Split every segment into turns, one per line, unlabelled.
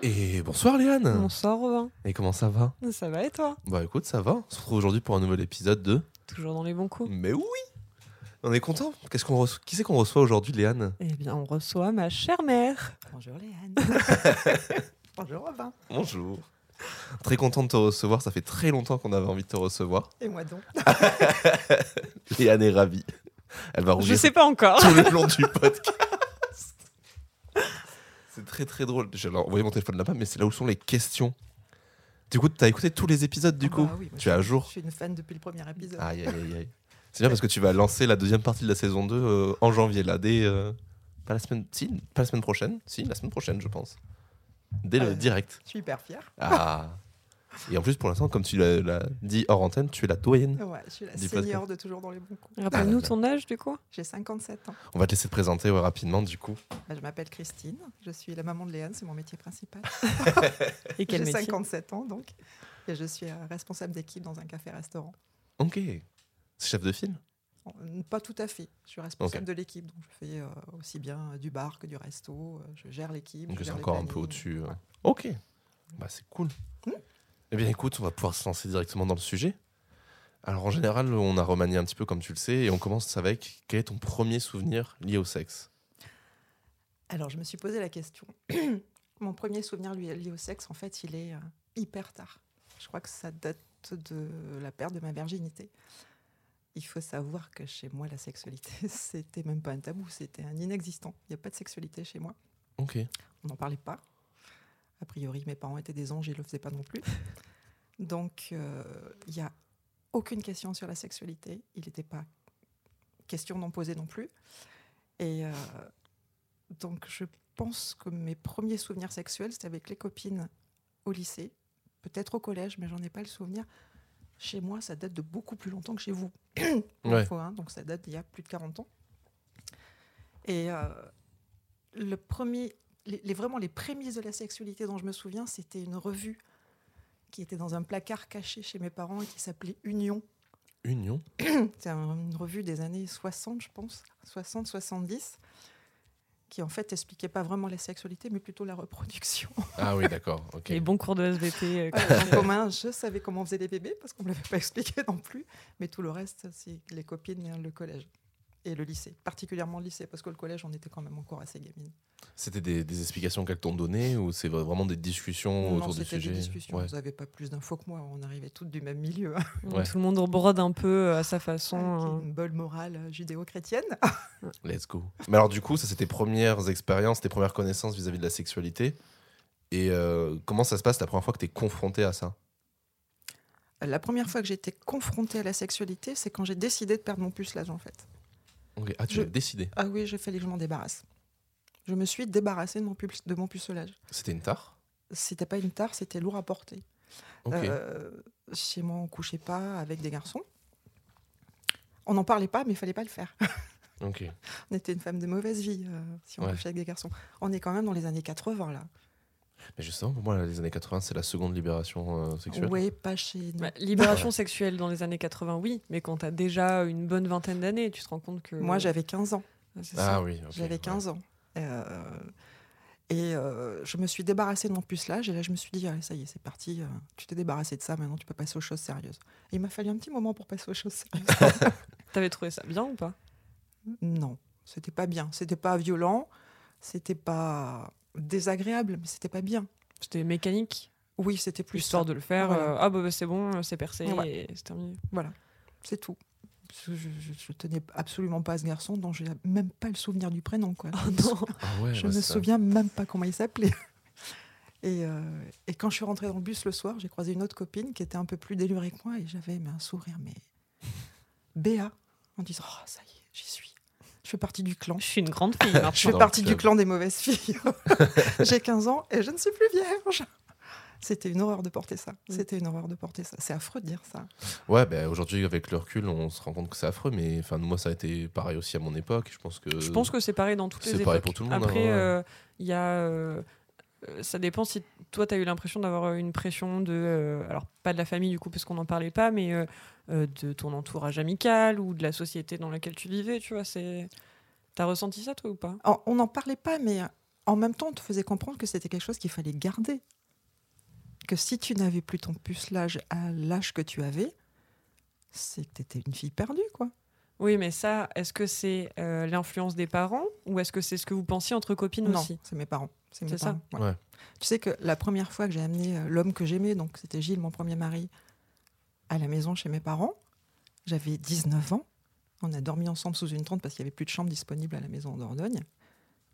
Et bonsoir Léane
Bonsoir Robin,
Et comment ça va
ça va et toi
Bah écoute, ça va. On se retrouve aujourd'hui pour un nouvel épisode de.
Toujours dans les bons coups.
Mais oui On est content Qu'est-ce qu'on reço- Qui c'est qu'on reçoit aujourd'hui, Léane
Eh bien, on reçoit ma chère mère. Bonjour Léane. Bonjour Robin.
Bonjour Très content de te recevoir, ça fait très longtemps qu'on avait envie de te recevoir.
Et moi donc
Léane est ravie. Elle va
Je
rougir
sais pas encore.
tout le long du podcast. c'est très très drôle. J'ai envoyé mon téléphone là-bas, mais c'est là où sont les questions. Du coup, t'as écouté tous les épisodes du
Ah
coup
bah oui, moi,
Tu Ah. es à
Je
jour
suis une fan depuis le premier épisode.
Aïe aïe aïe aïe. C'est bien parce que tu vas lancer la deuxième partie de la saison 2 euh, en janvier, là, dès. euh, pas, la semaine, si, pas la semaine prochaine Si, la semaine prochaine, je pense. Dès le
Euh.
direct.
Je suis hyper fière.
Ah Et en plus, pour l'instant, comme tu l'as l'as dit hors antenne, tu es la doyenne.
Ouais, je suis la
Dis pas
seigneur de toujours dans les bons coups.
Rappelle-nous ton âge du coup.
J'ai 57 ans.
On va te laisser te présenter ouais, rapidement, du coup.
Bah, je m'appelle Christine. Je suis la maman de Léane, c'est mon métier principal.
Et quel
J'ai
métier
57 ans donc. Et je suis euh, responsable d'équipe dans un café-restaurant.
Ok. C'est chef de film
Euh, Pas tout à fait. Je suis responsable de l'équipe. Donc je fais euh, aussi bien euh, du bar que du resto. Euh, Je gère l'équipe.
Donc
je
c'est
gère les
encore un peu
plannings.
au-dessus. euh.
Ouais.
Ok. Bah, c'est cool.
Hmm.
Eh bien, écoute, on va pouvoir se lancer directement dans le sujet. Alors, en général, on a remanié un petit peu, comme tu le sais, et on commence avec quel est ton premier souvenir lié au sexe
Alors je me suis posé la question. mon premier souvenir lui- lié au sexe, en fait, il est euh, hyper tard. Je crois que ça date de la perte de ma virginité. Il faut savoir que chez moi, la sexualité, c'était même pas un tabou, c'était un inexistant. Il n'y a pas de sexualité chez moi.
Ok.
On n'en parlait pas. A priori, mes parents étaient des anges, ils ne le faisaient pas non plus. Donc, euh, il y n'y a aucune question sur la sexualité. Il n'était pas question d'en poser non plus. Et euh, donc, je pense que mes premiers souvenirs sexuels, c'était avec les copines au lycée, peut-être au collège, mais j'en ai pas le souvenir. Chez moi, ça date de beaucoup plus longtemps que chez vous. pour
Ouais.
info, hein. donc, ça date d'il y a plus de 40 ans. Et euh, le premier, les, les- vraiment les prémices de la sexualité dont je me souviens, c'était une revue qui était dans un placard caché chez mes parents et qui s'appelait Union.
Union
C'est un- une revue des années 60, je pense, 60-70, qui en fait expliquait pas vraiment la sexualité, mais plutôt la reproduction.
Ah oui, d'accord. Ok.
Les bons cours de SVT. euh, quoi.
en commun, je savais comment on faisait les bébés, parce qu'on ne me l'avait pas expliqué non plus, mais tout le reste, c'est les copines, le collège et le lycée, particulièrement le lycée, parce que le collège, on était quand même encore assez gamine.
C'était des, des explications qu'elles t'ont données ou c'est vraiment des discussions
Non,
Oh, autour du
c'était
sujet
des discussions,
Ouais.
vous n'avez pas plus d'infos que moi, on arrivait toutes du même milieu. hein,
Ouais.
Tout le monde brode un peu euh, à sa façon.
Avec
hein.
Une bonne morale euh, judéo-chrétienne.
Let's go. Mais alors, du coup, ça, c'est tes premières expériences, tes premières connaissances vis-à-vis de la sexualité. Et euh, comment ça se passe la première fois que tu es confronté à ça
La première fois que j'étais confrontée à la sexualité, c'est quand j'ai décidé de perdre mon pucelage en fait.
Ok. Ah, tu
Je-
l'as décidé.
Ah oui, j'ai fallu que je m'en débarrasse. Je me suis débarrassée de mon, pulse- de mon pucelage.
C'était une tare
C'était pas une tare, c'était lourd à porter.
Ok.
Euh, chez moi, on couchait pas avec des garçons. On n'en parlait pas, mais il fallait pas le faire.
Ok.
On était une femme de mauvaise vie euh, si on
Ouais.
couchait avec des garçons. On est quand même dans les années 80 là.
Mais justement, pour moi, les années 80, c'est la seconde libération euh, sexuelle.
Oui, pas chez nous.
Bah, libération sexuelle dans les années 80, oui, mais quand t'as déjà une bonne vingtaine d'années, tu te rends compte que.
Moi, j'avais 15 ans.
C'est ça.
Ah oui. ok,
J'avais
ouais.
15 ans. Euh, et euh, je me suis débarrassée de mon pucelage. Et là, je me suis dit, allez, ça y est, c'est parti. euh, tu t'es débarrassée de ça. Maintenant, tu peux passer aux choses sérieuses. Et il m'a fallu un petit moment pour passer aux choses sérieuses.
T'avais trouvé ça bien ou pas
non, c'était pas bien. C'était pas violent. C'était pas désagréable, mais c'était pas bien.
C'était mécanique,
Oui, c'était plus
histoire
ça.
de le faire.
Voilà.
euh, ah bah, bah, c'est bon, c'est euh, percé
Ouais.
et c'est terminé.
Voilà, c'est tout. parce que je, je, je tenais absolument pas à ce garçon dont j'ai même pas le souvenir du prénom. Quoi.
Oh non.
Ah ouais,
Je
bah,
me
c'est-
souviens même pas comment il s'appelait. Et, euh, et quand je suis rentrée dans le bus le soir, j'ai croisé une autre copine qui était un peu plus délurée que moi et j'avais mais, un sourire, mais béat, en disant Oh, ça y est, j'y suis. Je fais partie du clan.
Je suis une grande fille maintenant.
Je fais
Dans le
partie du
club.
clan des mauvaises filles. J'ai 15 ans et je ne suis plus vierge. C'était une horreur de porter ça. C'était une horreur de porter ça. C'est affreux de dire ça.
Ouais, bah, aujourd'hui, avec le recul, on se rend compte que c'est affreux, mais enfin, moi, ça a été pareil aussi à mon époque. Je pense que.
Je pense que c'est pareil dans toutes les
Euh, c'est
époques.
pareil pour tout le monde, hein,
Après,
ouais.
euh, il y a. euh, euh, ça dépend si toi, tu as eu l'impression d'avoir euh, une pression de. euh, alors, pas de la famille, du coup, parce qu'on n'en parlait pas, mais euh, euh, de ton entourage amical ou de la société dans laquelle tu vivais, tu vois. c'est- T'as ressenti ça, toi, ou pas
En- On n'en parlait pas, mais euh, en même temps, on te faisait comprendre que c'était quelque chose qu'il fallait garder. Que si tu n'avais plus ton pucelage à l'âge que tu avais, c'est que tu étais une fille perdue, quoi.
Oui, mais ça, est-ce que c'est euh, l'influence des parents ou est-ce que c'est ce que vous pensiez entre copines
Non,
aussi
c'est mes parents. C'est mes
C'est ça
parents, ouais.
Ouais.
Tu sais que la première fois que j'ai amené euh, l'homme que j'aimais, donc c'était Gilles, mon premier mari, à la maison chez mes parents, j'avais 19 ans. On a dormi ensemble sous une tente parce qu'il n'y avait plus de chambre disponible à la maison en Dordogne.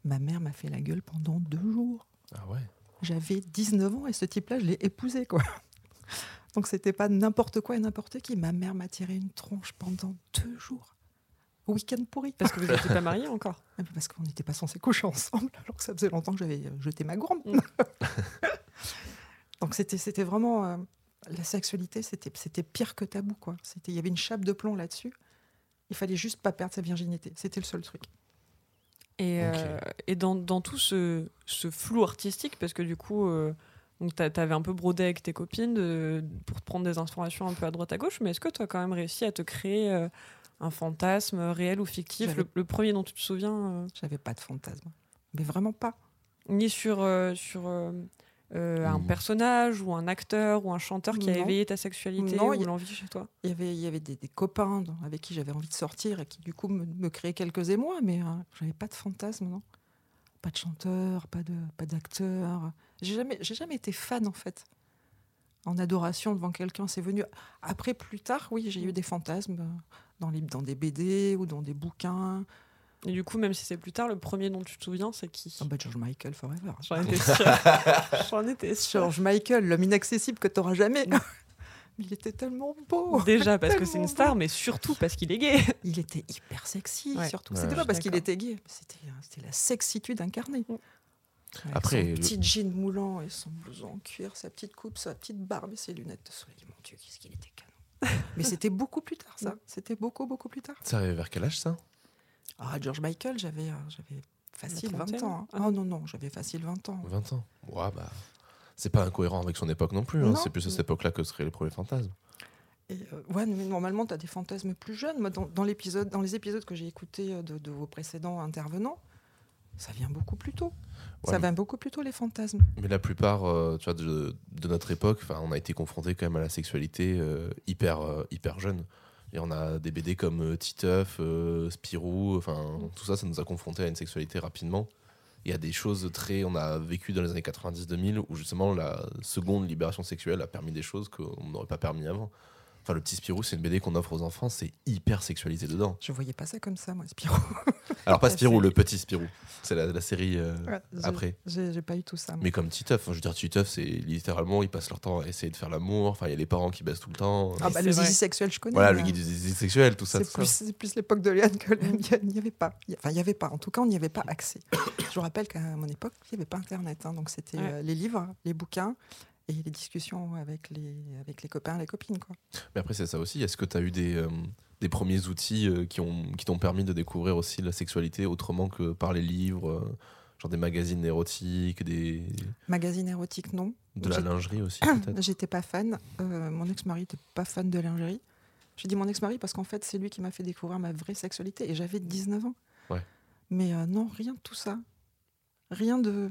Ma mère m'a fait la gueule pendant deux jours.
Ah ouais.
J'avais 19 ans et ce type-là, je l'ai épousé, quoi. Donc c'était pas n'importe quoi et n'importe qui. Ma mère m'a tiré une tronche pendant deux jours. Week-end pourri.
Parce que vous n'étiez pas mariés encore.
Ah, mais Parce qu'on n'était pas censés coucher ensemble, alors que ça faisait longtemps que j'avais euh, jeté ma gourme.
Mm.
Donc c'était c'était vraiment. euh, la sexualité, c'était c'était pire que tabou, quoi. C'était- Il y avait une chape de plomb là-dessus. Il fallait juste pas perdre sa virginité. C'était le seul truc.
Et,
Ok.
euh, et dans, dans tout ce, ce flou artistique, parce que du coup, euh, donc t'a- t'avais un peu brodé avec tes copines de- pour te prendre des informations un peu à droite à gauche, mais est-ce que tu as quand même réussi à te créer euh, un fantasme réel ou fictif,
J'avais-
le, le premier dont tu te souviens, euh,
J'avais pas de fantasme. Mais vraiment pas.
ni sur, euh, sur euh, euh, un
Mm.
personnage ou un acteur ou un chanteur qui a
Non.
éveillé ta sexualité
Non,
ou
y-
l'envie chez toi
Il y avait, il y avait des, des copains dont- avec qui j'avais envie de sortir et qui, du coup, me, me créaient quelques émois, mais euh, j'avais pas de fantasme, non Pas de chanteur, pas de pas d'acteur. J'ai jamais, j'ai jamais été fan, en fait. En adoration devant quelqu'un, c'est venu. Après, plus tard, oui, j'ai eu des fantasmes euh, dans, les, dans des BD ou dans des bouquins.
Et du coup, même si c'est plus tard, le premier dont tu te souviens, c'est qui
Ah bah, George Michael Forever. hein.
J'en étais sûre. J'en étais sûre.
George Michael, l'homme inaccessible que t'auras jamais. Il était tellement beau.
Déjà parce que c'est
Tellement
une star, mais surtout parce qu'il est gay.
Il était hyper sexy,
Ouais.
surtout.
Ouais,
C'était
ouais.
pas parce qu'il
D'accord.
était gay, c'était euh, c'était la sexitude incarnée.
Mm.
Avec
Après,
son
le-
petit jean moulant et son blouson en cuir, sa petite coupe, sa petite barbe et ses lunettes de soleil. Mon Dieu, qu'est-ce qu'il était canon. Mais c'était beaucoup plus tard,
Mm.
ça. C'était beaucoup, beaucoup plus tard.
Ça arrivé vers quel âge, ça
Ah, George Michael, j'avais euh, j'avais facile
La
20
trentaine.
ans. hein. Ah non, non, j'avais facile 20 ans.
20 ans. Ouais, bah. C'est pas incohérent avec son époque non plus. hein.
Non.
C'est plus à cette époque-là que seraient les premiers fantasmes.
Et euh, ouais, mais normalement, tu as des fantasmes plus jeunes. Moi, dans, dans l'épisode, dans les épisodes que j'ai écoutés euh, de, de vos précédents intervenants, ça vient beaucoup plus tôt.
Ouais,
ça
mais-
vient beaucoup plus tôt, les fantasmes.
Mais la plupart euh, tu vois, de, de notre époque, 'fin, on a été confronté quand même à la sexualité euh, hyper, euh, hyper jeune. Et on a des BD comme euh, Titeuf, euh, Spirou, enfin tout ça, ça nous a confronté à une sexualité rapidement. Il y a des choses très. On a vécu dans les années 90-2000 où justement la seconde libération sexuelle a permis des choses qu'on n'aurait pas permis avant. Enfin, le petit Spirou, c'est une BD qu'on offre aux enfants, c'est hyper sexualisé dedans.
Je voyais pas ça comme ça, moi, Spirou.
Alors, pas
La
Spirou,
série.
le petit Spirou. C'est la, la série euh,
Ouais, j'ai-
après.
J'ai j'ai pas eu tout ça. moi.
Mais comme Titeuf, hein, je veux dire, Titeuf, c'est littéralement, ils passent leur temps à essayer de faire l'amour. Enfin, il y a les parents qui baissent tout le temps.
Ah bah,
c'est
le
vrai.
zizi sexuel, je connais.
voilà,
mais,
le guide du désir sexuel, tout ça.
C'est
tout
plus,
ça.
c'est plus l'époque de Léane que le mien. Il n'y avait pas. Il y- Enfin, il n'y avait pas. En tout cas, on n'y avait pas accès. Je vous rappelle qu'à mon époque, il n'y avait pas Internet. hein. donc, c'était
Ouais.
euh, les livres, les bouquins et les discussions avec les, avec les copains, les copines. Quoi.
Mais après, c'est ça aussi. Est-ce que tu as eu des, euh, des premiers outils euh, qui ont- qui t'ont permis de découvrir aussi la sexualité autrement que par les livres, euh, genre des magazines érotiques, des...
Magazine érotique, non.
de la
J'ai- Ah,
lingerie aussi, peut-être
J'étais pas fan. Euh, mon ex-mari n'était pas fan de lingerie. Je dis mon ex-mari parce qu'en fait, c'est lui qui m'a fait découvrir ma vraie sexualité et j'avais 19 ans.
Ouais.
Mais euh, non, rien de tout ça. Rien de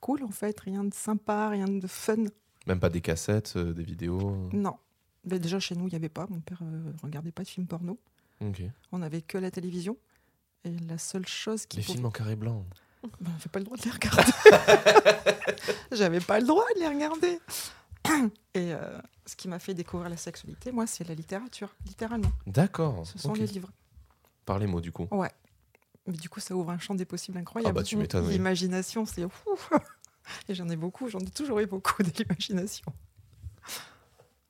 cool en fait, rien de sympa, rien de fun.
Même pas des cassettes, euh, des vidéos. euh.
Non. Mais déjà chez nous, il n'y avait pas. Mon père euh, regardait pas de films porno.
Ok.
On n'avait que la télévision. Et la seule chose qui.
Les films en carré blanc.
Ben, j'ai pas le droit de les regarder. J'avais pas le droit de les regarder. Et euh, ce qui m'a fait découvrir la sexualité, moi, c'est la littérature, littéralement.
D'accord.
Ce sont
ok.
les livres.
Par les mots, du coup.
Mais du coup, ça ouvre un champ des possibles incroyable.
Ah bah, tu m'étonnes, oui.
L'imagination, c'est ouf. Et j'en ai beaucoup, j'en ai toujours eu beaucoup de l'imagination.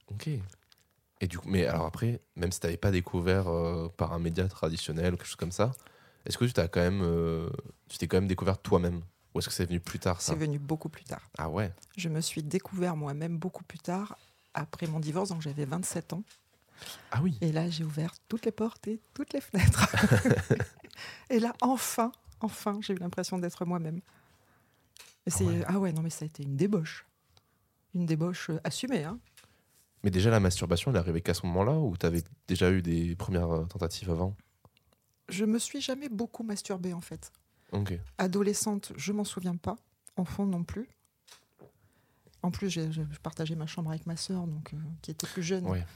Ok. Et du coup, mais alors après, même si tu n'avais pas découvert euh, par un média traditionnel, quelque chose comme ça, est-ce que tu t'as quand même, euh, tu t'es quand même découvert toi-même, ou est-ce que c'est venu plus tard ça
C'est venu beaucoup plus tard.
Ah ouais.
Je me suis découvert moi-même beaucoup plus tard, après mon divorce, donc j'avais 27 ans.
Ah oui.
Et là, j'ai ouvert toutes les portes et toutes les fenêtres. et là, enfin, enfin, j'ai eu l'impression d'être moi-même. Et c'est- Ah
ouais.
ouais. non, mais ça a été une débauche. Une débauche euh, assumée. Hein.
Mais déjà la masturbation, elle est arrivée qu'à ce moment-là, ou t'avais déjà eu des premières euh, tentatives avant
Je me suis jamais beaucoup masturbée, en fait.
Ok.
Adolescente, je m'en souviens pas. Enfant non plus. En plus, j'ai- je je partageais ma chambre avec ma sœur, donc euh, qui était plus jeune,
Ouais.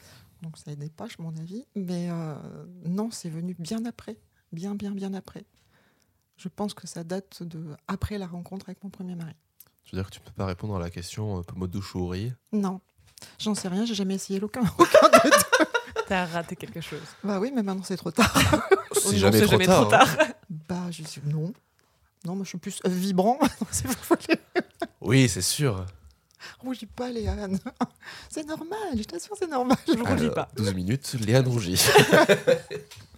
donc ça aidait pas, je mon avis. Mais euh, non, c'est venu bien après, bien, bien, bien après. Je pense que ça date de après la rencontre avec mon premier mari.
Tu veux dire que tu peux pas répondre à la question euh, Pomme douche ou oreiller
Non, j'en sais rien, j'ai jamais essayé l'aucun.
T'as raté quelque chose.
bah oui, mais maintenant c'est trop tard.
Oh
C'est
non,
jamais, trop, tard. hein.
Bah je suis non, non, moi je suis plus euh, vibrant. Non, c'est vous voulez.
Oui, c'est sûr.
Rougis pas, Léane. C'est normal, je t'assure, c'est normal.
Je rougis
Alors,
pas.
12 minutes, Léane rougit.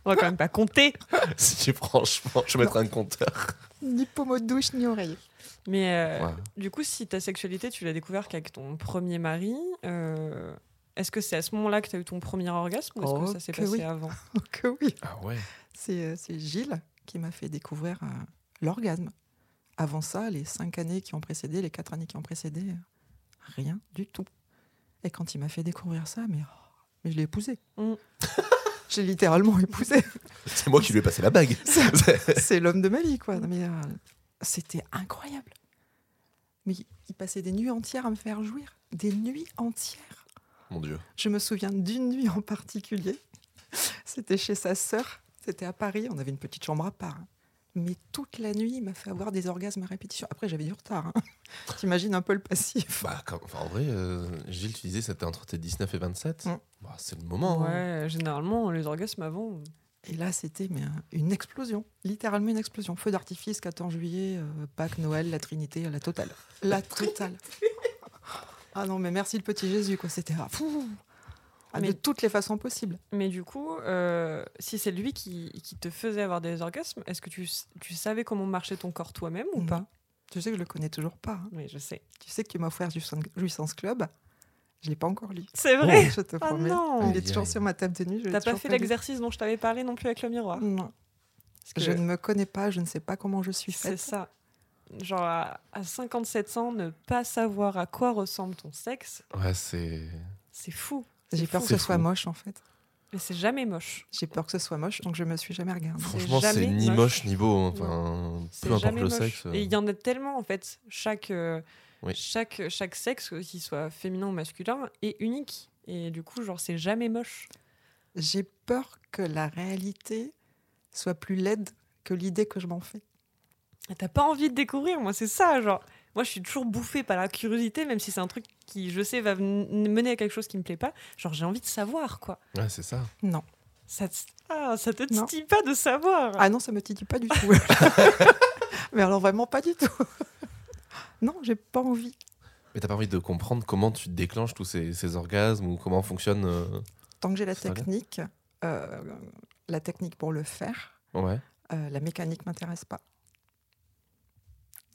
On va quand même pas compter.
si franchement, je vais mettre un compteur. Ah
Ni pommeau de douche, ni oreiller.
Mais euh,
Ouais.
du coup, si ta sexualité, tu l'as découvert qu'avec ton premier mari, euh, est-ce que c'est à ce moment-là que tu as eu ton premier orgasme ou est-ce
Oh,
que ça s'est
que
passé
oui.
avant
Donc euh, oui,
Ah ouais.
c'est euh, c'est Gilles qui m'a fait découvrir euh, l'orgasme. Avant ça, les cinq années qui ont précédé, les quatre années qui ont précédé, euh, rien du tout. Et quand il m'a fait découvrir ça, mais, oh, mais je l'ai épousé.
Mm.
J'ai littéralement épousé.
C'est moi qui lui ai passé la bague.
C'est-
C'est-
C'est l'homme de ma vie, quoi. Non, Mais euh, c'était incroyable. Mais il- il passait des nuits entières à me faire jouir. Des nuits entières.
Mon Dieu.
Je me souviens d'une nuit en particulier. C'était chez sa sœur. C'était à Paris. On avait une petite chambre à part. hein. Mais toute la nuit, il m'a fait avoir des orgasmes à répétition. Après, j'avais du retard. hein. T'imagines un peu le passif.
Bah, quand- enfin, en vrai, euh, Gilles, tu disais c'était entre tes 19 et 27.
Mm.
Bah, c'est le moment. hein.
Ouais, généralement, les orgasmes avant.
Et là, c'était mais, un- une explosion. Littéralement une explosion. Feu d'artifice, 14 juillet, euh, Pâques, Noël, la Trinité, la totale. La totale. Ah non, mais merci le petit Jésus, quoi. C'était ah, fou. Ah,
Mais-
De toutes les façons possibles.
Mais du coup, euh, si c'est lui qui, qui te faisait avoir des orgasmes, est-ce que tu, s- tu savais comment marchait ton corps toi-même ou
Non.
pas
Tu sais que je le connais toujours pas. hein.
Oui, je sais.
Tu sais que tu m'as offert Jouissance Club. Je l'ai pas encore lu.
C'est vrai
Je te
Ah
promets.
non
Il est toujours
Aïe, aïe.
sur ma table de nuit. je l'ai
T'as pas
toujours
fait
lu.
l'exercice dont je t'avais parlé non plus avec le miroir
Non.
Parce que
Mm. Je ne me connais pas, je ne sais pas comment je suis
C'est
faite.
ça. Genre, à, à 57 ans, ne pas savoir à quoi ressemble ton sexe,
Ouais, c'est.
c'est fou.
J'ai peur
fou.
que ce
C'est
soit
fou.
moche en fait.
Mais c'est jamais moche.
J'ai peur que ce soit moche, donc je me suis jamais regardée.
Franchement, c'est
jamais
ni
moche.
moche ni beau. hein. Enfin,
C'est
peu importe
jamais
le
moche.
sexe. euh,
Et il y en a tellement, en fait. Chaque, euh,
Oui.
chaque, chaque sexe, qu'il soit féminin ou masculin, est unique. Et du coup, genre, c'est jamais moche.
J'ai peur que la réalité soit plus laide que l'idée que je m'en fais.
Et T'as pas envie de découvrir, moi, c'est ça, genre. Moi, je suis toujours bouffée par la curiosité, même si c'est un truc qui, je sais, va ven- mener à quelque chose qui me plaît pas. Genre, j'ai envie de savoir, quoi.
Ouais, c'est ça.
Non.
Ça te, ah, ça te
Non.
titille pas de savoir.
Ah non, ça me titille pas du tout. Mais alors vraiment pas du tout. non, j'ai pas envie.
Mais t'as pas envie de comprendre comment tu déclenches tous ces, ces orgasmes ou comment fonctionne. euh,
Tant que j'ai la
Ça va bien.
technique, euh, la technique pour le faire,
Ouais.
Euh, la mécanique m'intéresse pas.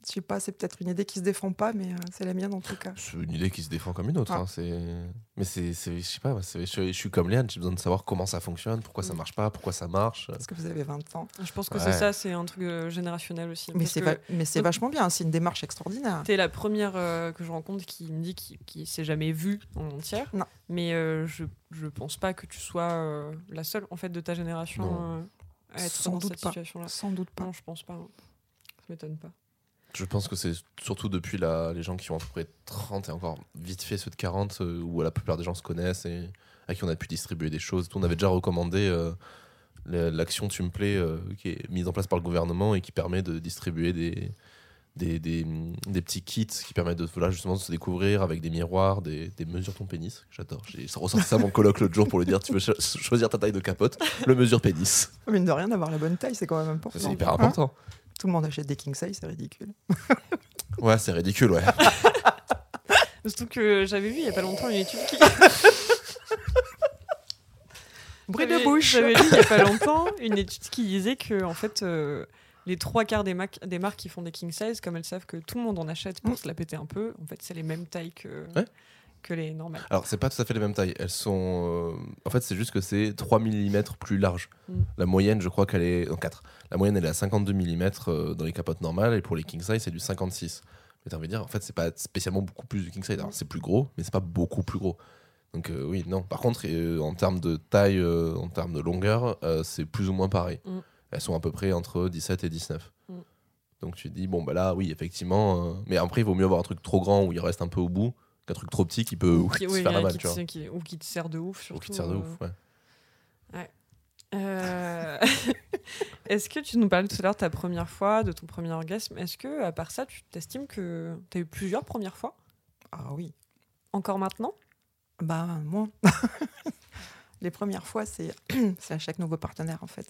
Je sais pas, c'est peut-être une idée qui se défend pas, mais euh, c'est la mienne en tout cas.
C'est une idée qui se défend comme une autre.
Ah.
hein, c'est... Mais c'est, c'est- je sais pas, moi, c'est- je, je suis comme Léane, j'ai besoin de savoir comment ça fonctionne, pourquoi
Mm.
ça marche pas, pourquoi ça marche. euh.
Parce que vous avez 20 ans.
Je pense que
Ouais.
c'est ça, c'est un truc euh, générationnel aussi.
Mais
parce
c'est
que
va- mais c'est
Donc-
vachement bien, c'est une démarche extraordinaire.
T'es la première euh, que je rencontre qui me dit qu'il qui s'est jamais vu en entière.
Non.
Mais euh, je, je pense pas que tu sois euh, la seule, en fait, de ta génération
Non.
euh, à être
Sans
dans
doute
cette
pas.
situation-là.
Sans doute pas.
Non, je pense pas. hein. Ça m'étonne pas.
Je pense que c'est surtout depuis la, les gens qui ont à peu près 30 et encore vite fait ceux de 40, euh, où la plupart des gens se connaissent et à qui on a pu distribuer des choses. On avait déjà recommandé euh, la- l'action Tu me plais, euh, qui est mise en place par le gouvernement et qui permet de distribuer des, des, des, des petits kits qui permettent de, voilà, justement de se découvrir avec des miroirs, des, des mesures ton pénis. J'adore. J'ai ressorti ça à mon coloc l'autre jour pour lui dire tu veux cho- choisir ta taille de capote, le mesure pénis.
Mine de rien, d'avoir la bonne taille, c'est quand même important.
Ça, C'est hyper
Hein
important.
Tout le monde achète des king size, c'est ridicule.
Ouais, c'est ridicule, ouais.
Surtout que j'avais vu il y a pas longtemps une étude qui.
Bruit de
J'avais-
bouche
J'avais lu il y a pas longtemps une étude qui disait que en fait euh, les trois quarts des, mac- des marques qui font des king size, comme elles savent que tout le monde en achète pour
Mm.
se la péter un peu, en fait c'est les mêmes tailles que
Ouais.
que les normales.
Alors, c'est pas tout à fait les mêmes tailles. Elles sont. euh, En fait, c'est juste que c'est 3 mm plus large.
Mm.
La moyenne, je crois qu'elle est. Non, 4. La moyenne, elle est à 52 mm euh, dans les capotes normales et pour les king size, c'est du 56. Mais t'as envie de dire, en fait, c'est pas spécialement beaucoup plus du king size. Alors, c'est plus gros, mais c'est pas beaucoup plus gros. Donc, euh, oui, non. Par contre, euh, en termes de taille, euh, en termes de longueur, euh, c'est plus ou moins pareil.
Mm.
Elles sont à peu près entre 17 et 19.
Mm.
Donc, tu te dis, bon, bah là, oui, effectivement. euh, Mais après, il vaut mieux avoir un truc trop grand où il reste un peu au bout qu'un truc trop petit qui peut
Qui-
se
oui,
faire la
euh,
balle,
qui
tu
te-
vois.
qui- ou qui te sert de ouf surtout.
Ou qui te sert de
euh,
ouf, ouais.
Euh, Est-ce que tu nous parlais tout à l'heure de ta première fois, de ton premier orgasme Est-ce que, à part ça, tu t'estimes que tu as eu plusieurs premières fois
Ah oui.
Encore maintenant
Bah, moi. les premières fois, c'est c'est à chaque nouveau partenaire, en fait.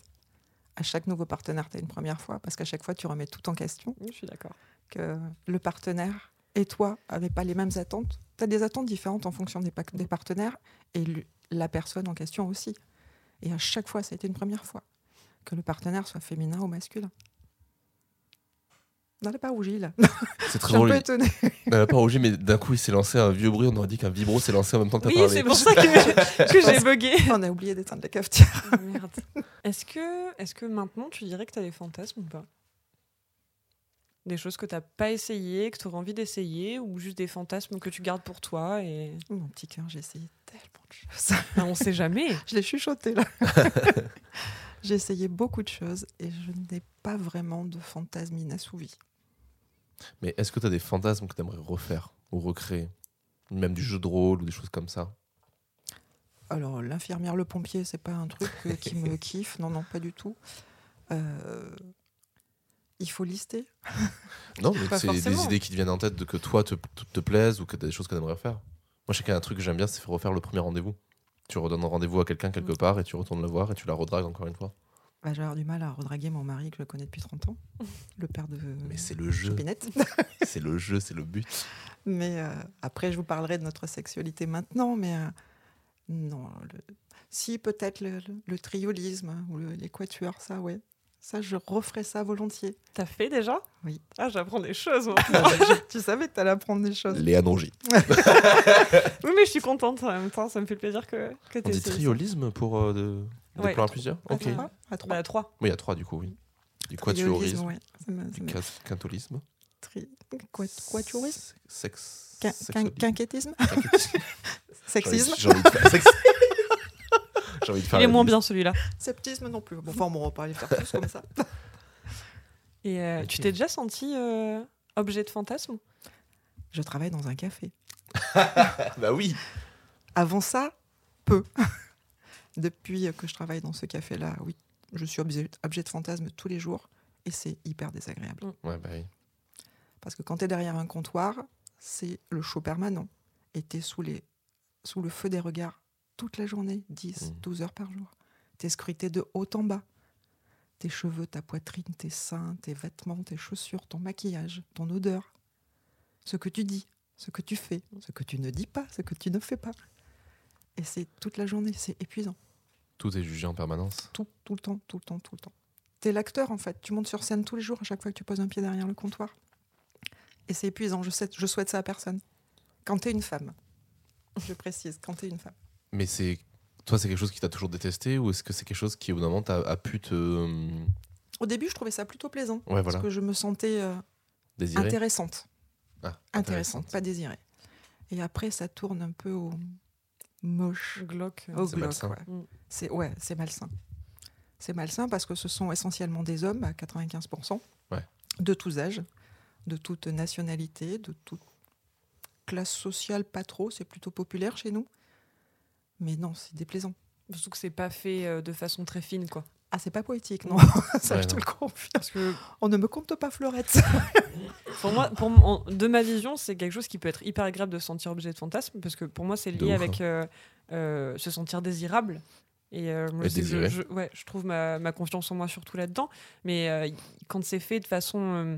À chaque nouveau partenaire, tu as une première fois, parce qu'à chaque fois, tu remets tout en question.
Oui, Je suis d'accord.
Que le partenaire et toi n'avaient pas les mêmes attentes. Tu as des attentes différentes en fonction des, pac- des partenaires et lu- la personne en question aussi. Et à chaque fois, ça a été une première fois. Que le partenaire soit féminin ou masculin. N'allez pas rougi, là.
C'est
Je
très
suis un
drôle.
peu étonnée.
il- On n'a pas rougi, mais d'un coup, il s'est lancé un vieux bruit. On aurait dit qu'un vibro s'est lancé en même temps que t'as
Oui,
parlé.
c'est pour ça que, que j'ai bugué.
On a oublié d'éteindre la cafetière.
Ah, merde. Est-ce que, est que maintenant, tu dirais que tu as des fantasmes ou pas Des choses que tu pas essayées, que tu aurais envie d'essayer, ou juste des fantasmes que tu gardes pour toi et...
Oh, Mon petit cœur, j'ai essayé tellement de choses.
Enfin, on sait jamais.
Je l'ai chuchoté là. J'ai essayé beaucoup de choses et je n'ai pas vraiment de fantasme inassouvi.
Mais est-ce que t'as des fantasmes que t'aimerais refaire ou recréer Même du jeu de rôle ou des choses comme ça
Alors, l'infirmière, le pompier, c'est pas un truc euh, qui me kiffe. Non, non, pas du tout. Euh, il faut lister.
Non, mais
Pas
c'est des
forcément.
idées qui te viennent en tête de que toi te, te, te plaisent ou que t'as des choses que t'aimerais faire. Moi, je sais qu'il y a un truc que j'aime bien, c'est refaire le premier rendez-vous. Tu redonnes un rendez-vous à quelqu'un quelque
Mm.
part et tu retournes le voir et tu la redragues encore une fois.
Bah, J'ai avoir du mal à redraguer mon mari que je connais depuis 30 ans, le père de
Mais c'est le jeu,
Pinette.
c'est le jeu, c'est le but.
Mais euh, après, je vous parlerai de notre sexualité maintenant, mais euh, non. le- Si, peut-être le, le- le triolisme hein, ou le- les quatuors, ça, ouais. Ça, je referai ça volontiers.
T'as fait déjà
Oui.
Ah, j'apprends des choses. moi.
tu savais que t'allais apprendre des choses.
Léa Nongy.
Oui, mais je suis contente en même temps. Ça me fait plaisir que, que
On
tu
dit triolisme pour euh, de- des
Ouais.
plans à plusieurs Ok.
Attends.
Ah, à trois.
Bah, trois.
Oui, il y a trois du coup, oui. Du
Triolisme,
quatuorisme,
ouais. Ça me- ça
du
me-
quas- quintolisme.
tri- quat- Quatuorisme
se- Sex.
Quin- quin-
sexoli-
Quinquétisme
quinquétisme.
Sexisme
J'ai envie de faire. sex- J'ai envie de faire
Il est
la
moins
liste.
bien celui-là.
Septisme non plus. Bon, enfin, bon, on va pas les faire tous comme ça.
Et euh,
Ok.
tu t'es déjà senti euh, objet de fantasme
Je travaille dans un café.
Bah oui.
Avant ça, peu. Depuis que je travaille dans ce café-là, oui, je suis objet, objet de fantasme tous les jours et c'est hyper désagréable.
Ouais, bah oui.
Parce que quand tu es derrière un comptoir, c'est le show permanent et tu es sous, les, sous le feu des regards toute la journée, 10,
Mhm.
12 heures par jour. Tu es scruté de haut en bas. Tes cheveux, ta poitrine, tes seins, tes vêtements, tes chaussures, ton maquillage, ton odeur. Ce que tu dis, ce que tu fais, ce que tu ne dis pas, ce que tu ne fais pas. Et c'est toute la journée, c'est épuisant.
Tout est jugé en permanence.
Tout, tout le temps, tout le temps, tout le temps. T'es l'acteur en fait. Tu montes sur scène tous les jours à chaque fois que tu poses un pied derrière le comptoir. Et c'est épuisant. Je, sais, je souhaite ça à personne. Quand t'es une femme, je précise, quand t'es une femme.
Mais c'est. Toi, c'est quelque chose qui t'a toujours détesté ou est-ce que c'est quelque chose qui, au bout d'un moment, t'a- a pu te. euh,
Au début, je trouvais ça plutôt plaisant
Ouais,
parce
voilà.
que je me sentais euh,
Désirer
intéressante.
Ah,
Intéressante, pas désirée. Et après, ça tourne un peu au moche.
Glauque.
Au
C'est
glauque,
malsain.
ouais.
Mm.
C'est ouais, c'est malsain. C'est malsain parce que ce sont essentiellement des hommes à 95%,
Ouais.
de tous âges, de toute nationalité, de toute classe sociale, pas trop, c'est plutôt populaire chez nous. Mais non, c'est déplaisant.
Surtout que c'est pas fait euh, de façon très fine, quoi.
Ah, c'est pas poétique, non. Ça,
Ouais,
je te
non.
le confie.
Parce que
On ne me compte pas fleurette.
pour moi, pour m- en- de ma vision, c'est quelque chose qui peut être hyper agréable de se sentir objet de fantasme, parce que pour moi, c'est
De
lié
ouf, hein.
avec euh, euh, se sentir désirable. Et, euh, moi,
Et
je sais que je-
désiré.
je, ouais, je trouve ma, ma confiance en moi surtout là-dedans. Mais euh, y- quand c'est fait de façon euh,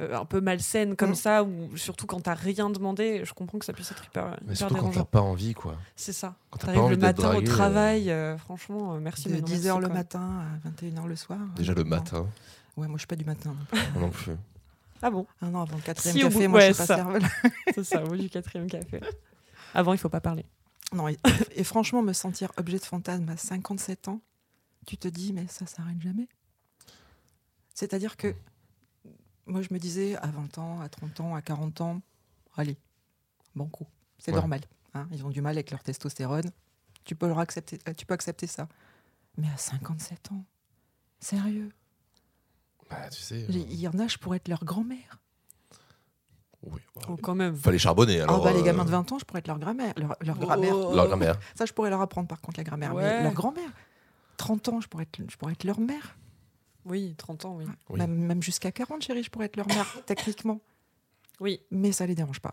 euh, un peu malsaine comme
Mm.
ça, ou surtout quand t'as rien demandé, je comprends que ça puisse être hyper,
Mais
hyper
surtout quand t'as
dérangeant.
pas envie, quoi.
C'est ça.
Quand t'as pas
T'arrives
envie
le
d'être
matin
dragué,
au
euh,
travail, euh, franchement, euh, merci.
De
mais non, merci,
10h le
quoi.
matin à 21h le soir.
Déjà le
Non.
matin,
Ouais, moi, je suis pas du matin. non plus.
moi non plus.
Ah bon,
Ah non, avant le quatrième
Si, au
café,
bout-
moi,
ouais,
je suis
ça.
pas serveuse.
c'est ça, au bout du quatrième café. Avant, il faut pas parler.
Non, et, et franchement, me sentir objet de fantasme à 57 ans, tu te dis, mais ça s'arrête jamais. C'est-à-dire que moi, je me disais à 20 ans, à 30 ans, à 40 ans, allez, banco, c'est
Ouais.
normal. hein, ils ont du mal avec leur testostérone, tu peux, leur accepter, euh, tu peux accepter ça. Mais à 57 ans, sérieux,
Bah, tu sais. euh,
il y en a, je pourrais être leur grand-mère.
oui, bah,
Oh, quand même.
Fallait charbonner alors.
Ah bah, les
euh, Oh,
gamins de 20 ans, je pourrais être leur grand-mère. Leur, leur grand-mère.
La grand-mère.
Ça, je pourrais leur apprendre par contre la grammaire.
Ouais.
Mais leur grand-mère, 30 ans, je pourrais être, je pourrais être leur mère.
Oui, 30 ans, oui.
Oui.
Même, même jusqu'à 40, chérie, je pourrais être leur mère, techniquement.
Oui,
Mais ça les dérange pas.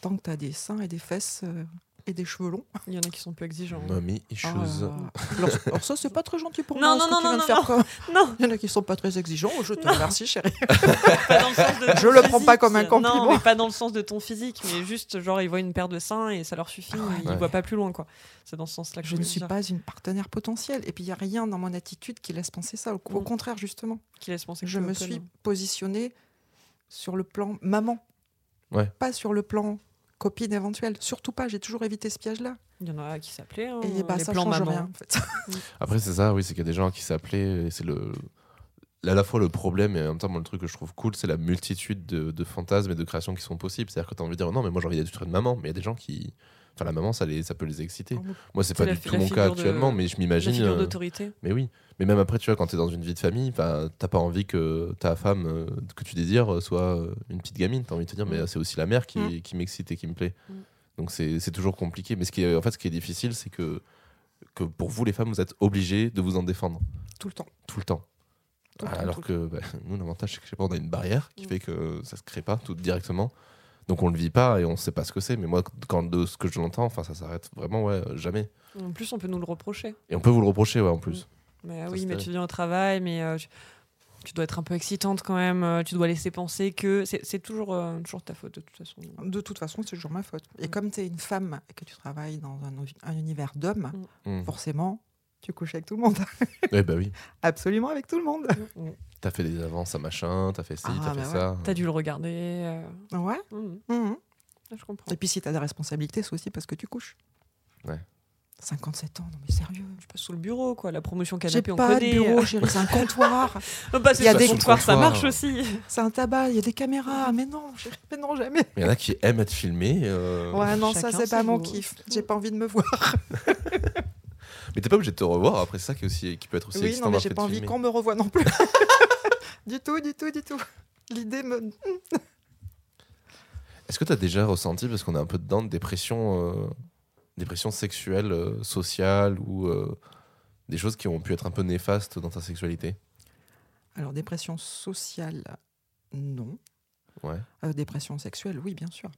Tant que tu as des seins et des fesses euh, et des cheveux longs.
il y en a qui sont plus exigeants.
Mommy
Ah,
issues.
Oh.
alors, alors ça, c'est pas très gentil pour
Non,
moi. ce
non,
que tu
non,
viens de
non,
faire,
non.
quoi.
Non,
Il y en a qui sont pas très exigeants. Je te
Non.
remercie, chérie.
pas dans le sens de ton
Je le prends pas
physique.
comme un compliment.
Non, mais pas dans le sens de ton physique, mais juste genre ils voient une paire de seins et ça leur suffit, ils
Ouais.
voient pas plus loin quoi. C'est dans ce sens-là que je,
Je ne
veux
suis
dire.
pas une partenaire potentielle. Et puis, il n'y a rien dans mon attitude qui laisse penser ça. Au, au
Mm.
contraire, justement.
Qui laisse penser que
Je
tu es
me
open.
suis positionnée sur le plan maman.
Ouais.
Pas sur le plan copine éventuelle. Surtout pas, j'ai toujours évité ce piège-là.
Il y en a qui s'appelaient. hein,
Et bah,
les
ça
plans
change
maman.
rien. En fait.
Après, c'est ça, oui, c'est qu'il y a des gens qui s'appelaient. et C'est le. À la fois le problème et en même temps, moi, le truc que je trouve cool, c'est la multitude de, de fantasmes et de créations qui sont possibles. C'est-à-dire que tu as envie de dire non, mais moi j'ai envie d'être une maman. Mais il y a des gens qui. Enfin, la maman, ça, les, ça peut les exciter.
Ah oui.
Moi, c'est
C'est
pas
la
du
fi-
tout
la
mon cas
figure de-
actuellement, mais je
La
m'imagine.
figure
euh,
d'autorité.
Mais oui. Mais même après, tu vois, quand t'es dans une vie de famille, 'fin, t'as pas envie que ta femme euh, que tu désires euh, soit euh, une petite gamine. T'as envie de te dire, mais
Mm.
euh, c'est aussi la mère qui,
Mm.
qui m'excite et qui me plaît.
Mm.
Donc c'est c'est toujours compliqué. Mais ce qui est, en fait, ce qui est difficile, c'est que, que pour vous, les femmes, vous êtes obligées de vous en défendre
Tout le temps.
tout le temps.
Tout le temps,
Alors
tout le
que bah, nous, l'avantage, c'est que je sais pas, on a une barrière qui
Mm.
fait que ça se crée pas tout directement. Donc on le vit pas et on sait pas ce que c'est. Mais moi, quand de ce que je l'entends, enfin, ça s'arrête vraiment, ouais, euh, jamais.
En plus, on peut nous le reprocher.
Et on peut vous le reprocher, ouais, en
Mm.
plus.
Mais ah
Ça,
oui,
c'est
mais
vrai.
tu viens au travail, mais euh, tu, tu dois être un peu excitante quand même. euh, tu dois laisser penser que c'est c'est toujours euh, toujours ta faute de toute façon.
De toute façon, c'est toujours ma faute. Et
Mm.
comme tu es une femme et que tu travailles dans un, ovi- un univers d'hommes,
Mm.
forcément, tu couches avec tout le monde.
Eh bah oui.
Absolument avec tout le monde.
T'as fait des avances à machin, t'as fait ci,
Ah,
t'as fait
bah ouais.
ça.
T'as dû le regarder. euh,
Ouais.
mm,
Mhm.
Je comprends.
Et puis, si tu as des responsabilités, c'est aussi parce que tu couches.
Ouais.
57 ans, non mais sérieux.
Je passe sous le bureau, quoi. La promotion
J'ai
canapé, on
pas de
connaît.
bureau, chérie, c'est un comptoir.
Oh, bah, c'est
Il y a
sur
des
le comptoir, ça
comptoirs.
marche aussi.
C'est un tabac, il y a des caméras. Mais non, chérie, mais non, jamais.
Il y en a qui aiment être filmés. euh,
Ouais, non, ça,
Chacun
c'est
ses
pas mon
goûts.
kiff. J'ai pas envie de me voir.
Mais t'es pas obligé de te revoir après, c'est ça qui, est aussi, qui peut être aussi
Oui,
excitant
non, mais
d'avoir
j'ai
fait
pas
de
envie
filmer.
qu'on me revoie non plus. du tout, du tout, du tout. L'idée me.
Est-ce que t'as déjà ressenti, parce qu'on est un peu dedans, des pressions, euh, des pressions sexuelles, euh, sociales ou euh, des choses qui ont pu être un peu néfastes dans ta sexualité
Alors, dépression sociale, non.
Ouais.
Euh, dépression sexuelle, oui, bien sûr.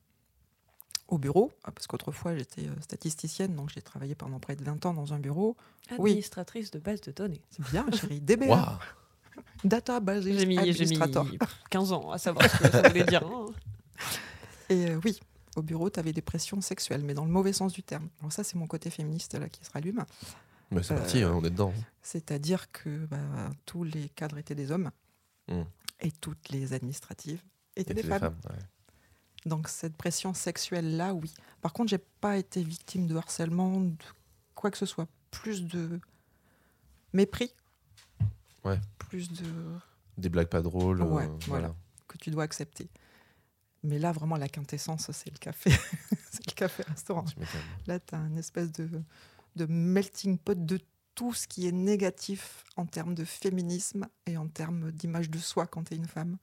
Au bureau, ah, parce qu'autrefois j'étais euh, statisticienne, donc j'ai travaillé pendant près de 20 ans dans un bureau. Oui.
Administratrice de base de données.
C'est bien, chérie. E, DBA,
Waouh
Data Base
J'ai mis, j'ai mis
Administrator.
15 ans à savoir ce que ça voulait dire. hein.
Et euh, oui, au bureau, tu avais des pressions sexuelles, mais dans le mauvais sens du terme. Alors ça, c'est mon côté féministe là qui se rallume.
Mais c'est
Euh,
parti, hein, on est dedans.
C'est-à-dire que bah, tous les cadres étaient des hommes
Mm.
et toutes les administratives Mmh. étaient
Et
des
t'es
femmes.
ouais.
Donc cette pression sexuelle là, oui. Par contre, j'ai pas été victime de harcèlement, de quoi que ce soit. Plus de mépris.
Ouais.
Plus de
Des blagues pas drôles. euh,
Ouais,
voilà.
voilà. que tu dois accepter. Mais là, vraiment, la quintessence, c'est le café. c'est le café-restaurant.
Tu m'étonnes.
Là, tu as une espèce de, de melting pot de tout ce qui est négatif en termes de féminisme et en termes d'image de soi quand tu es une femme.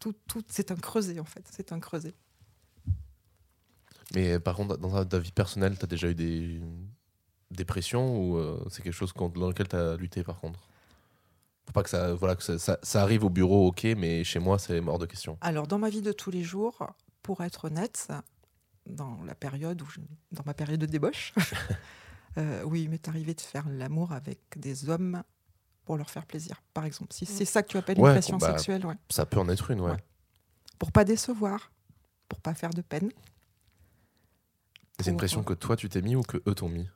Tout, tout, c'est un creuset, en fait. C'est un creuset.
Mais par contre, dans ta, ta vie personnelle, t'as déjà eu des, dépression ou euh, c'est quelque chose qu'on- dans lequel tu as lutté par contre Pour pas que ça, voilà, que ça, ça- ça arrive au bureau, ok, mais chez moi, c'est mort de question.
Alors, dans ma vie de tous les jours, pour être honnête, dans la période où je- dans ma période de débauche, euh, oui, il m'est arrivé de faire l'amour avec des hommes pour leur faire plaisir, par exemple. Si c'est ça que tu appelles
Ouais,
une passion
bah,
sexuelle, ouais.
Ça peut en être une, ouais.
Ouais. pour pas décevoir, pour pas faire de peine,
Et C'est une
Pour-
pression que toi, tu t'es mis ou que eux t'ont mis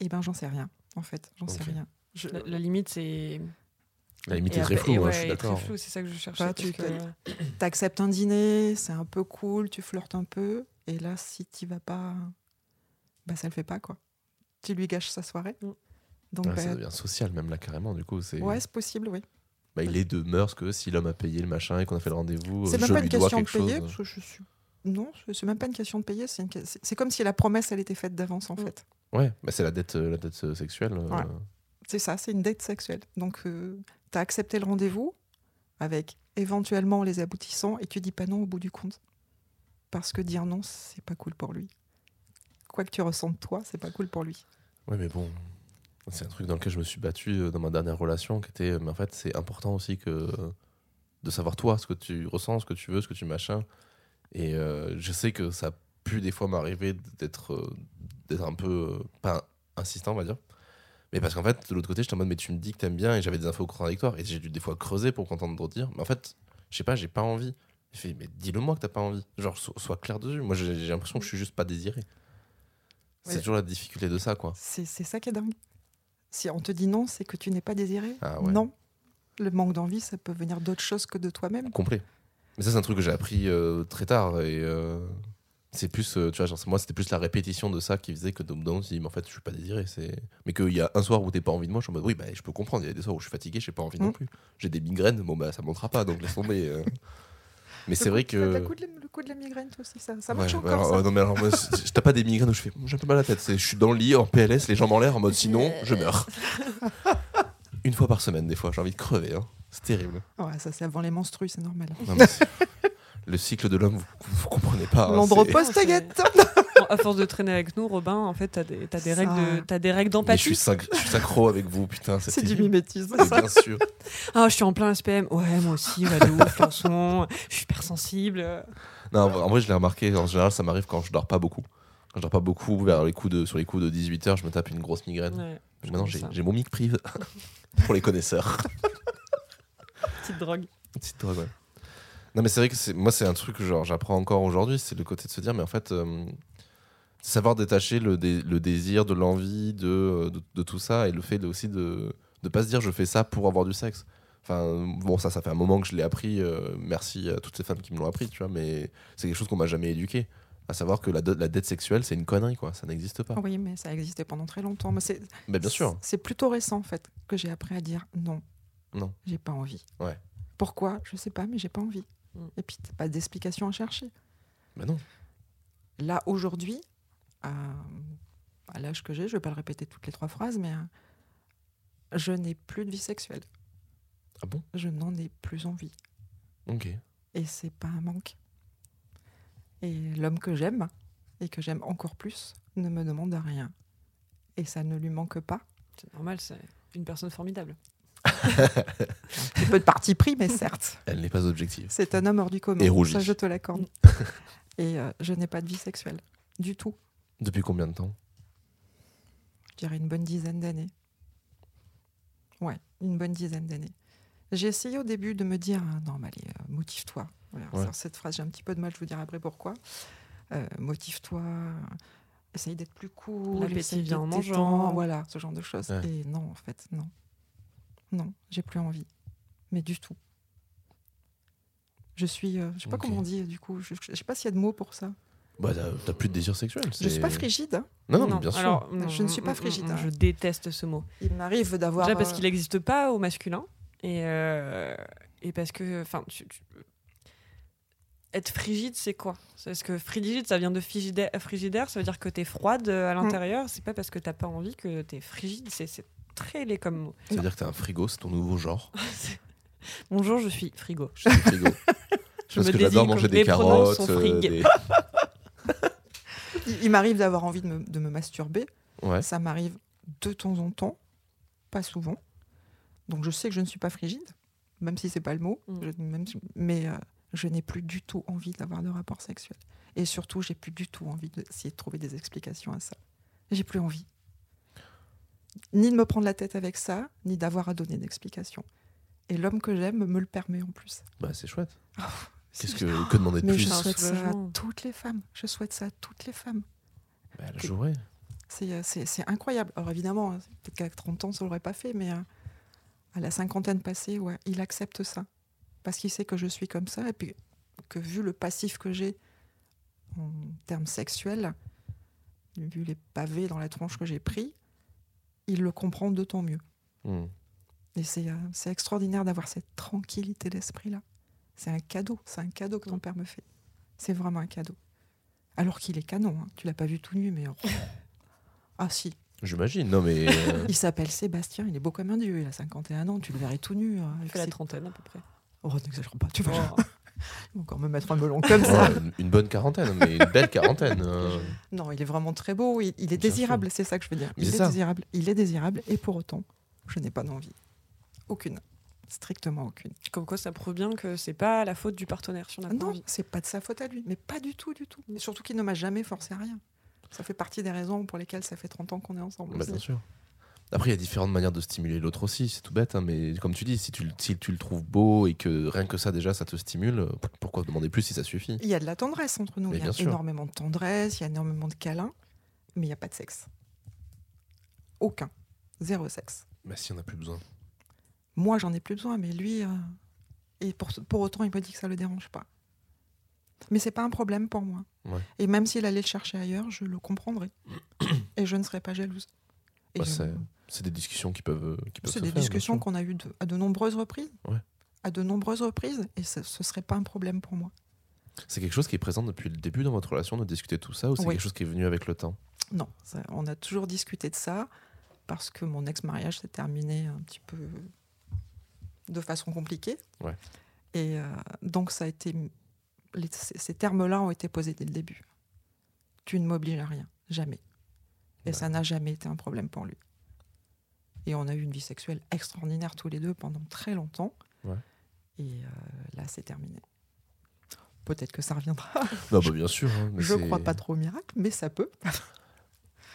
eh ben j'en sais rien. En fait, j'en sais
Ok.
rien. Je-
La, la limite, c'est.
La limite
et
est très
après-
floue,
et
hein,
ouais,
je suis
et très
d'accord.
floue, c'est ça que je cherchais.
Bah,
parce
tu
que,
connais.
euh,
T'acceptes un dîner, c'est un peu cool, tu flirtes un peu, et là, si t'y vas pas, bah ça le fait pas quoi. Tu lui gâches sa soirée.
Mm.
Donc,
Ouais, Ah, ça
bah,
devient social, même là, carrément, du coup. c'est
ouais, c'est possible, oui.
bah, il est de mœurs que si l'homme a payé le machin et qu'on a fait le rendez-vous,
C'est
euh,
même
je
pas
lui
une
dois
question de
quelque
payer,
chose.
parce que je suis. Non, c'est- c'est même pas une question de payer, c'est une que- c'est c'est comme si la promesse, elle était faite d'avance, en
Mm.
fait.
Ouais, bah, c'est la dette, euh, la dette euh, sexuelle. euh,
Ouais. C'est ça, c'est une dette sexuelle. Donc, euh, t'as accepté le rendez-vous avec éventuellement les aboutissants et tu dis pas non au bout du compte. Parce que dire non, c'est pas cool pour lui. Quoi que tu ressentes toi, c'est pas cool pour lui.
Ouais, mais bon, c'est un truc dans lequel je me suis battu euh, dans ma dernière relation, qui était, euh, mais en fait, c'est important aussi que euh, de savoir toi ce que tu ressens, ce que tu veux, ce que tu machin. Et euh, je sais que ça a pu des fois m'arriver d'être euh, d'être un peu euh, pas insistant, on va dire. Mais parce qu'en fait, de l'autre côté, j'étais en mode, mais tu me dis que t'aimes bien et j'avais des infos contradictoires et j'ai dû des fois creuser pour qu'entendre dire. Mais en fait, je sais pas, j'ai pas envie. Je fais, mais dis-le moi que t'as pas envie. Genre, so- sois clair dessus. Moi, j'ai j'ai l'impression que je suis juste pas désiré. C'est
Ouais.
toujours la difficulté de ça, quoi.
C'est c'est ça qui est dingue. Si on te dit non, c'est que tu n'es pas désiré.
Ah ouais.
Non. Le manque d'envie, ça peut venir d'autre chose que de toi-même.
complet. Mais ça, c'est un truc que j'ai appris euh, très tard. Et euh, c'est plus, euh, tu vois, genre, c'est- moi, c'était plus la répétition de ça qui faisait que d'un moment, tu dis, mais en fait, je suis pas désiré. c'est Mais qu'il y a un soir où t'es pas envie de moi, je suis en mode, oui, bah, je peux comprendre. Il y a des soirs où je suis fatigué, j'ai pas envie non
Mm.
plus. J'ai des migraines, bon, bah, ça montera pas, donc laisse tomber. euh. Mais c'est vrai que.
Le coup, de la, le coup de la migraine, toi aussi, ça, ça marche
Ouais, bah,
encore.
alors,
ça.
ouais, non, mais alors, moi, c'est- c'est- t'as pas des migraines où je fais, j'ai un peu mal à la tête. c'est- Je suis dans le lit, en PLS, les jambes en l'air, en mode, sinon, je meurs. Une fois par semaine, des fois, j'ai envie de crever. hein. C'est terrible.
Ouais, ça, c'est avant les menstrues, c'est normal.
Non, mais c'est- le cycle de l'homme, vous, vous comprenez pas. hein, c'est-
L'andropause,
c'est-
t'inquiète
bon, à force de traîner avec nous, Robin, en fait, t'as des, t'as des
Ça.
règles de- t'as des règles
Mais je suis,
d'empathie.
synch- je suis synchro avec vous, putain.
C'est du
terrible.
mimétisme.
Mais
ça.
Bien sûr.
Ah, je suis en plein SPM. Ouais, moi aussi, ouais, de ouf, en ce moment. Je suis hypersensible.
Non, en vrai- en vrai, je l'ai remarqué. En général, ça m'arrive quand je dors pas beaucoup. Quand je dors pas beaucoup, vers les coups de, sur les coups de 18h, je me tape une grosse migraine.
Ouais,
Maintenant, j'ai
comprends ça.
j'ai mon mic prive. Pour les connaisseurs.
petite drogue.
Petite drogue, ouais. Non, mais c'est vrai que c'est- moi, c'est un truc que genre, j'apprends encore aujourd'hui. C'est le côté de se dire, mais en fait, euh, savoir détacher le, dé- le désir de l'envie, de, euh, de, de tout ça, et le fait de, aussi de ne pas se dire je fais ça pour avoir du sexe. Enfin, bon, ça, ça fait un moment que je l'ai appris. euh, merci à toutes ces femmes qui me l'ont appris, tu vois, mais c'est quelque chose qu'on m'a jamais éduqué. À savoir que la, de- la dette sexuelle, c'est une connerie, quoi. Ça n'existe pas.
Oui, mais ça a existé pendant très longtemps. Mais c'est
Mais bien sûr.
C'est plutôt récent, en fait, que j'ai appris à dire non.
Non.
J'ai pas envie.
Ouais.
Pourquoi Je sais pas, mais j'ai pas envie.
Mm.
Et puis, t'as pas d'explication à chercher.
Mais non.
Là, aujourd'hui, à, à l'âge que j'ai, je vais pas le répéter toutes les trois phrases, mais euh, je n'ai plus de vie sexuelle.
Ah bon
Je n'en ai plus envie.
Ok.
Et c'est pas un manque. Et l'homme que j'aime, et que j'aime encore plus, ne me demande rien. Et ça ne lui manque pas.
C'est normal, c'est une personne formidable.
Un peu de parti pris, mais certes.
Elle n'est pas objective.
C'est un homme hors du commun.
Et rougit.
Ça, je te l'accorde. Et euh, je n'ai pas de vie sexuelle. Du tout.
Depuis combien de temps
Je dirais une bonne dizaine d'années. Ouais, une bonne dizaine d'années. J'ai essayé au début de me dire ah, non, mais allez, euh, motive-toi. Voilà,
Ouais.
sur cette phrase, j'ai un petit peu de mal, je vous dirai après pourquoi. Euh, motive-toi, euh, essaye d'être plus cool,
L'appétit
essaye
vient
de
en
t'étendre,
mangeant.
Voilà, ce genre de choses.
Ouais.
Et non, en fait, non. Non, j'ai plus envie. Mais du tout. Je suis, euh, je sais pas
Ok.
comment on dit euh, du coup, je, je sais pas s'il y a de mots pour ça.
Bah, t'as- t'as plus de désir sexuel.
Je suis pas
c'est-
frigide. hein.
Non, non, mais bien sûr.
alors,
Je ne suis pas
mm, mm,
frigide,
mm,
hein.
Je déteste ce mot.
Il m'arrive d'avoir.
Déjà parce
euh,
qu'il n'existe pas au masculin et, euh, et parce que enfin tu- tu- être frigide c'est quoi C'est Parce que frigide ça vient de frigidaire, frigidaire ça veut dire que t'es froide euh, à
Mm.
l'intérieur. C'est pas parce que t'as pas envie que t'es frigide. C'est c'est très laid comme mot.
Ça veut dire que t'as un frigo, c'est ton nouveau genre.
Bonjour, je suis frigo.
Je suis frigo.
Je
Parce
me
que j'adore
désigne
manger
comme
des
les pronoms
carottes.
sont
euh,
frig.
des-
Il, il m'arrive d'avoir envie de me, de me masturber.
Ouais.
Ça m'arrive de temps en temps, pas souvent. Donc je sais que je ne suis pas frigide, même si c'est pas le mot,
Mm.
je- même si- mais euh, je n'ai plus du tout envie d'avoir de rapport sexuel. Et surtout, j'ai plus du tout envie d'essayer de trouver des explications à ça. J'ai plus envie. Ni de me prendre la tête avec ça, ni d'avoir à donner d'explications. Et l'homme que j'aime me le permet en plus.
Bah, c'est chouette. Qu'est-ce
C'est-
que, que demander de
Mais je
plus
un
souhaite ça à
soulagement.
toutes les femmes. Je souhaite ça à toutes les femmes.
bah, La journée.
C'est, euh, C'est c'est incroyable. Alors évidemment, hein, peut-être qu'à 30 ans, ça ne l'aurait pas fait, mais euh, à la cinquantaine passée, ouais, il accepte ça. Parce qu'il sait que je suis comme ça, et puis que vu le passif que j'ai en termes sexuels, vu les pavés dans la tronche que j'ai pris, il le comprend d'autant mieux.
Hmm.
Et c'est euh, c'est extraordinaire d'avoir cette tranquillité d'esprit-là. C'est un cadeau, c'est un cadeau que ton père me fait. C'est vraiment un cadeau. Alors qu'il est canon, hein. tu l'as pas vu tout nu, mais... oh. Ah si,
J'imagine. Non, mais. euh,
il s'appelle Sébastien, il est beau comme un dieu, il a 51 ans, tu le verrais tout nu. hein,
Il
avec
fait la
ses-
trentaine à peu près.
Oh, n'exagère pas, tu vas
Oh.
encore me mettre un melon comme ça.
ouais, une- une bonne quarantaine, mais une belle quarantaine. euh.
Non, il est vraiment très beau, il, il est
Bien
désirable, c'est ça que je veux dire.
Mais
Il
c'est
est,
ça.
désirable, il est désirable, et pour autant, je n'ai pas d'envie. Aucune. Strictement aucune.
Comme quoi, ça prouve bien que c'est pas la faute du partenaire si on n'a pas
Non,
envie.
c'est pas de sa faute à lui, mais pas du tout, du tout. Et surtout qu'il ne m'a jamais forcé à rien. Ça fait partie des raisons pour lesquelles ça fait 30 ans qu'on est ensemble.
Bah,
aussi.
bien sûr. Après, il y a différentes manières de stimuler l'autre aussi, c'est tout bête, hein, mais comme tu dis, si tu, le- si tu le trouves beau et que rien que ça déjà, ça te stimule, euh, pourquoi demander plus si ça suffit
Il y a de la tendresse entre nous,
Mais
il y
bien
a
sûr.
énormément de tendresse, il y a énormément de câlins, mais il n'y a pas de sexe. Aucun. Zéro sexe.
Bah si, on n'a plus besoin.
Moi, j'en ai plus besoin, mais lui. euh, Et pour, pour autant, il me dit que ça le dérange pas. Mais c'est pas un problème pour moi.
Ouais.
Et même s'il allait le chercher ailleurs, je le comprendrai. et je ne serais pas jalouse. Et
Bah,
je-
c'est- C'est des discussions qui peuvent, euh, qui peuvent se
C'est des
faire, bien
discussions
sûr.
qu'on a eues de- à de nombreuses reprises.
Ouais.
À de nombreuses reprises, et ce ce serait pas un problème pour moi.
C'est quelque chose qui est présent depuis le début dans votre relation, de discuter de tout ça, ou c'est
Oui.
quelque chose qui est venu avec le temps
Non, ça- on a toujours discuté de ça parce que mon ex-mariage s'est terminé un petit peu de façon compliquée.
Ouais.
Et euh, donc, ça a été. les- ces ces termes-là ont été posés dès le début. Tu ne m'obliges à rien, jamais. Et
Ouais.
ça n'a jamais été un problème pour lui. Et on a eu une vie sexuelle extraordinaire tous les deux pendant très longtemps.
Ouais.
Et euh, là, c'est terminé. Peut-être que ça reviendra.
Non, bah bien sûr. hein, mais
Je
c'est-
crois pas trop au miracle, mais ça peut.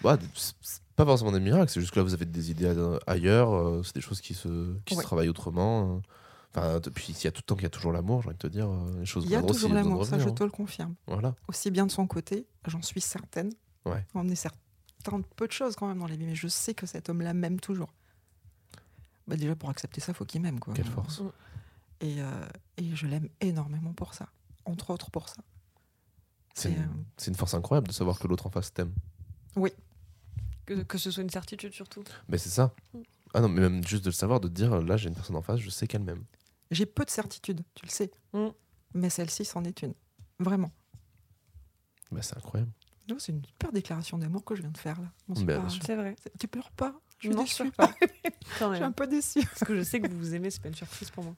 Bah, c'est- c'est pas forcément des miracles, c'est juste que là vous avez des idées a- ailleurs, euh, c'est des choses qui se, qui
Ouais.
se travaillent autrement. euh. Enfin, t- puis il y a tout le temps qu'il y a toujours l'amour, j'ai envie de te dire, euh, les choses
Il y a
viendront
toujours
s'il y besoin de
l'amour, ça je
revenir,
te le confirme.
hein. Voilà.
Aussi bien de son côté, j'en suis certaine.
Ouais.
On est certain de peu de choses quand même dans la vie, mais je sais que cet homme-là m'aime toujours. Bah déjà pour accepter ça, faut qu'il m'aime quoi.
Quelle force.
Et, euh, et je l'aime énormément pour ça, entre autres pour ça.
C'est
C'est, euh,
une, c'est une force incroyable de savoir que l'autre en face t'aime.
Que, que ce soit une certitude surtout.
Mais c'est ça.
Mm.
Ah non, mais même juste de le savoir, de te dire là j'ai une personne en face, je sais qu'elle m'aime.
J'ai peu de certitudes, tu le sais,
Mm.
mais celle-ci c'en est une, vraiment.
Bah, c'est incroyable.
Non, C'est une super déclaration d'amour que je viens de faire là. On se
Bah,
parle.
bien sûr.
C'est vrai.
C'est- Tu pleures pas Je suis
Non,
déçue.
je pleure pas. Quand
Je suis un
même.
peu déçue.
Parce que je sais que vous vous aimez, c'est pas une surprise pour moi.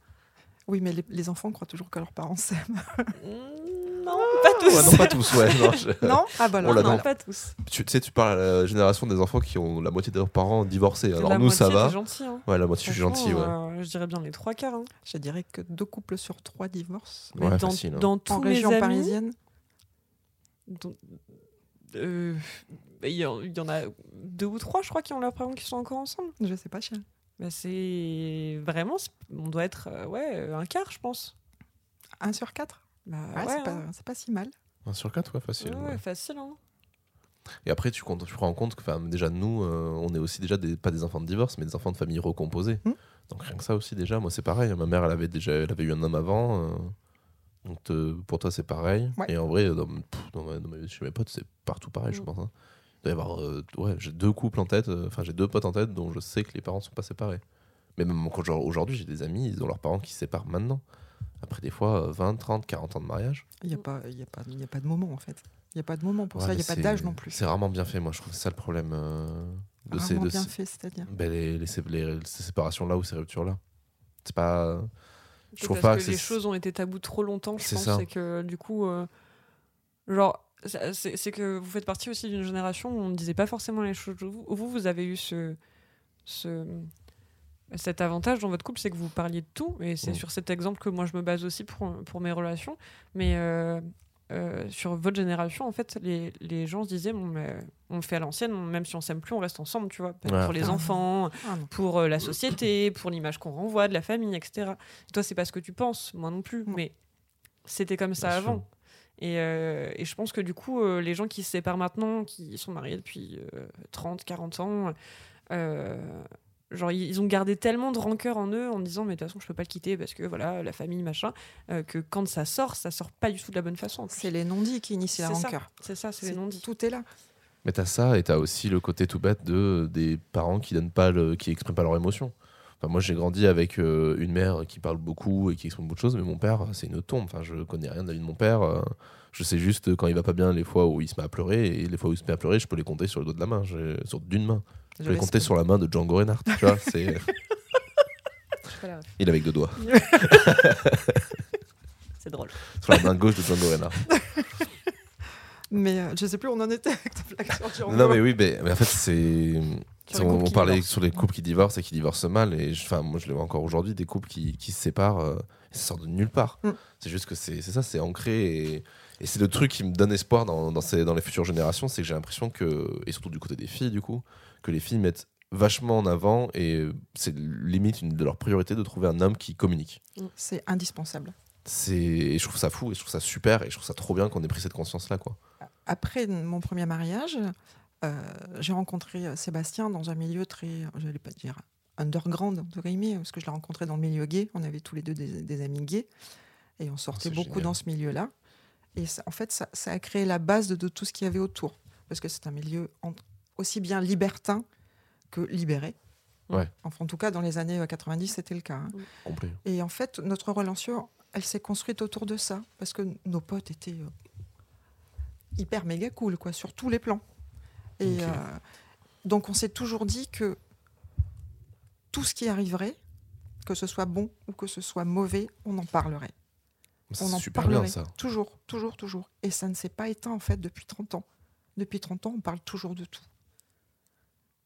Oui, mais les, les enfants croient toujours que leurs parents s'aiment.
Mm, Non, pas tous.
Ouais, non, pas tous, ouais. non, je-
Non Ah bah
Oh
alors,
là
non,
non.
alors.
pas tous.
Tu tu sais, tu parles à la génération des enfants qui ont la moitié de leurs parents divorcés. Alors
La
nous, ça
moitié,
va.
t'es gentil, hein.
Ouais, la moitié, je suis gentil, ouais.
Franchement, euh, je dirais bien les trois quarts. hein.
Je dirais que deux couples sur trois divorcent.
Mais
Ouais,
dans,
facile, hein.
dans
en
tous mes
région
amis,
parisienne.
dont- euh, bah, il y, en- il y en a deux ou trois, je crois, qui ont leurs parents qui sont encore ensemble.
Je sais pas, chien.
Bah, c'est vraiment, c'est- on doit être euh, ouais euh, un quart, je pense.
Un sur quatre
Bah,
Ah Ouais,
ouais,
c'est pas,
hein.
c'est pas si mal.
Un sur quatre, ouais, facile.
Ouais,
ouais.
ouais, facile. hein.
Et après, tu, comptes, tu prends en compte que enfin, déjà, nous, euh, on est aussi déjà des, pas des enfants de divorce, mais des enfants de famille recomposée.
Hmm.
Donc rien que ça aussi, déjà, moi, c'est pareil. hein. Ma mère, elle avait, déjà, elle avait eu un homme avant. euh, donc te- pour toi, c'est pareil.
Ouais. Hmm.
Et en vrai, dans, pff, dans ma- dans ma- chez mes potes, c'est partout pareil, je
Mm.
pense. hein. Il doit y avoir. euh, ouais, j'ai deux couples en tête, euh, enfin, j'ai deux potes en tête dont je sais que les parents sont pas séparés. Mais même quand, genre, aujourd'hui, j'ai des amis, ils ont leurs parents qui se séparent maintenant. Après des fois, euh, 20, 30, 40 ans de mariage.
Il n'y a, pas- y a, pas- y a pas de moment, en fait. Il n'y a pas de moment pour
Ouais,
ça. Il
mais
n'y a pas
c'est-
d'âge non plus.
C'est rarement bien fait, moi, je trouve que c'est ça le problème euh, de, ces,
Rarement
de
bien
ces-
fait, c'est-à-dire.
ben, les, les sé- les- ces séparations-là ou ces ruptures-là. C'est pas. Je
C'est
trouve
parce
pas
que
que
les
c'est-
choses ont été taboues trop longtemps, je
C'est
pense,
ça.
et que du coup, euh, genre, ça- c'est c'est que vous faites partie aussi d'une génération où on ne disait pas forcément les choses. Vous, vous, vous avez eu ce, ce, cet avantage dans votre couple, c'est que vous parliez de tout. Et c'est
Mm.
sur cet exemple que moi, je me base aussi pour, pour mes relations. Mais euh, euh, sur votre génération, en fait, les, les gens se disaient, bon, mais on le fait à l'ancienne, même si on s'aime plus, on reste ensemble, tu vois.
Ouais.
Pour les
Ah.
enfants,
Ah non.
pour euh, la société, pour l'image qu'on renvoie de la famille, etc. Toi, c'est pas ce que tu penses, moi non plus,
Non.
mais c'était comme ça
Bien sûr.
avant. Et, euh, et je pense que du coup, euh, les gens qui se séparent maintenant, qui sont mariés depuis euh, 30, 40 ans, euh, genre ils ils ont gardé tellement de rancœur en eux en disant mais de toute façon je peux pas le quitter parce que voilà la famille machin euh, que quand ça sort ça sort pas du tout de la bonne façon en plus.
C'est les non-dits qui initient la
C'est ça.
rancœur.
c'est ça c'est les
C'est-
non-dits
Tout est là.
Mais t'as ça et t'as aussi le côté tout bête de des parents qui donnent pas le, qui expriment pas leurs émotions. Enfin, moi j'ai grandi avec euh, une mère qui parle beaucoup et qui exprime beaucoup de choses, mais mon père c'est une tombe. Enfin, je connais rien de la vie de mon père. euh, je sais juste quand il va pas bien les fois où il se met à pleurer et les fois où il se met à pleurer, je peux les compter sur le dos de la main, j'ai- sur d'une main. Je peux les compter sur la main de Django Reinhardt. Tu vois, c'est il est avec deux doigts.
c'est drôle
Sur la main gauche de Django Reinhardt.
Mais euh, je sais plus où on en était avec ta blague sur Django.
Non mais oui, mais, mais en fait c'est
Sur les
on,
couples
on
qui
parlait
divorcent.
sur les couples qui divorcent et qui divorcent mal et je- enfin moi je le vois encore aujourd'hui des couples qui, qui se séparent euh, et ça sort de nulle part.
Mm.
C'est juste que c'est c'est ça, c'est ancré et, et c'est le truc qui me donne espoir dans dans, ces- dans les futures générations, c'est que j'ai l'impression que et surtout du côté des filles du coup que les filles mettent vachement en avant et euh, c'est limite une de leurs priorités de trouver un homme qui communique.
C'est indispensable.
C'est et je trouve ça fou et je trouve ça super et je trouve ça trop bien qu'on ait pris cette conscience là quoi.
Après n- mon premier mariage, euh, j'ai rencontré euh, Sébastien dans un milieu très, je vais pas dire underground, entre guillemets, parce que je l'ai rencontré dans le milieu gay. On avait tous les deux des, des amis gays et on sortait
c'est
beaucoup
génial.
dans ce milieu-là. Et ça- en fait, ça, ça a créé la base de, de tout ce qu'il y avait autour. Parce que c'est un milieu en- aussi bien libertin que libéré.
Ouais.
Enfin, en tout cas, dans les années euh, 90, c'était le cas. hein.
Complet.
Et en fait, notre relation, elle s'est construite autour de ça, parce que nos potes étaient euh, hyper méga cool, quoi, sur tous les plans. Et
Ok.
euh, donc, on s'est toujours dit que tout ce qui arriverait, que ce soit bon ou que ce soit mauvais, on en parlerait.
C'est
On en
super
parlerait.
bien ça.
Toujours, toujours, toujours. Et ça ne s'est pas éteint, en fait, depuis 30 ans. Depuis 30 ans, on parle toujours de tout.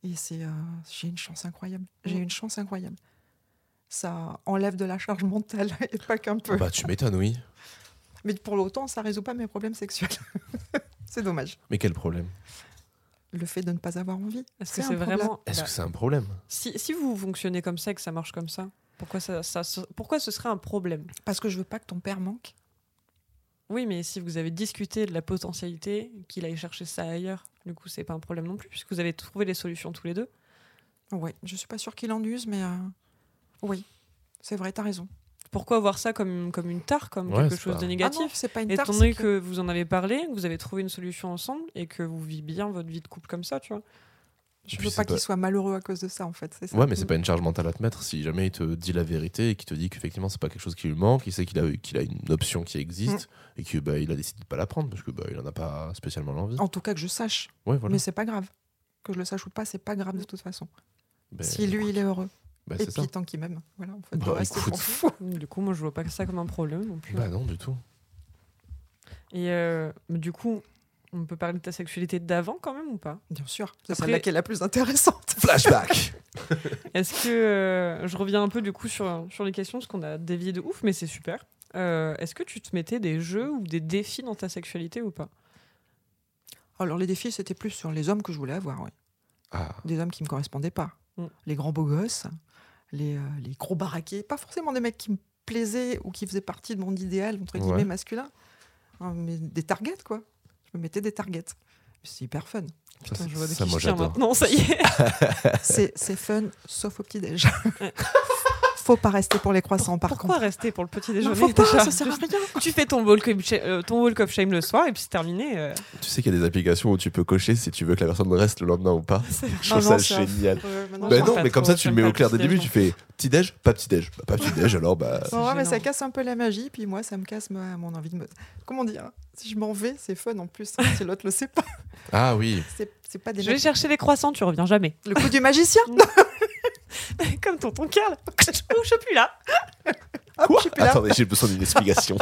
Et c'est. euh, J'ai une chance incroyable. J'ai
Mm.
une chance incroyable. Ça enlève de la charge mentale, et pas qu'un peu.
Bah tu m'étonnes oui.
Mais pour l'autant, ça résout pas mes problèmes sexuels. c'est dommage.
Mais quel problème
Le fait de ne pas avoir envie.
est-ce que
un
c'est
problème.
vraiment
Est-ce
Bah,
que c'est un problème
si, si vous fonctionnez comme ça et que ça marche comme ça pourquoi ça, ça- ça- pourquoi ce serait un problème
Parce que je veux pas que ton père manque.
Oui, mais si vous avez discuté de la potentialité, qu'il aille chercher ça ailleurs, du coup, c'est pas un problème non plus, puisque vous avez trouvé les solutions tous les deux.
Ouais, je suis pas sûre qu'il en use, mais euh, oui, c'est vrai, t'as raison.
Pourquoi voir ça comme, comme une tare, comme
Ouais,
quelque
c'est
chose
pas-
de
Ah non,
négatif
c'est pas une
Étant
tarte.
donné
c'est
que... vous en avez parlé, que vous avez trouvé une solution ensemble et que vous vivez bien votre vie de couple comme ça, tu vois.
Et
Je
puis
veux
c'est
pas
pas-
qu'il soit malheureux à cause de ça, en fait. c'est ça.
Ouais, mais c'est pas une charge mentale à te mettre si jamais il te dit la vérité et qu'il te dit qu'effectivement c'est pas quelque chose qui lui manque, il sait qu'il a, qu'il a une option qui existe
Mm.
et qu'il bah, il a décidé de pas la prendre parce que bah, il en a pas spécialement l'envie.
En tout cas, que je sache.
Ouais, voilà.
Mais c'est pas grave. Que je le sache ou pas, c'est pas grave de toute façon.
Bah,
si lui, il est heureux.
bah,
Et
c'est ça.
puis, tant qu'il m'aime. Voilà, en fait.
Bah,
le reste, je
écoute.
m'en fous.
Du coup, moi, je vois pas ça comme un problème non plus.
Bah non, du tout.
Et euh, du coup, on peut parler de ta sexualité d'avant quand même ou pas
Bien sûr. C'est
Après-
celle-là qui est la plus intéressante.
Flashback
Est-ce que euh, je reviens un peu du coup sur, sur les questions parce qu'on a dévié de ouf, mais c'est super. Euh, Est-ce que tu te mettais des jeux ou des défis dans ta sexualité ou pas
Alors, les défis, c'était plus sur les hommes que je voulais avoir, ouais.
Ah,
des hommes qui me correspondaient pas.
Mm.
Les grands beaux gosses, les, euh, les gros baraqués, pas forcément des mecs qui me plaisaient ou qui faisaient partie de mon idéal, entre guillemets,
Ouais.
masculin, Hein, mais des targets, quoi. Je me mettais des targets. C'est hyper fun.
ça,
Putain,
c'est-
je vois de
ça,
qui
moi
je tiens
hein.
j'adore.
maintenant, ça y est.
Ah, C'est c'est fun, sauf au petit-déj. faut pas rester pour les croissants, par
Pourquoi
contre.
rester pour le petit
Non,
déjeuner
faut pas,
déjà
ça sert à rien.
Tu fais ton walk, of shame, euh, ton walk of shame le soir et puis c'est terminé. euh.
Tu sais qu'il y a des applications où tu peux cocher si tu veux que la personne reste le lendemain ou pas. Je trouve
non,
ça
c'est
génial.
Euh, maintenant,
Bah
Bah
j'en-
j'aime
non,
pas
mais comme
trop,
ça tu le
j'aime
mets
pas
au
le
clair dès le début,
petit-déj,
tu fais petit-déj, pas petit-déj. Bah, pas petit-déj alors, bah.
C'est
Ouais, ouais, mais ça
gênant.
casse un peu la magie, puis moi, ça me casse ma- mon envie de me. Comment dire hein, Si je m'en vais, c'est fun en plus, hein, si l'autre le sait pas.
Ah oui,
C'est c'est pas des
Je vais
mecs-
chercher les croissants, tu reviens jamais.
Le coup du magicien
comme tonton Karl. Ouh, je suis plus là.
Hop,
quoi
je suis plus là.
Attendez, j'ai besoin d'une explication.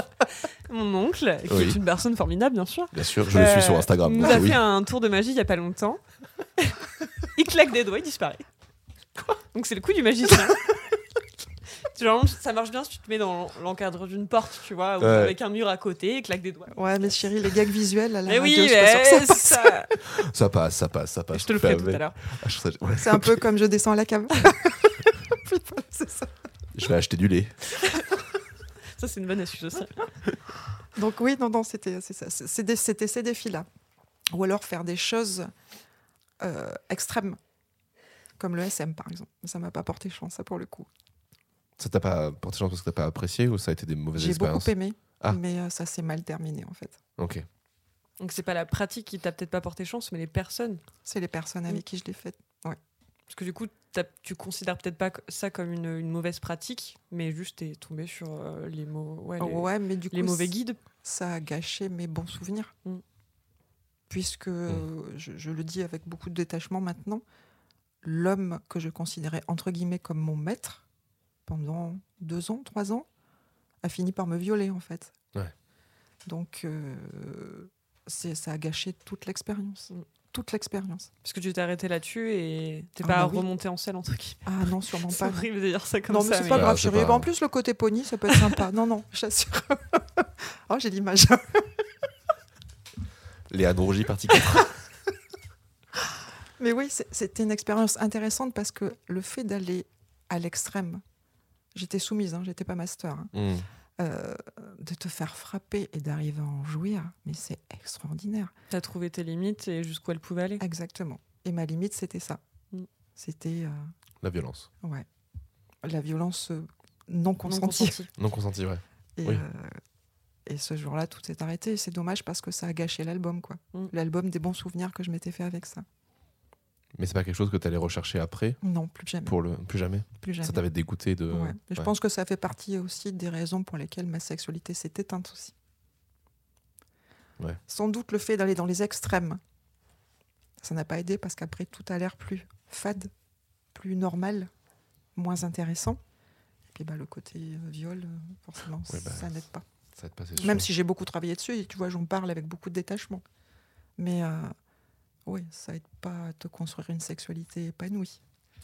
mon oncle, qui
Oui.
est une personne formidable, bien sûr,
Bien sûr, je le suis
Euh,
sur Instagram.
nous
donc
a
oui.
fait un tour de magie il y a pas longtemps. il claque des doigts, il disparaît. Donc c'est le coup du magicien. Genre, ça marche bien si tu te mets dans l'encadre d'une porte, tu vois, ou
Ouais.
avec un mur à côté, et claque des doigts.
Ouais, mais chérie, les gags visuels, à la
Mais oui,
radio, je suis pas sûre que ça
mais
passe.
ça,
Ça passe, ça passe, ça passe.
je te le ferai
Bah,
tout
ouais.
à l'heure.
Ah, je trouve ça- ouais.
C'est un peu comme je descends à la cave. Putain, c'est ça.
Je vais acheter du lait.
Ça, c'est une bonne astuce aussi.
Donc oui, non, non, c'était c'est ça. C'est- c'est des- C'était ces défis-là. Ou alors faire des choses euh, extrêmes, comme le SM, par exemple. Ça m'a pas porté chance, ça, pour le coup.
Ça t'a pas porté chance parce que t'as pas apprécié ou ça a été des mauvaises
J'ai beaucoup
expériences
aimé,
Ah.
mais euh, ça s'est mal terminé, en fait.
Ok.
Donc c'est pas la pratique qui t'a peut-être pas porté chance, mais les personnes.
C'est les personnes
Mm.
avec qui je l'ai fait.
Parce que du coup, t'as- tu considères peut-être pas ça comme une, une mauvaise pratique, mais juste t'es tombé sur euh, les, mau- ouais, les-
Ouais, mais du coup,
les mauvais
c-
guides.
ça a gâché mes bons souvenirs.
Mm.
Puisque, euh, je, je le dis avec beaucoup de détachement maintenant, l'homme que je considérais entre guillemets comme mon maître, pendant deux ans, trois ans, a fini par me violer en fait.
Ouais.
Donc, euh, c'est- ça a gâché toute l'expérience.
Mm.
Toute l'expérience.
Parce que tu t'es arrêté là-dessus et t'es
Ah
pas
bah oui.
remonté en selle, en truc.
Ah non, sûrement
C'est
pas.
horrible de dire ça comme
non, mais
ça.
c'est
mais-
pas
Ah,
grave,
c'est
chérie.
pas-
En plus, le côté pony, ça peut être sympa. non, non, j'assure. oh, j'ai l'image.
Les androgyes particulières.
Mais oui, c'est- c'était une expérience intéressante parce que le fait d'aller à l'extrême, j'étais soumise, hein, j'étais pas master, hein,
Hmm.
euh, de te faire frapper et d'arriver à en jouir, mais c'est extraordinaire.
T'as trouvé tes limites et jusqu'où elles pouvaient aller.
Exactement. Et ma limite, c'était ça.
Mm.
C'était euh,
La violence.
ouais, la violence euh, non
Non
consentie.
consentie.
Non consentie, ouais.
Et,
Oui.
euh, et ce jour-là, tout s'est arrêté. Et C'est dommage parce que ça a gâché l'album, quoi.
Mm.
L'album des bons souvenirs que je m'étais fait avec ça.
Mais c'est pas quelque chose que t'allais rechercher après
Non, plus jamais.
pour le plus jamais.
Plus jamais.
Ça t'avait dégoûté de.
Ouais. Et Je
ouais.
pense que ça fait partie aussi des raisons pour lesquelles ma sexualité s'est éteinte aussi.
Ouais.
Sans doute le fait d'aller dans les extrêmes. Ça n'a pas aidé parce qu'après tout a l'air plus fade, plus normal, moins intéressant. Et puis bah, le côté euh, viol, euh, forcément,
Ouais, bah,
ça n'aide pas.
Ça te passait.
Même si j'ai beaucoup travaillé dessus, et tu vois, j'en parle avec beaucoup de détachement. Mais euh, oui, ça aide pas à te construire une sexualité épanouie.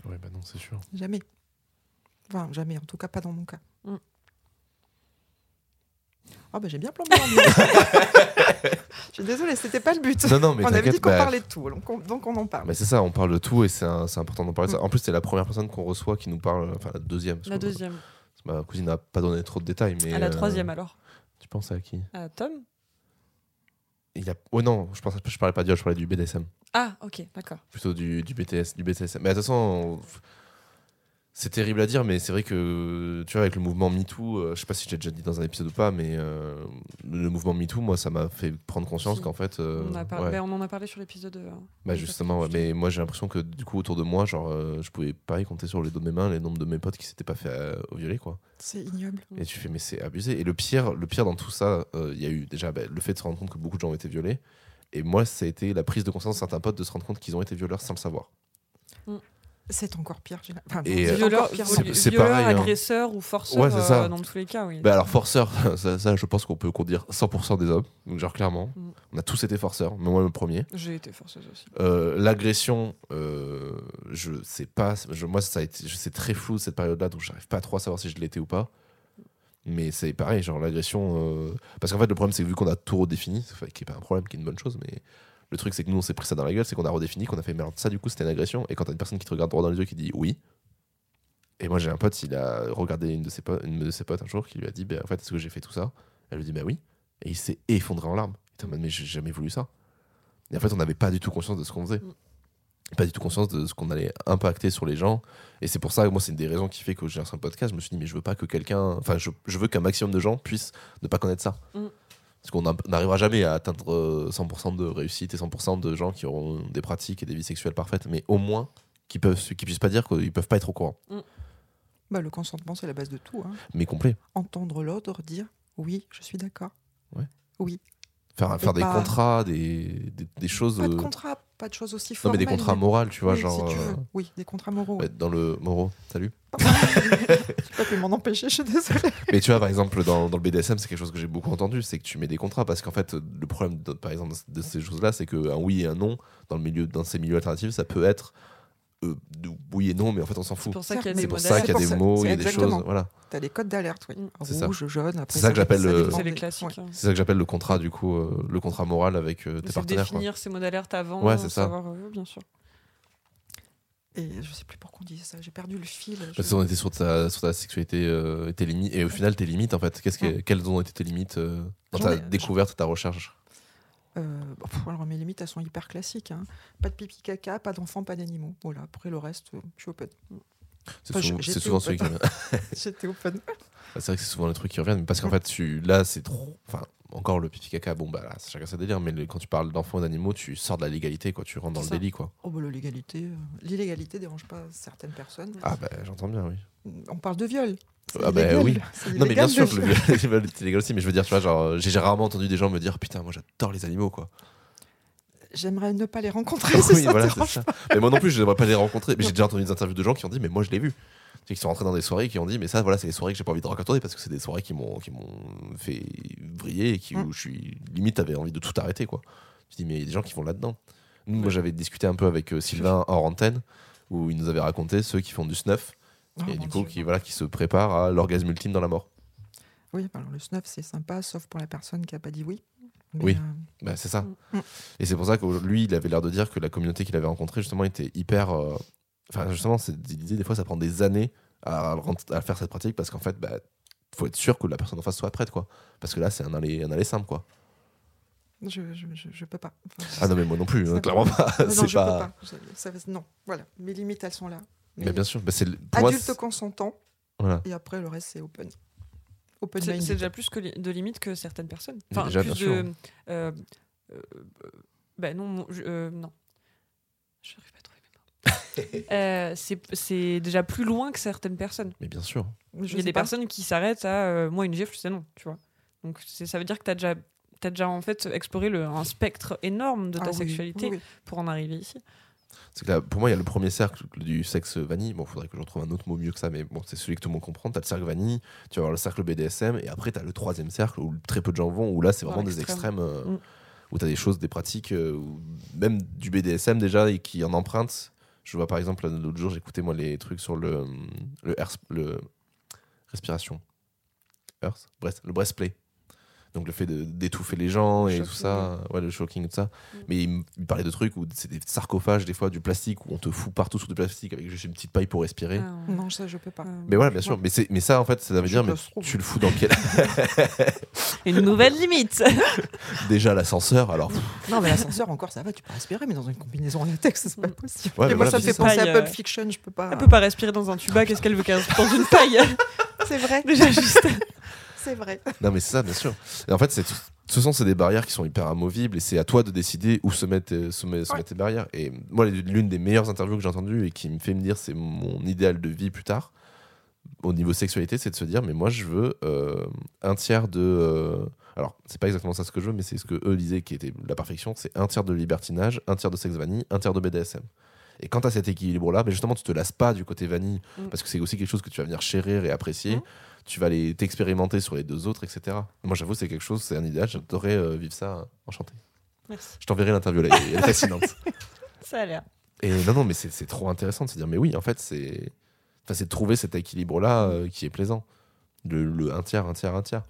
Ouais, bah non, c'est sûr.
Jamais. Enfin, jamais, en tout cas pas dans mon cas.
Mm.
Ah bah j'ai bien plombé l'ambiance. Je suis désolée, c'était pas le but.
Non, non, mais
on avait dit
t'inquiète.
qu'on
bah,
parlait de tout, donc on, donc on en parle.
Mais Ah bah, c'est ça, on parle de tout et c'est un- c'est important d'en parler. de ça. En plus, c'est la première personne qu'on reçoit qui nous parle, euh, enfin la deuxième. parce
Mm. La
que
deuxième.
Ma cousine n'a pas donné trop de détails, mais.
à la
euh,
troisième alors.
Tu penses à qui
À Tom
Il y a. Oh non, je pense, je parlais pas du, je parlais du BDSM,
Ah, ok, d'accord.
plutôt du, du BTS, du BTSM. Mais de toute façon, on- c'est terrible à dire, mais c'est vrai que tu vois avec le mouvement MeToo, euh, je sais pas si j'ai déjà dit dans un épisode ou pas, mais euh, le mouvement MeToo, moi, ça m'a fait prendre conscience
Si.
qu'en fait. euh,
on, a par-
ouais.
ben, on en a parlé sur l'épisode. euh,
Bah
de
justement, ouais,
Patrick.
mais moi j'ai l'impression que du coup autour de moi, genre, euh, je pouvais pareil compter sur les dos de mes mains les nombres de mes potes qui s'étaient pas fait euh, violer quoi.
C'est ignoble.
Et tu fais mais c'est abusé. Et le pire, le pire dans tout ça, euh, il y a eu déjà bah, le fait de se rendre compte que beaucoup de gens ont été violés. Et moi, ça a été la prise de conscience de certains potes de se rendre compte qu'ils ont été violeurs sans le savoir.
C'est encore pire. j'ai- enfin,
Et,
c'est
euh,
Violeur,
encore pire.
c'est-
viol-
c'est
violeur,
pareil, hein.
agresseur ou forceur
Ouais, c'est ça.
euh, dans tous les cas, oui.
Bah alors forceur, ça, ça, je pense qu'on peut conduire 100% des hommes. Donc genre clairement,
Mm.
on a tous été forceurs, mais moi le premier.
J'ai été forceuse aussi.
Euh, l'agression, euh, je sais pas. je- moi, ça a été, je sais très flou cette période-là, donc j'arrive pas trop à savoir si je l'étais ou pas. Mais c'est pareil, genre l'agression. euh, Parce qu'en fait, le problème, c'est que vu qu'on a tout redéfini, enfin, qui est pas un problème, qui est une bonne chose, mais le truc, c'est que nous, on s'est pris ça dans la gueule, c'est qu'on a redéfini, qu'on a fait merde. Ça, du coup, c'était une agression. Et quand t'as une personne qui te regarde droit dans les yeux qui dit oui. Et moi, j'ai un pote, il a regardé une de ses potes, une de ses potes un jour qui lui a dit bah, En fait, est-ce que j'ai fait tout ça Elle lui dit Bah oui. Et il s'est effondré en larmes. Il était en mode, Mais j'ai jamais voulu ça. Et en fait, on n'avait pas du tout conscience de ce qu'on faisait.
Mm.
Pas du tout conscience de ce qu'on allait impacter sur les gens. Et c'est pour ça, moi, c'est une des raisons qui fait que j'ai lancé un podcast. Je me suis dit, mais je veux pas que quelqu'un. Enfin, je, je veux qu'un maximum de gens puissent ne pas connaître ça.
Mm.
Parce qu'on n'a- n'arrivera jamais à atteindre euh, 100% de réussite et 100% de gens qui auront des pratiques et des vies sexuelles parfaites. Mais au moins, qui peuvent qui puissent pas dire qu'ils peuvent pas être au courant.
Bah, le consentement, c'est la base de tout. hein.
Mais complet.
Entendre l'autre dire oui, je suis d'accord.
Ouais.
Oui.
Faire, faire des
pas-
contrats, des, des, des choses.
Pas de
euh,
contrat, pas de choses aussi
Non, mais
formelles.
des contrats moraux, tu vois,
Oui,
genre.
si tu veux.
euh,
Oui, des contrats moraux.
ouais, dans le Moro, salut.
Je peux pas pu m'en empêcher, je suis désolée.
Mais tu vois, par exemple, dans, dans le BDSM, c'est quelque chose que j'ai beaucoup entendu, c'est que tu mets des contrats. Parce qu'en fait, le problème, de- par exemple, de ces choses-là, c'est qu'un oui et un non, dans, le milieu, dans ces milieux alternatifs, ça peut être euh, de- oui et non, mais en fait, on s'en
C'est
fout.
pour ça qu'il y a
C'est
des
C'est pour
modèles.
ça qu'il y a
pour
des
ça.
mots,
C'est
il y a des
exactement.
choses. Voilà.
T'as les codes d'alerte, oui.
Mm.
C'est ça.
Rouge, jaune, après.
C'est ça que j'appelle
dépend
le-
des-
C'est les
ouais.
classiques. hein.
C'est ça que j'appelle le contrat, du coup, euh, le contrat moral avec euh, tes
C'est
partenaires. quoi.
définir ces mots d'alerte avant.
Ouais, c'est ça.
savoir, euh, bien sûr.
Et je sais plus pourquoi on disait ça, j'ai perdu le fil. je-
Parce qu'on était sur ta, sur ta sexualité euh, et tes limites. Et au final, tes limites, en fait, qu'est-ce que, quelles ont été tes limites euh, dans
Mm. J'en
ta
ai-
découverte, ta recherche
Euh, bon, pff, alors mes limites, elles sont hyper classiques. hein. Pas de pipi caca, pas d'enfants, pas d'animaux. Voilà, après le reste, euh, je suis open.
C'est souvent,
Enfin, j'ai-
c'est
j'étais
souvent
au-
celui qui-
J'étais open.
Ah, C'est vrai que c'est souvent le truc qui revient, mais parce qu'en fait, tu, là, c'est trop. Enfin, encore le pipi caca, bon, bah là, c'est chacun ses délires, mais le- quand tu parles d'enfants et d'animaux, tu sors de la légalité, quoi. Tu rentres dans le
C'est ça.
délit, quoi.
Oh, bah, la légalité, euh, l'illégalité dérange pas certaines personnes.
Ah, bah, j'entends bien, oui.
On parle de viol. C'est
Ah bah
illégal.
oui. Non,
C'est
mais bien
illégal,
sûr,
le
que le
viol.
viol- le viol, c'est légal aussi, mais je veux dire, tu vois, genre, j'ai j'ai rarement entendu des gens me dire, putain, moi, j'adore les animaux, quoi.
J'aimerais ne pas les rencontrer. si ça
voilà,
te dérange.
c'est ça. Mais moi non plus, je n'aimerais pas les rencontrer. Mais j'ai déjà entendu des interviews de gens qui ont dit, mais moi je l'ai vu. Tu sais, Qui sont rentrés dans des soirées et qui ont dit, mais ça, voilà, c'est les soirées que j'ai pas envie de rencontrer parce que c'est des soirées qui m'ont qui m'ont fait vriller et qui,
Mm.
où je suis limite, t'avais envie de tout arrêter, quoi. Tu dis, mais il y a des gens qui vont là-dedans. Nous, moi,
Ouais.
j'avais discuté un peu avec euh, Sylvain hors antenne où il nous avait raconté ceux qui font du snuff
Oh,
et
mon
du coup
Dieu.
qui voilà qui se préparent à l'orgasme ultime dans la mort.
Oui, alors le snuff, c'est sympa, sauf pour la personne qui a pas dit oui. Mais,
Oui.
euh,
Bah, c'est ça.
Mm.
Et c'est pour ça que lui, il avait l'air de dire que la communauté qu'il avait rencontrée, justement, était hyper. euh, Enfin, justement, c'est l'idée, des fois, ça prend des années à, rent- à faire cette pratique parce qu'en fait, bah, faut être sûr que la personne en face soit prête, quoi. Parce que là, c'est un aller, un aller simple, quoi.
je, je, je- je peux pas. Enfin,
Ah non, mais moi non plus, hein,
Ça-
clairement pas.
non, non,
c'est
je
pas.
peux pas. Je- ça va- non, voilà. Mes limites, elles sont là.
Mais bien sûr, bah, c'est le- pour moi,
Adulte
c'est-
consentant,
voilà.
et après, le reste, c'est open. Open
C'est
minded.
c'est déjà plus que li- de limites que certaines personnes.
Mais
Enfin,
déjà,
plus
bien sûr.
de. euh, euh, ben non, mon- je- euh, non. Je n'arrive pas à trouver mes mots. Euh, c'est- C'est déjà plus loin que certaines personnes.
Mais bien sûr.
Je
Il y a
sais
des
pas.
personnes qui s'arrêtent à euh, moi une gifle, c'est non, tu vois. Donc c'est- ça veut dire que tu as déjà t'as déjà en fait exploré le, un spectre énorme de ta
Ah oui,
sexualité
oui, oui.
pour en arriver ici.
C'est que là, pour moi, il y a le premier cercle du sexe vanille. Bon, faudrait que je retrouve un autre mot mieux que ça, mais bon, c'est celui que tout le monde comprend. T'as le cercle vanille, tu vas avoir le cercle BDSM, et après, t'as le troisième cercle où très peu de gens vont, où là, c'est
Dans
vraiment des
l'extrême.
extrêmes, euh,
Mm.
où t'as des choses, des pratiques, euh, où même du BDSM déjà, et qui en empruntent. Je vois par exemple, l'autre jour, j'écoutais moi les trucs sur le, hum, le, airs- le respiration. Earth, breast, le breastplay. Donc le fait de- d'étouffer les gens
Le
et tout
shocking.
ça, ouais, le shocking, tout ça.
Mm.
Mais il me il me parlait de trucs où c'est des sarcophages, des fois du plastique, où on te fout partout sous du plastique avec juste une petite paille pour respirer.
Ah, ouais.
Non, ça, je peux pas.
Ah, ouais.
Mais voilà, bien sûr. Mais, c'est- mais ça, en fait, ça veut
Je
dire, mais
peux se trouver.
tu le fous dans quel.
Une nouvelle limite.
Déjà l'ascenseur, alors. pff,
Non, mais l'ascenseur, encore, ça va, tu peux respirer, mais dans une combinaison en latex, c'est pas possible.
Ouais,
et
mais
moi,
voilà,
ça me
c'est
fait
Mm. ça.
penser
Paille,
à
euh,
Pulp Fiction, je peux pas.
Elle peut pas respirer dans un tuba, qu'est-ce qu'elle veut qu'elle dans une paille
C'est vrai,
Déjà juste.
c'est vrai.
Non, mais c'est ça, bien sûr. Et en fait, c'est tout- De toute façon, c'est des barrières qui sont hyper amovibles et c'est à toi de décider où se mettent, euh, se met- se
Ouais.
mettent tes barrières. Et moi, les- l'une des meilleures interviews que j'ai entendues et qui me fait me dire c'est mon idéal de vie plus tard, au niveau sexualité, c'est de se dire mais moi, je veux euh, un tiers de. euh, alors, c'est pas exactement ça ce que je veux, mais c'est ce que eux disaient qui était la perfection c'est un tiers de libertinage, un tiers de sexe vanille, un tiers de BDSM. Et quand à cet équilibre-là, mais justement, tu te lasses pas du côté vanille
Mm.
parce que c'est aussi quelque chose que tu vas venir chérir et apprécier
Mm.
tu vas aller t'expérimenter sur les deux autres, etc. Moi, j'avoue, c'est quelque chose, c'est un idéal. J'adorais euh, vivre ça. euh, Enchanté.
Merci.
Je t'enverrai l'interview, elle est elle est fascinante.
Ça a l'air.
Et non, non, mais c'est c'est trop intéressant de se dire, mais oui, en fait, c'est enfin, c'est de trouver cet équilibre-là euh, qui est plaisant. Le, le un tiers, un tiers, un tiers.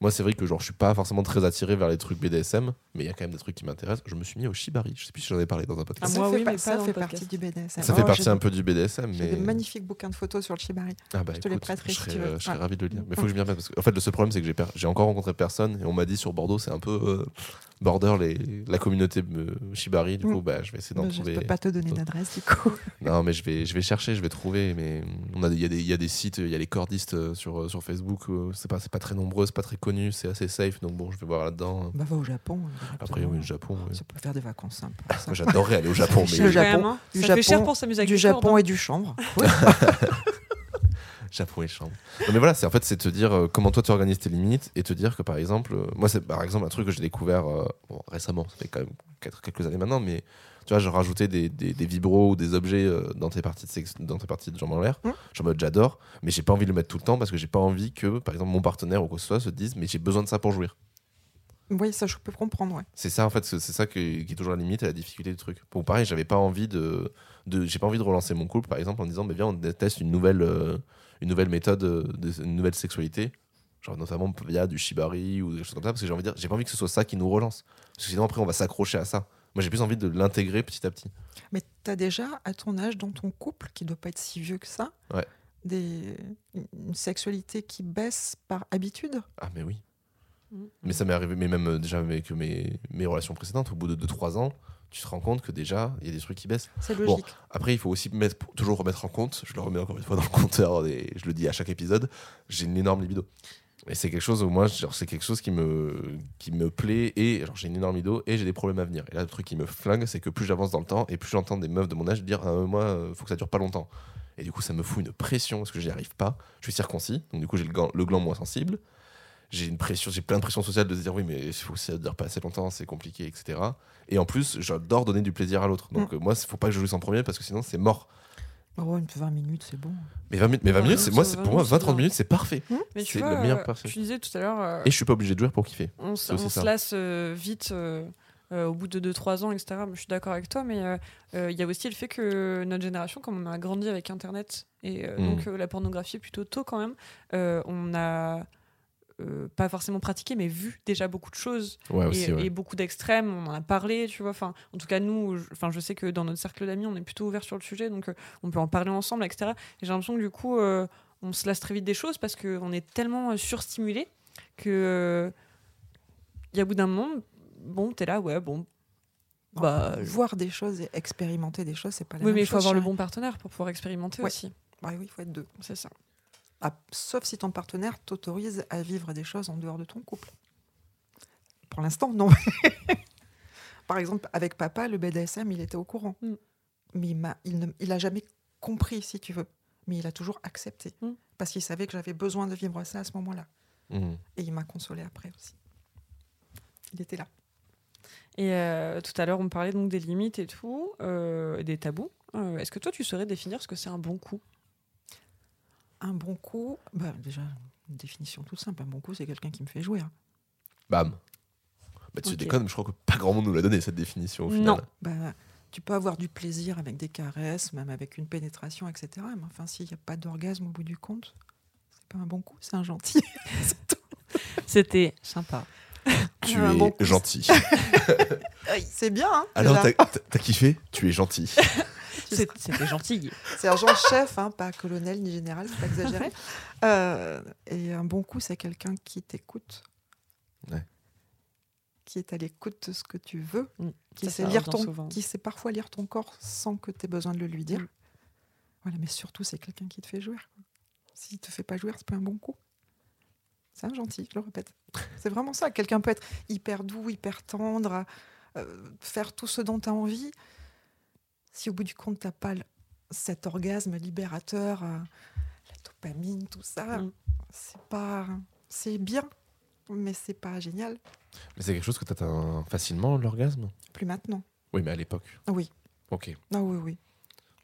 Moi, c'est vrai que genre, je suis pas forcément très attiré vers les trucs BDSM, mais il y a quand même des trucs qui m'intéressent. Je me suis mis au Shibari. Je sais plus si j'en ai parlé dans un
Ah,
podcast.
ça
moi,
fait,
oui,
par-
mais pas
ça
dans
fait
le podcast.
partie du BDSM.
ça
Oh,
fait
j'ai
partie
des-
un peu du BDSM, mais.
J'ai des magnifiques bouquins de photos sur le Shibari.
Ah bah,
Je te les
écoute,
prêterai
je
si
serais, euh,
tu veux.
je serais
Ouais.
ravi de le lire. Mais il faut
Mm.
que je m'y remette. Parce que, en fait, le seul problème, c'est que j'ai per- j'ai encore rencontré personne et on m'a dit sur Bordeaux, c'est un peu euh, border les... la communauté me- Shibari. Du coup,
Mm.
bah, je vais essayer d'en
Bah, Je
trouver. Bah,
peux pas te donner
d'autres.
d'adresse, du coup.
Non, mais je vais, je vais chercher, je vais trouver. Mais mm, on a, des- il y, a des- il y a des sites, il y a les cordistes euh, sur, euh, sur Facebook. euh, C'est pas, c'est pas très nombreux, c'est pas très connu, c'est assez safe. Donc bon, je vais voir là-dedans.
Bah, va au Japon.
Après, oui, le Japon. oui.
Ça peut faire des vacances simples.
Moi, J'adorerais aller au Japon,
fait
mais
chier le
Quand
Japon.
même, hein.
Du
ça fait cher
Japon-
pour s'amuser avec
Du
des cordes,
Japon
hein.
et du chanvre.
Chapeau et chambre. Non, mais voilà, c'est en fait, c'est te dire euh, comment toi tu organises tes limites et te dire que par exemple, euh, moi c'est par exemple un truc que j'ai découvert euh, bon, récemment, ça fait quand même quatre- quelques années maintenant, mais tu vois, je rajoutais des, des, des vibros ou des objets euh, dans tes parties de sexe, dans tes parties de jambes en l'air.
Mhm.
Je suis en mode j'adore, mais j'ai pas envie de le mettre tout le temps parce que j'ai pas envie que par exemple mon partenaire ou quoi que ce soit se dise mais j'ai besoin de ça pour jouir.
Oui, ça, je peux comprendre, ouais.
C'est ça en fait, c'est c'est ça que- qui est toujours la limite et la difficulté du truc. Bon, pareil, j'avais pas envie de, de j'ai pas envie de relancer mon couple par exemple en disant mais viens on teste une nouvelle euh, une nouvelle méthode, euh, de- une nouvelle sexualité, genre notamment via du shibari ou des choses comme ça parce que j'ai envie de dire j'ai pas envie que ce soit ça qui nous relance parce que sinon après on va s'accrocher à ça. Moi j'ai plus envie de l'intégrer petit à petit.
Mais tu as déjà, à ton âge, dans ton couple, qui doit pas être si vieux que ça,
Ouais.
des... une sexualité qui baisse par habitude
Ah mais oui.
Mm.
Mais ça m'est arrivé, mais même euh, déjà avec mes, mes relations précédentes, au bout de 2-3 ans, tu te rends compte que déjà, il y a des trucs qui baissent.
C'est logique.
Après, il faut aussi mettre, toujours remettre en compte, je le remets encore une fois dans le compteur, et je le dis à chaque épisode, j'ai une énorme libido. Et c'est quelque chose, où moi, genre, c'est quelque chose qui me, qui me plaît, et genre, j'ai une énorme libido, et j'ai des problèmes à venir. Et là, le truc qui me flingue, c'est que plus j'avance dans le temps, et plus j'entends des meufs de mon âge dire, ah, euh, moi, euh, faut que ça dure pas longtemps. Et du coup, ça me fout une pression, parce que j'y arrive pas. Je suis circoncis, donc du coup, j'ai le, gland- le gland moins sensible. J'ai une pression, j'ai plein de pression sociale de se dire, oui, mais faut que ça dure pas assez longtemps, c'est compliqué, etc. Et en plus, j'adore donner du plaisir à l'autre.
Mm.
Donc euh, moi, il faut pas que je joue en premier parce que sinon c'est mort.
Oh, une 20 minutes, c'est bon.
Mais 20, minutes- mais 20
Ouais,
minutes, c'est moi,
Ah ça
c'est
va, hein.
pour moi
ça
20-30
va.
minutes, c'est parfait.
Mais tu
C'est
vois,
le meilleur
euh,
parfait.
tu disais tout à l'heure, euh,
Et je suis pas obligé de jouer pour kiffer.
on, s-
c'est aussi
on
ça.
se lasse euh, vite euh, euh, au bout de 2-3 ans, etc. Je suis d'accord avec toi, mais euh, euh, il y a aussi le fait que notre génération, comme on a grandi avec Internet et euh,
Mm.
donc euh, la pornographie plutôt tôt quand même, euh, on a euh, pas forcément pratiqué, mais vu déjà beaucoup de choses
Ouais,
et, et beaucoup d'extrêmes. On en a parlé, tu vois. Enfin, en tout cas, nous, je, enfin, je sais que dans notre cercle d'amis, on est plutôt ouvert sur le sujet, donc euh, on peut en parler ensemble, etc. Et j'ai l'impression que du coup, euh, on se lasse très vite des choses parce qu'on est tellement euh, surstimulé que, euh, il y a bout d'un moment, bon, t'es là, ouais, bon. Bah, je-
Voir des choses et expérimenter des choses, c'est pas la
oui,
même
mais il faut
chose,
avoir le
chérie.
bon partenaire pour pouvoir expérimenter
Ouais.
aussi.
Ouais, oui, il faut être deux.
C'est ça.
Ah, sauf si ton partenaire t'autorise à vivre des choses en dehors de ton couple. Pour l'instant, non. Par exemple, avec papa, le BDSM, il était au courant.
Mm.
Mais il m'a- il, ne- il a jamais compris, si tu veux. Mais il a toujours accepté.
Mm.
Parce qu'il savait que j'avais besoin de vivre ça à ce moment-là.
Mhm.
Et il m'a consolé après aussi. Il était là.
Et euh, tout à l'heure, on parlait donc des limites et tout, euh, des tabous. Euh, Est-ce que toi, tu saurais définir ce que c'est un bon coup
Un bon coup, bah, déjà, une définition toute simple. Un bon coup, c'est quelqu'un qui me fait jouer. hein.
Bam. Bah, tu
Ok.
déconnes, je crois que pas grand monde nous l'a donné cette définition au final.
Non.
Bah, tu peux avoir du plaisir avec des caresses, même avec une pénétration, etc. Mais enfin, s'il n'y a pas d'orgasme au bout du compte, c'est pas un bon coup, c'est un gentil. C'est tout.
C'était sympa.
Tu
Ah,
Un
es
bon coup,
gentil.
c'est bien, hein,
Alors,
déjà.
t'as t'as- t'as kiffé Tu es gentil.
Tu
C'est- C'était gentil.
sergent-chef, hein, pas colonel ni général, c'est pas exagéré. Euh, et un bon coup, c'est quelqu'un qui t'écoute,
Ouais.
qui est à l'écoute de ce que tu veux,
Mm.
qui
Ça,
sait
ça
lire
revient
ton,
souvent. Mm.
qui sait parfois lire ton corps sans que tu aies besoin de le lui dire. Voilà, mais surtout, c'est quelqu'un qui te fait jouer. quoi. S'il te fait pas jouer, c'est pas un bon coup. C'est un gentil, je le répète. C'est vraiment ça. Quelqu'un peut être hyper doux, hyper tendre, euh, faire tout ce dont tu as envie. Si au bout du compte, t'as pas le- cet orgasme libérateur, euh, la dopamine, tout ça,
Mm.
c'est pas. C'est bien, mais c'est pas génial.
Mais c'est quelque chose que t'atteins facilement, l'orgasme
Plus maintenant.
Oui, mais à l'époque.
Ah oui.
Ok.
Ah oui, oui.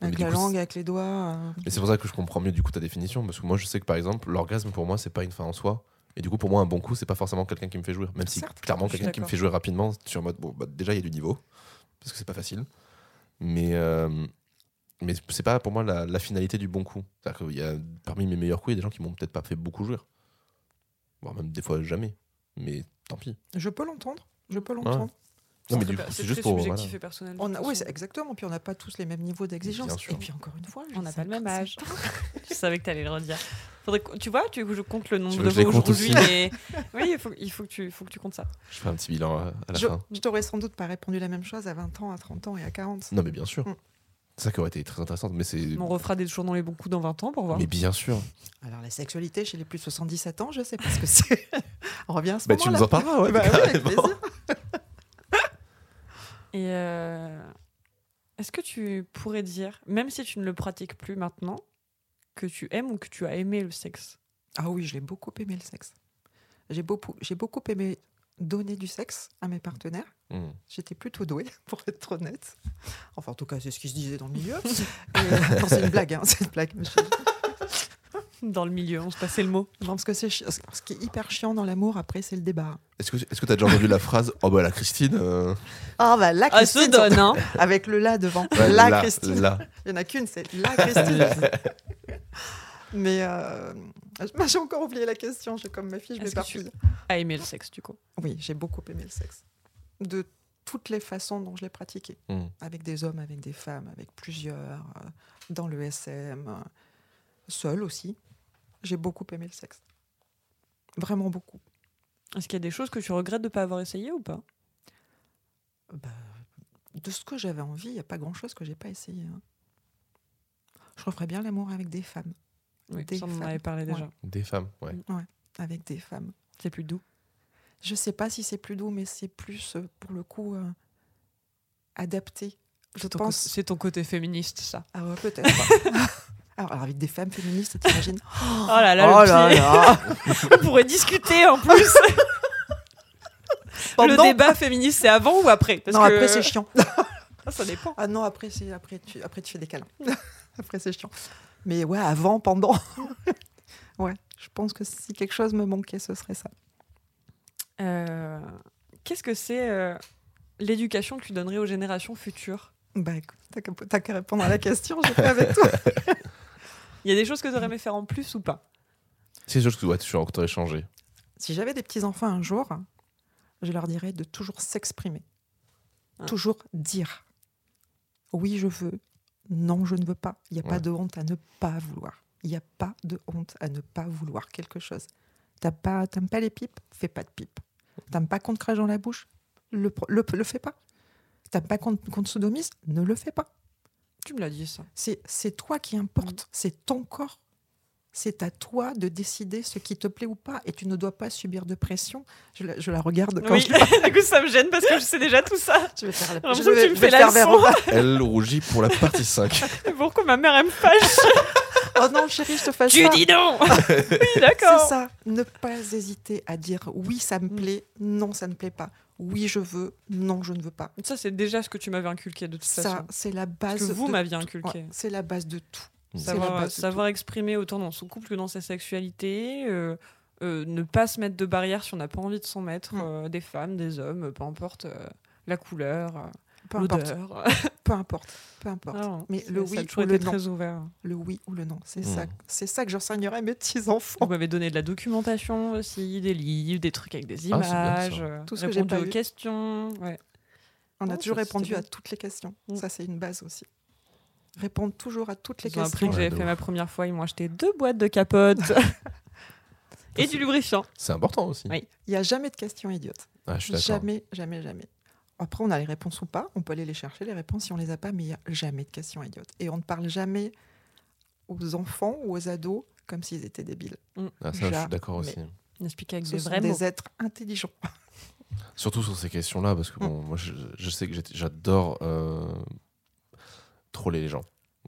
Mais
Avec
du
la
coup,
langue,
c'est-
avec les doigts. euh,
Et c'est pour ça que je comprends mieux du coup ta définition, parce que moi je sais que par exemple l'orgasme pour moi c'est pas une fin en soi. Et du coup pour moi un bon coup c'est pas forcément quelqu'un qui me fait jouer, même si
Certes,
clairement
je suis
quelqu'un qui me
d'accord.
fait jouer rapidement, tu es en mode bon bah, déjà il y a du niveau parce que c'est pas facile, mais euh, mais c'est pas pour moi la, la finalité du bon coup. C'est-à-dire qu'il y a parmi mes meilleurs coups il y a des gens qui m'ont peut-être pas fait beaucoup jouer, voire même des fois jamais, mais tant pis.
Je peux l'entendre. Je peux l'entendre.
Non mais du
C'est très-
coup
c'est
c'est juste
très
pour
subjectif
voilà.
et personnel. de
On
toute
a, oui,
façon.
c'est- exactement. Puis on n'a pas tous les mêmes niveaux
Bien
d'exigence.
sûr.
Et puis encore une fois,
on
n'a
n'a pas le même âge. je savais que t'allais le redire. Faudrait que- tu vois, tu, je compte le nombre
veux
de
que je les
fois
compte
aujourd'hui.
aussi
mais- Oui, il faut, il faut que tu, faut que tu comptes ça.
je fais un petit bilan à, à la
Je,
fin.
je t'aurais sans doute pas répondu la même chose à 20 ans, à 30 ans et à 40.
Non mais bien sûr,
Mm.
c'est ça qui aurait été très intéressant, mais c'est
On refera des jours dans les bons coups dans 20 ans pour voir.
mais bien sûr.
Alors la sexualité chez les plus de 77 ans, je sais pas ce que c'est. on revient à ce
Bah, tu
moment-là.
nous en parleras, ouais,
Bah oui, avec
carrément.
plaisir.
Et euh, est-ce que tu pourrais dire, même si tu ne le pratiques plus maintenant, que tu aimes ou que tu as aimé le sexe
Ah oui, j'ai beaucoup aimé le sexe. J'ai beaucoup, j'ai beaucoup aimé donner du sexe à mes partenaires.
Hmm.
J'étais plutôt douée, pour être honnête. Enfin, en tout cas, c'est ce qui se disait dans le milieu. Et, euh, non, c'est une blague, hein, c'est une blague. mais je-
Dans le milieu, on se passait le mot.
Non, parce que c'est chi- ce qui est hyper chiant dans l'amour, après, c'est le débat.
Est-ce que est-ce que t'as déjà entendu la phrase Oh bah la Christine. euh,
Ah bah là,
Ah, se
Christine,
donne, hein
avec le là devant.
ouais,
là,
là,
Christine.
là.
Il n'y en a qu'une, c'est la Christine. mais euh, moi, j'ai encore oublié la question. J'ai comme ma fille, je
Est-ce que tu
m'éparpille.
as aimé le sexe, du coup
Oui, j'ai beaucoup aimé le sexe. De toutes les façons dont je l'ai pratiqué.
Hmm.
Avec des hommes, avec des femmes, avec plusieurs, euh, dans le SM, euh, seul aussi. J'ai beaucoup aimé le sexe. Vraiment beaucoup.
Est-ce qu'il y a des choses que tu regrettes de ne pas avoir essayé ou pas
Bah, de ce que j'avais envie, il n'y a pas grand-chose que j'ai pas essayé. hein. Je referais bien l'amour avec des femmes.
Oui,
Des
ça, on en
femmes.
avait parlé déjà.
Des femmes, ouais.
Avec des femmes.
C'est plus doux.
Je sais pas si c'est plus doux, mais c'est plus, euh, pour le coup, euh, adapté. Je
C'est ton
pense.
côté- C'est ton côté féministe, ça.
Ah ouais, peut-être. pas. alors, alors, avec des femmes féministes, t'imagines
Oh là là,
Oh
le
là
pied.
là
On pourrait discuter en plus. le
Pendant-
débat féministe, c'est avant ou après Parce
Non,
que-
après, c'est chiant.
Ah, ça dépend.
Ah non, après, c'est- après, tu, après, tu fais des câlins. après, c'est chiant. Mais ouais, avant, pendant. ouais, je pense que si quelque chose me manquait, ce serait ça.
Euh, Qu'est-ce que c'est euh, l'éducation que tu donnerais aux générations futures
Bah écoute, t'as qu'à- t'as qu'à répondre à la question, j'ai fait avec toi.
Il y a des choses que tu aurais aimé faire en plus ou pas
C'est sûr que ouais, je suis encore échangé.
Si j'avais des petits-enfants un jour, je leur dirais de toujours s'exprimer.
Ah.
Toujours dire. Oui, je veux. Non, je ne veux pas. Il n'y a pas
Ouais.
de honte à ne pas vouloir. Il n'y a pas de honte à ne pas vouloir quelque chose. T'as pas, t'aimes pas les pipes Fais pas de pipe. T'aimes pas qu'on te crache dans la bouche Le, pro- le, le fais pas. T'aimes pas qu'on, te- qu'on te sodomise Ne le fais pas.
Tu me l'as dit, ça.
C'est, c'est toi qui
Mm.
importe. C'est ton corps. C'est à toi de décider ce qui te plaît ou pas. Et tu ne dois pas subir de pression. Je la, je la regarde quand
Oui,
je
du coup, ça me gêne parce que je sais déjà tout ça.
Je vais faire la
l'impression
je
que
vais-
tu me
je vais
fais la
faire vers-
Elle rougit pour la partie 5.
Pourquoi ma mère, elle me fâche
Oh non, chérie, je te fais
Tu
ça.
dis non Oui,
C'est
d'accord.
ça. Ne pas hésiter à dire oui, ça me
Mm.
plaît, non, ça ne plaît pas. Oui, je veux, non, je ne veux pas.
Ça, c'est déjà ce que tu m'avais inculqué de toute
Ça,
façon.
c'est la
Parce
base.
que vous
de
m'aviez
tout.
inculqué.
Ouais, c'est la base de tout.
Mm.
C'est la
Savoir, euh,
base de
savoir exprimer autant dans son couple que dans sa sexualité, euh, euh, ne pas se mettre de barrières si on n'a pas envie de s'en mettre,
Mm.
euh, des femmes, des hommes, euh, peu importe euh, la couleur, euh,
tout. Peu importe.
l'odeur.
Peu importe. Peu importe.
Ah non,
Mais
ça- ça
le
a
oui ou
toujours
le
été
non.
très ouvert.
Le oui ou le non. C'est
Mm.
ça. C'est ça que j'enseignerai à mes petits-enfants.
Vous m'avez donné de la documentation aussi, des livres, des trucs avec des
Ah, c'est bien, ça.
images, euh,
Tout ce que j'ai
répondu
pas
aux
eu.
questions. ouais.
On a
Non, ça,
toujours
c'était
répondu
bien.
à toutes les questions.
Mm.
Ça, c'est une base aussi. Répondre toujours à toutes les
Ils ont appris
questions.
que
Ouais,
j'avais
de
fait
ouf.
ma première fois, ils m'ont acheté deux boîtes de capotes et du lubrifiant.
C'est important aussi.
Oui.
Il n'y a jamais de questions idiotes.
Ah, je suis d'accord.
Jamais, jamais, jamais. Après, on a les réponses ou pas. On peut aller les chercher, les réponses, si on les a pas, mais il n'y a jamais de questions idiotes. Et on ne parle jamais aux enfants ou aux ados comme s'ils étaient débiles.
Ah, ça, je suis
Jamais.
d'accord aussi.
On expliquait avec
Ce
des
sont
vrais
des
mots.
êtres intelligents.
Surtout sur ces questions-là, parce que
Mm.
bon, moi, je, je sais que j'ai- j'adore euh, troller les gens.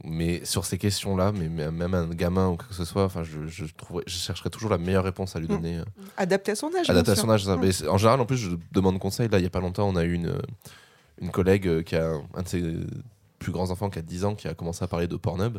Mais sur ces questions-là, mais mais même un gamin ou quoi que ce soit, enfin, je, je, trouverais- je chercherai toujours la meilleure réponse à lui
Mm.
donner. euh,
Adaptés à son âge. bien
Adapté à
sûr.
son âge, ça.
Mm.
Mais c'est- en général, en plus, je demande conseil. Là, il n'y a pas longtemps, on a eu une, euh, une collègue euh, qui a un un de ses euh, plus grands enfants qui a 10 ans qui a commencé à parler de Pornhub.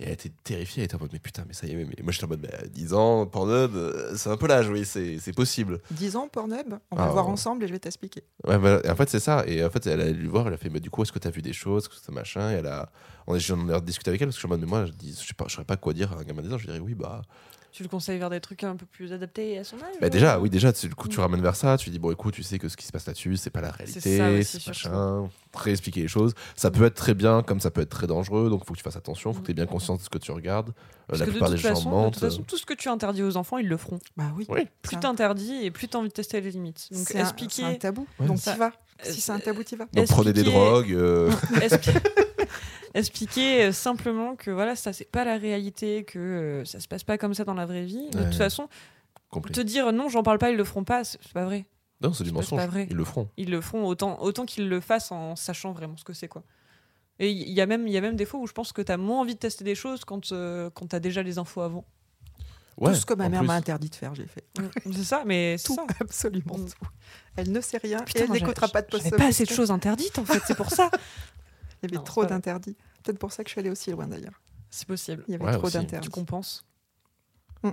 Et elle était terrifiée, elle était en mode, mais putain, mais ça y est, mais, mais- moi j'étais en mode, bah, 10 ans, Pornhub, euh, c'est un peu l'âge, oui, c'est c'est possible.
10 ans, Pornhub, on va
Ah,
le voir
ouais.
ensemble et je vais t'expliquer.
Ouais, voilà. Et en fait, c'est ça. Et en fait, elle allait lui voir, elle a fait, mais du coup, est-ce que t'as vu des choses, est-ce que c'est machin Et elle a. On a, on a discuté avec elle parce que je suis en mode, mais moi, je dis, je sais pas, je saurais pas quoi dire à un gamin de 10 ans, je dirais, oui, bah.
Tu le conseilles vers des trucs un peu plus adaptés à son âge
Bah
ou-
déjà, oui, déjà, tu, le coup,
Mm.
tu ramènes vers ça, tu dis, bon, écoute, tu sais que ce qui se passe là-dessus, c'est pas la
C'est ça
réalité,
aussi,
c'est
surtout.
machin, réexpliquer les choses. Ça peut être très bien, comme ça peut être très dangereux, donc faut que tu fasses attention, faut
Mm.
que tu aies bien conscience de ce que tu regardes. Euh,
Parce
la
que de
plupart
toute,
des gens
façon, de
mentent.
toute façon, tout ce que tu interdis aux enfants, ils le feront.
Bah oui.
euh, Oui,
Plus
Ça-
t'interdis et plus t'as envie de tester les limites. Donc
C'est un- c'est un,
expliquer.
tabou.
Ouais.
Donc
Ça-
tu vas.
euh,
Si c'est un tabou, tu vas.
donc prenez des
expliquer-
drogues. euh,
Expli- expliquer euh, simplement que voilà ça c'est pas la réalité que euh, ça se passe pas comme ça dans la vraie vie de
Ouais.
toute façon
complet.
te dire non j'en parle pas ils le feront pas c'est c'est pas vrai
Non, c'est du
pas- c'est pas
mensonge.
vrai.
Ils le feront.
ils le feront autant autant qu'ils le fassent en sachant vraiment ce que c'est quoi Et il y a, même- il y a même des fois où je pense que tu as moins envie de tester des choses quand, euh, quand tu as déjà les infos avant.
Ouais,
tout ce que ma
en
mère
plus.
m'a interdit de faire, j'ai fait.
c'est ça, mais c'est
Mm. Tout,
ça.
absolument
Mm.
tout. Elle ne sait rien
Putain,
et elle
moi, j'a-
n'écoutera pas de
j'avais
post
pas assez de choses interdites en fait, c'est pour ça.
Il y avait
Non,
trop
c'est pas vrai.
d'interdits. Peut-être pour ça que je suis allée aussi loin d'ailleurs.
C'est possible.
Il y avait
Ouais,
trop
aussi.
Tu
d'interdits.
compenses.
Mm.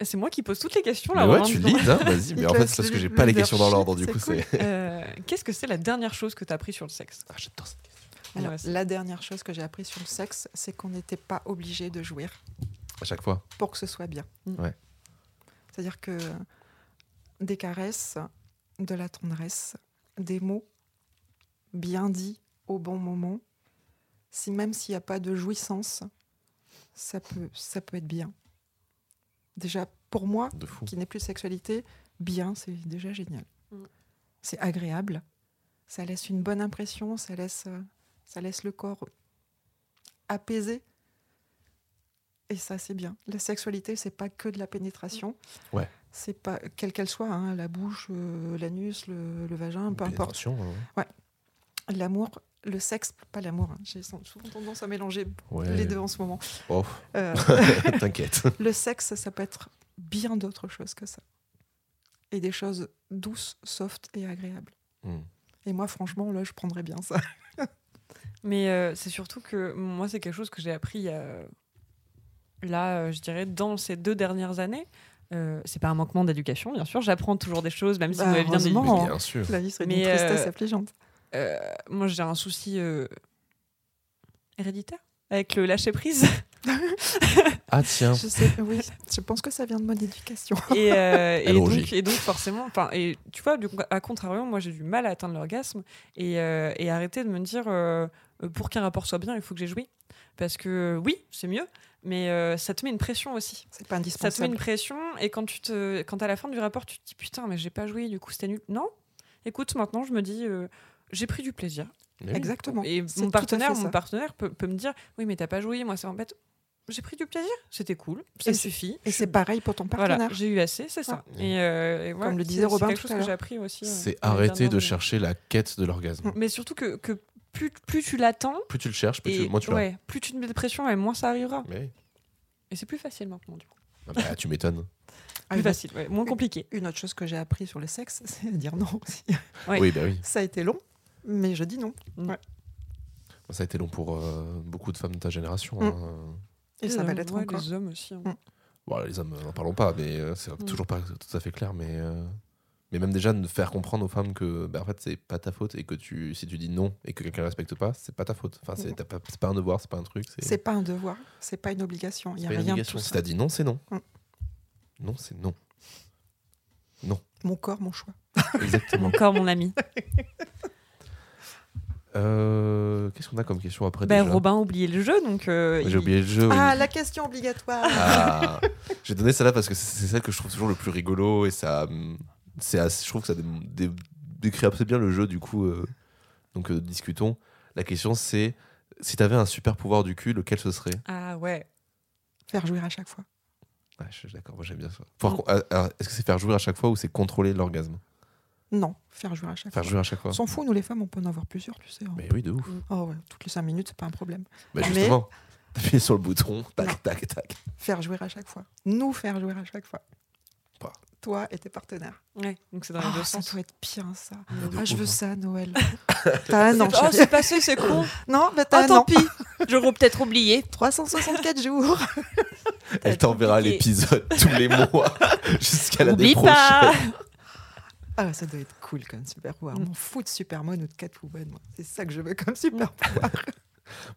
Et C'est moi qui pose toutes les questions Oh là.
Mais ouais,
vraiment,
tu
dis donc.
lis, hein, vas-y. Mais
Il
en fait,
laisse
c'est parce que
le-
j'ai
le
pas les questions dans
leadership,
l'ordre, du coup,
c'est
c'est.
Euh, Qu'est-ce que c'est la dernière chose que tu as appris sur le sexe
Ah, j'adore cette question.
Alors,
Ouais, c'est-
la dernière chose que j'ai appris sur le sexe, c'est qu'on n'était pas obligé de jouir
À chaque fois.
pour que ce soit bien.
Mm.
Ouais.
C'est-à-dire que des caresses, de la tendresse, des mots bien dits au bon moment, si même s'il n'y a pas de jouissance, ça peut, ça peut être bien. Déjà, pour moi,
De fou.
qui n'est plus sexualité, bien, c'est déjà génial.
Mm.
C'est agréable, ça laisse une bonne impression, ça laisse, euh, ça laisse le corps apaisé. Et ça, c'est bien. La sexualité, c'est pas que de la pénétration.
Mm. Ouais.
C'est pas, quelle qu'elle soit, hein, la bouche, euh, l'anus, le, le vagin, peu importe.
Pénétration, ouais.
L'amour, le sexe, pas l'amour. hein, J'ai souvent tendance à mélanger
Ouais.
les deux en ce moment.
Oh,
Euh,
t'inquiète.
le sexe, ça peut être bien d'autres choses que ça. Et des choses douces, soft et agréables.
Hmm.
Et moi, franchement, là, je prendrais bien ça.
Mais euh, c'est surtout que moi, c'est quelque chose que j'ai appris euh, là, euh, je dirais, dans ces deux dernières années. Euh, c'est pas un manquement d'éducation, bien sûr. J'apprends toujours des choses, même si
Bah,
vous m'avez bien
heureusement.
dit.
Mais bien sûr.
La vie serait
Mais,
d'une tristesse
euh,
affligeante.
Euh, moi, j'ai un souci euh, héréditaire avec le lâcher prise.
Ah, tiens.
Je sais, oui, je pense que ça vient de mon éducation.
et, euh, et
Elle
donc,
rougit.
et donc forcément enfin et tu vois du, à contrario moi j'ai du mal à atteindre l'orgasme et, euh, et arrêter de me dire euh, euh, pour qu'un rapport soit bien il faut que j'ai joui parce que euh, oui c'est mieux mais euh, ça te met une pression aussi
C'est
ça te
pas
met
indispensable.
une pression et quand tu te quand à la fin du rapport tu te dis putain mais j'ai pas joui du coup c'était nul non écoute maintenant je me dis euh, j'ai pris du plaisir
Mais oui.
Exactement.
et
C'est
mon
tout à
partenaire,
fait
mon
ça.
partenaire peut, peut me dire oui mais t'as pas joui moi ça m'embête j'ai pris du plaisir c'était cool ça
Et
me
c'est-
suffit
Et c'est pareil pour ton
voilà,
partenaire.
j'ai eu assez, c'est ça. Et, euh, et voilà,
Comme le disait
c'est-
Robin
c'est quelque
tout
chose
à
que
l'heure.
j'ai appris aussi. euh,
C'est
dans les
arrêter
dernières
de
années.
chercher la quête de
Mm.
l'orgasme.
Mais surtout que, que plus, plus tu l'attends,
Plus tu le cherches, plus
et
tu... moins tu l'as.
ouais, plus tu te mets de pression et moins ça arrivera.
Mais oui.
Et c'est plus facile maintenant, du coup.
Ah bah, tu m'étonnes.
Ah,
Plus
une, autre-
facile, ouais, moins compliqué.
une autre chose que j'ai appris sur le sexe, c'est à dire non aussi.
Ouais.
Oui, bah oui.
Ça a été long, mais je dis non.
Ça a été long pour euh, beaucoup de femmes de ta génération.
Mm.
hein.
Et ça
Euh,
va l'être
ouais,
encore.
Les hommes aussi. hein.
Mm.
Bon, les hommes, euh, n'en parlons pas, mais euh, c'est
Mm.
toujours pas tout à fait clair. Mais, euh, mais même déjà de faire comprendre aux femmes que bah, en fait, c'est pas ta faute et que tu, si tu dis non et que quelqu'un respecte pas, c'est pas ta faute. Enfin, c'est
Mm.
t'as pas, c'est pas un devoir, c'est pas un truc.
C'est pas un devoir, c'est pas une obligation. Il y a
pas une
rien de
obligation.
tout
Si
ça.
t'as dit non, c'est non.
Mm.
Non, c'est non.
Mon corps, mon choix.
Exactement.
Encore mon ami.
Euh, Qu'est-ce qu'on a comme question après
Ben,
déjà
Robin a oublié le jeu, donc. euh,
J'ai
il-
oublié le jeu. oui.
Ah, la question obligatoire.
Ah. J'ai donné celle-là parce que c'est c'est celle que je trouve toujours le plus rigolo et ça. hum, c'est assez- je trouve que ça dé- dé- décrit assez bien le jeu, du coup. euh, donc, euh, discutons. La question, c'est si t'avais un super pouvoir du cul, lequel ce serait
Ah ouais.
Faire jouir à chaque fois.
Ah, Je suis d'accord, moi j'aime bien ça. Pouvoir con- ah, alors, Est-ce que c'est faire jouer à chaque fois ou c'est contrôler l'orgasme
Non, faire jouir à chaque
Faire
fois.
jouer à chaque fois
On s'en fout, nous les femmes, on peut en avoir plusieurs, tu sais. hein.
Mais oui, de ouf.
Oh ouais, toutes les cinq minutes, c'est pas un problème.
Bah,
Ah, Mais-
justement, t'appuies sur le bouton,
Non.
tac, tac, tac.
Faire jouer à chaque fois. Nous faire jouer à chaque fois.
Pas.
Toi et tes partenaires.
Ouais, donc c'est dans les
Ah,
deux
ça
sens.
doit être bien ça.
Mais de
Ah, je
ouf,
veux
hein.
ça, Noël. T'as un an,
C'est- oh,
chérie.
c'est passé, c'est con.
Non, mais
Ah,
t'as un
tant
an.
pis. J'aurais peut-être oublié.
364 jours.
Elle t'enverra
compliqué.
l'épisode tous les mois jusqu'à l'année
Oublie
prochaine.
pas.
Ah, ça doit être cool comme super pouvoir. On m'en fout de Superman ou de Catwoman. moi. C'est ça que je veux comme super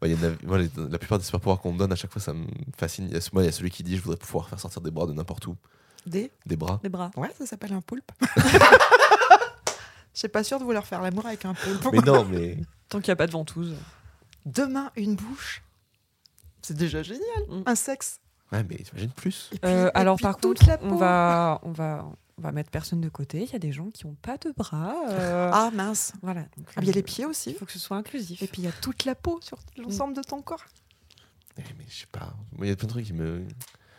Ouais, il y en a- moi, les- la plupart des super pouvoirs qu'on me donne à chaque fois, ça me fascine. Il y a, moi, il y a celui qui dit je voudrais pouvoir faire sortir des bras de n'importe où.
Mm. Des.
Des bras.
Les bras.
Ouais, ça s'appelle un poulpe. Je suis pas sûre de vouloir faire l'amour avec un poulpe.
Mais non, mais.
Tant qu'il n'y a pas de ventouse.
Demain, une bouche. C'est déjà génial.
Mm.
Un sexe.
Ouais, mais t'imagines plus
Et puis-
Euh,
et
alors
puis
par
toute
contre,
la
on
peau.
va, on va, on va mettre personne de côté. Il y a des gens qui n'ont pas de bras. euh,
Ah mince.
Voilà. donc,
Ah, Il y a
euh,
les pieds
Il
aussi. Mm.
faut que ce soit inclusif.
Et puis il y a toute la peau sur l'ensemble de ton corps.
Eh, Mais je sais pas. Moi, Il y a plein de trucs qui me.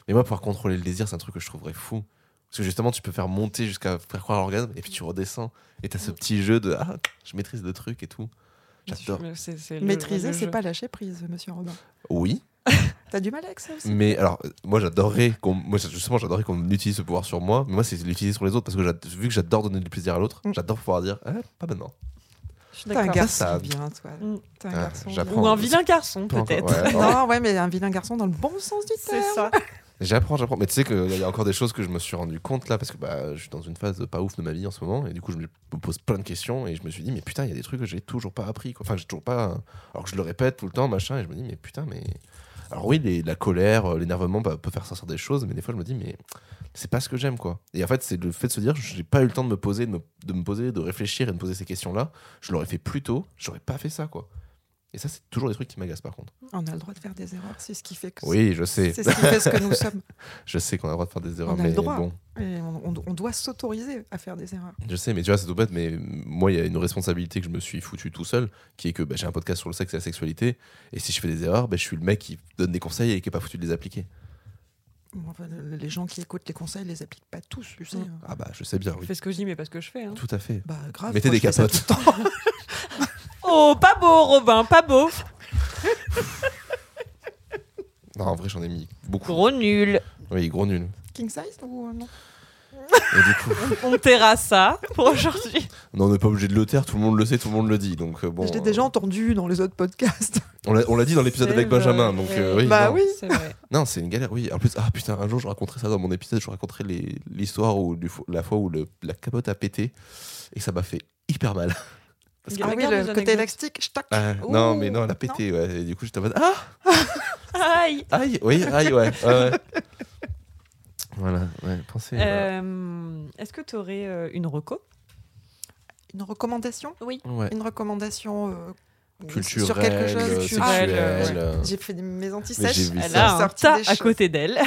Mais moi, pouvoir contrôler le désir, c'est un truc que je trouverais fou. Parce que justement, tu peux faire monter jusqu'à faire croire à l'orgasme, et puis tu redescends. Et t'as ce petit jeu de ah, je maîtrise le truc et tout. J'adore.
Mais c'est- c'est le-
Maîtriser,
le
c'est
jeu.
pas lâcher prise, monsieur Robin.
Oui,
T'as du mal avec ça aussi
mais alors, euh, moi j'adorerais qu'on. Moi justement, j'adorerais qu'on utilise ce pouvoir sur moi, mais moi c'est l'utiliser sur les autres parce que j'ad- vu que j'adore donner du plaisir à l'autre,
Mm.
j'adore pouvoir dire Ah, pas maintenant.
Je suis
T'es un
d'accord.
garçon
Ça, ça-
bien, toi.
Mm.
T'es un
Ah,
garçon bien.
j'apprends.
Ou un vilain garçon,
Pas encore,
peut-être.
ouais. Ah
Non, ouais, mais un vilain garçon dans le bon sens du
C'est
terme.
ça.
J'apprends, j'apprends. Mais tu sais qu'il y a encore des choses que je me suis rendu compte là parce que bah, je suis dans une phase pas ouf de ma vie en ce moment et du coup je me pose plein de questions et je me suis dit mais putain il y a des trucs que j'ai toujours pas appris quoi. Enfin j'ai toujours pas alors que je le répète tout le temps machin et je me dis mais putain mais alors oui les- la colère euh, l'énervement bah, peut faire sortir des choses mais des fois je me dis mais c'est pas ce que j'aime quoi. Et en fait c'est le fait de se dire j'ai pas eu le temps de me poser de me, de me poser de réfléchir et de me poser ces questions là. Je l'aurais fait plus tôt j'aurais pas fait ça quoi. Et ça c'est toujours des trucs qui m'agacent par contre.
On a le droit de faire des erreurs, c'est ce qui fait que
Oui je
c'est
sais
ce qui fait ce que nous sommes.
je sais qu'on a le droit de faire des erreurs
On a le
mais
droit.
bon.
Et on, on- on doit s'autoriser à faire des erreurs.
Je sais, mais tu vois, c'est tout bête, mais moi, il y a une responsabilité que je me suis foutu tout seul, qui est que bah, j'ai un podcast sur le sexe et la sexualité, et si je fais des erreurs, bah, je suis le mec qui donne des conseils et qui n'est pas foutu de les appliquer.
Enfin, le- les gens qui écoutent les conseils les appliquent pas tous, tu sais.
Mm.
Ah bah, je sais bien,
Je
oui.
fais ce que je dis, mais pas ce que je fais. hein.
Tout à fait.
Bah grave.
Mettez
moi,
des
je fais ça
capotes.
tout le temps.
Oh, pas beau, Robin, pas beau.
Non, en vrai, j'en ai mis beaucoup.
Gros nul.
Oui, gros nul.
King size ou euh, non
Et du coup,
On taira ça pour aujourd'hui.
non, on n'est pas obligé de le taire, tout le monde le sait, tout le monde le dit. Donc, euh, bon,
Je l'ai
euh,
déjà entendu dans les autres podcasts.
on l'a- on l'a dit dans l'épisode
C'est
avec Benjamin, donc
vrai.
euh, oui.
Bah
non.
oui.
C'est vrai.
Non, c'est une galère, oui. En plus, ah putain, un jour, je raconterai ça dans mon épisode. Je raconterai les- l'histoire où du fo- la fois où le- la capote a pété et ça m'a fait hyper mal. Parce
Ah oui,
Ah oui,
regarde les
le côté
anecdotes.
élastique, je tac.
Ah, non,
Ouh,
mais non, elle a pété, ouais. Et du coup, j'étais en mode Ah
Aïe.
Aïe Oui, aïe, ouais. ouais, ouais. voilà, ouais, pensez. voilà.
Euh, Est-ce que tu aurais une reco
Une recommandation
Ouais.
Une recommandation euh,
Culturelle,
sur quelque chose
euh,
culturel,
sexuelle, euh,
J'ai fait des- mes
Mais j'ai
antisèches.
vu
Elle
ça.
a un
Sorti
tas
des
à
choses.
côté d'elle.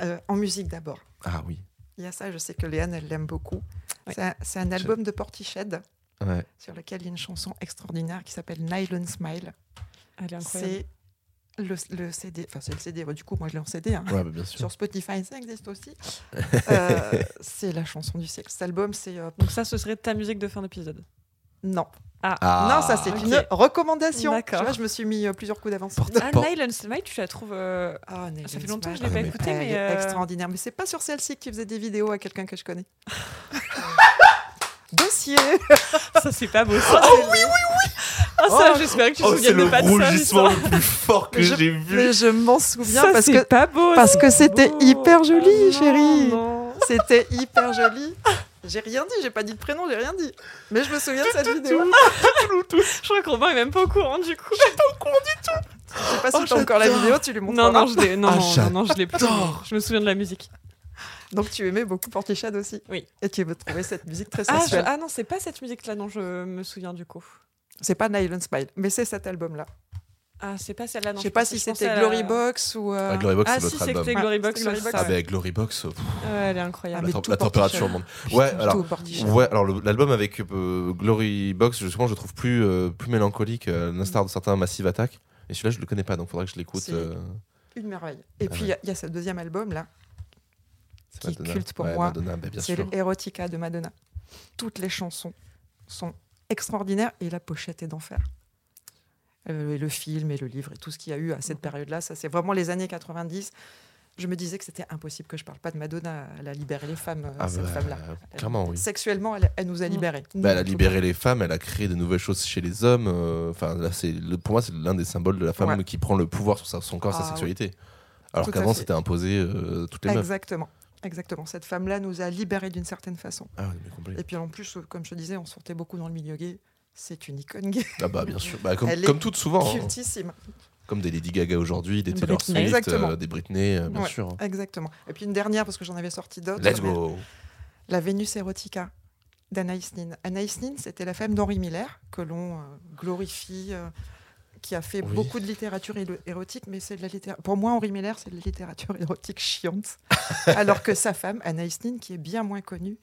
Euh, en musique d'abord.
Ah oui.
Il y a ça, je sais que Léane, elle l'aime beaucoup.
Ouais.
C'est un- C'est un album de Portiched
Ouais.
sur lequel il y a une chanson extraordinaire qui s'appelle Nylon Smile.
Elle est incroyable.
C'est le, le CD, enfin c'est le CD, ouais, du coup moi je l'ai en CD, hein.
Ouais, bah, bien sûr.
sur Spotify ça existe aussi. Euh, c'est la chanson du siècle. Cet album c'est... euh,
Donc ça, ce serait ta musique de fin d'épisode.
non,
Ah.
non ça c'est
ok.
une recommandation. Tu
D'accord.
vois, je me suis mis euh, plusieurs coups d'avance.
Porte-
Ah,
Bon.
Nylon Smile, tu la trouves... euh,
Ah, Nylon
Ça fait longtemps que je
Smile.
l'ai
Ah,
pas
mais
écoutée,
Elle
mais...
est
euh,
extraordinaire. Mais c'est pas sur celle-ci que tu faisais des vidéos à quelqu'un que je connais. Dossier
Ça, c'est pas beau. Ça, oh, oui, oui, oui Ah, ça,
Oh,
j'espère que tu te souviens pas de ça. l'histoire.
le plus fort
Mais je-
vu.
Mais je m'en souviens
Ça,
parce
c'est
que
pas beau.
parce
c'est
que c'était
beau.
hyper joli,
Ah, non,
chérie.
non.
C'était hyper joli. J'ai rien dit, j'ai pas dit de prénom, j'ai rien dit. Mais je me souviens de cette vidéo.
Je crois que Robin est même pas au courant, du coup.
Je sais pas si
Oh,
t'as encore la
j'adore.
vidéo, tu lui montres.
Non, non, je l'ai, non,
Ah,
non, non, je l'ai plus.
j'adore.
Je me souviens de la musique.
Donc tu aimais beaucoup Portichade aussi.
Oui.
Et tu veux trouver cette musique très
Ah, je-
sensuelle.
ah non, c'est pas cette musique-là dont je me souviens, du coup.
C'est pas Nylon Smile, mais c'est cet album-là.
Ah, c'est pas celle-là, non.
je sais pas si
pensais
c'était
à la-
Glorybox ou. euh,
Ah, Glorybox,
Ah,
c'est
si,
l'autre
c'était
album.
Glorybox.
Ouais,
ça,
c'était
Ah,
Ah,
ouais.
mais Glorybox, pff,
Ouais, elle est incroyable.
la,
mais
temp-
tout
la température monte.
Portishead. putain,
Ouais,
tout
alors.
Portishead.
Ouais, alors le- l'album avec euh, Glorybox, justement, je le trouve plus, euh, plus mélancolique, euh, à l'instar de certains Massive Attack. Et celui-là, je le connais pas, donc faudrait que je l'écoute.
C'est-
euh,
Une merveille. Et puis il y a- il y, a ce deuxième album-là,
c'est
qui est culte pour moi.
Madonna, bah, bien
c'est
sûr.
l'Erotica de Madonna. Toutes les chansons sont extraordinaires et la pochette est d'enfer. Euh, et le film et le livre et tout ce qu'il y a eu à
Mm.
cette période-là, ça c'est vraiment les années 90. Je me disais que c'était impossible que je parle pas de Madonna. Elle a libéré les femmes, euh,
Ah
cette
bah,
femme-là.
Clairement, oui.
Sexuellement, elle, elle nous a
Mm.
libérés.
Bah, elle
Nous,
a
tout
libéré les femmes, elle a créé de nouvelles choses chez les hommes. euh, Enfin, là, c'est le- pour moi, c'est l'un des symboles de la femme
Ouais.
qui prend le pouvoir sur sa- son corps, sa
Ah,
sexualité. Alors
Tout à
qu'avant,
fait.
c'était imposé euh, toutes les meufs.
Exactement. Exactement. Cette femme-là nous a libérés d'une certaine façon.
Ah, oui, mais complet.
Et puis en plus, euh, comme je te disais, on sortait beaucoup dans le milieu gay. C'est une icône gay,
Ah bah bien sûr, Bah, comme,
Elle est
comme toutes souvent, hein.
cultissime.
comme des Lady Gaga aujourd'hui, des Taylor
Britney.
Swift,
Exactement.
euh, des Britney, euh, bien
Ouais. Bah,
sûr.
Exactement. Et puis une dernière, parce que j'en avais sorti d'autres.
Let's go.
La Vénus érotica d'Anaïs Nin. Anaïs Nin, c'était la femme d'Henri Miller, que l'on euh, glorifie, euh, qui a fait
Oui.
beaucoup de littérature élo- érotique, mais c'est de la littérature. Pour moi, Henri Miller, c'est de la littérature érotique chiante. alors que sa femme, Anaïs Nin, qui est bien moins connue,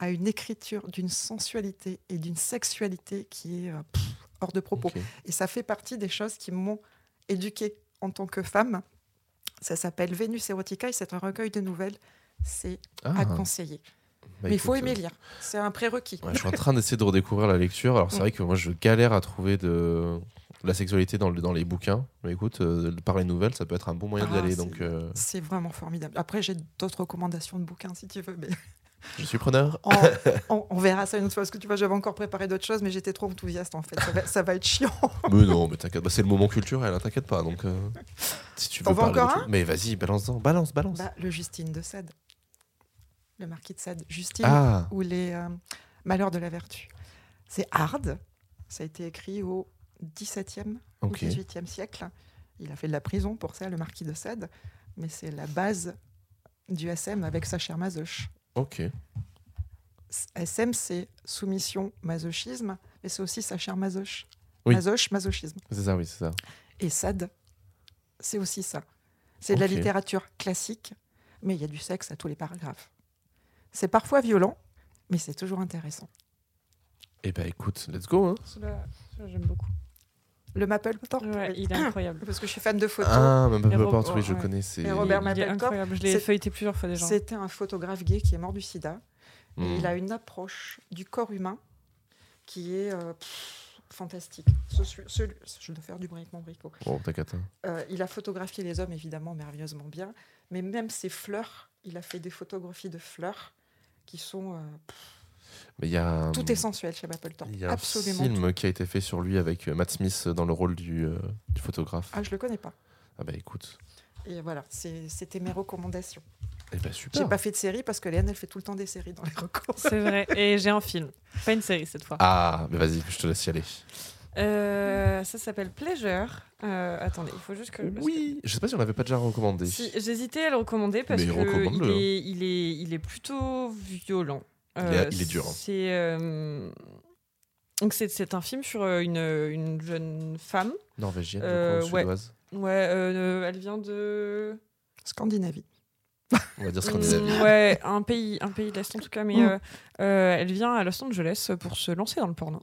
a une écriture d'une sensualité et d'une sexualité qui est euh, pff, hors de propos.
Ok.
Et ça fait partie des choses qui m'ont éduquée en tant que femme. Ça s'appelle Vénus érotica et c'est un recueil de nouvelles. C'est
Ah.
à conseiller.
Bah,
mais il faut
écoute,
aimer lire. C'est un prérequis.
Ouais, je suis en train d'essayer de redécouvrir la lecture. Alors, c'est
Mm.
vrai que moi, je galère à trouver de la sexualité dans, le- dans les bouquins. Mais écoute, euh, par les nouvelles, ça peut être un bon moyen
Ah,
d'aller.
c'est-
Donc, euh,
C'est vraiment formidable. Après, j'ai d'autres recommandations de bouquins si tu veux, mais
je suis preneur.
on, on- on verra ça une autre fois. Parce que tu vois, j'avais encore préparé d'autres choses, mais j'étais trop enthousiaste en fait. Ça va, ça va être chiant.
mais non, mais t'inquiète, pas, c'est le moment culturel, hein, t'inquiète pas. Donc, euh, si tu
T'en
veux
veux
parler
encore
de tout- Mais vas-y, balance-en. Balance, balance.
Bah, le Justine de Sade, le marquis de Sade, Justine
ah,
ou les euh, Malheurs de la Vertu. C'est hard. Ça a été écrit au XVIIe
ok.
au XVIIIe siècle. Il a fait de la prison pour ça, le marquis de Sade, mais c'est la base du SM avec Sacher Masoch.
Ok.
S- SM, c'est soumission, masochisme, mais c'est aussi Sacher Masoch.
Oui.
Masoch, masochisme.
C'est ça, oui, c'est ça.
Et Sade, c'est aussi ça. C'est de la
Ok.
littérature classique, mais il y a du sexe à tous les paragraphes. C'est parfois violent, mais c'est toujours intéressant.
Eh ben, écoute, let's go. Hein.
Celui-là, celui-là, j'aime beaucoup.
Le Mapplethorpe,
Ouais,
oui.
il est incroyable.
parce que je suis fan de photos.
Ah, même
Et
peu
Robert-
importe, oui, je
ouais.
connais. C'est...
Et Robert
il est
Mapplethorpe,
incroyable. Je l'ai
c'est-
feuilleté plusieurs fois déjà.
C'était un photographe gay qui est mort du sida. Et
Mm.
Il a une approche du corps humain qui est euh, pff, fantastique. Ce- ce- celui- je dois faire du bruit avec mon bricot.
Bon, t'inquiète. hein.
Euh, il a photographié les hommes, évidemment, merveilleusement bien, mais même ses fleurs, il a fait des photographies de fleurs qui sont... euh,
Mais il y a. mm,
tout est sensuel chez Mapplethorpe.
Il y a un
Absolument. tout.
film qui a été fait sur lui avec euh, Matt Smith dans le rôle du, euh, du photographe.
Ah, je le connais pas.
Ah bah écoute,
Et voilà, c'est- c'était mes recommandations.
eh bah
J'ai
super.
pas fait de série parce que Léane, elle fait tout le temps des séries dans les recours.
C'est vrai. Et j'ai un film. Pas une série cette fois.
Ah, mais vas-y, je te laisse y aller.
Euh, ça s'appelle Pleasure. Euh, attendez, il faut juste que.
Oui, je sais pas si on l'avait pas déjà recommandé.
Si, J'hésitais à le recommander parce
Mais
que
recommande-le,
il,
hein.
est, il, est, il est plutôt violent.
Il est- il est dur, hein.
C'est euh, donc c'est c'est un film sur euh, une, une jeune femme.
Norvégienne,
Euh,
je crois, ou
ouais.
suédoise.
Ouais, euh, elle vient de
Scandinavie.
On va dire Scandinavie.
Mm, Ouais, un pays, un pays de l'Est en tout cas, mais
Mm.
euh, euh, elle vient à Los Angeles pour se lancer dans le porno.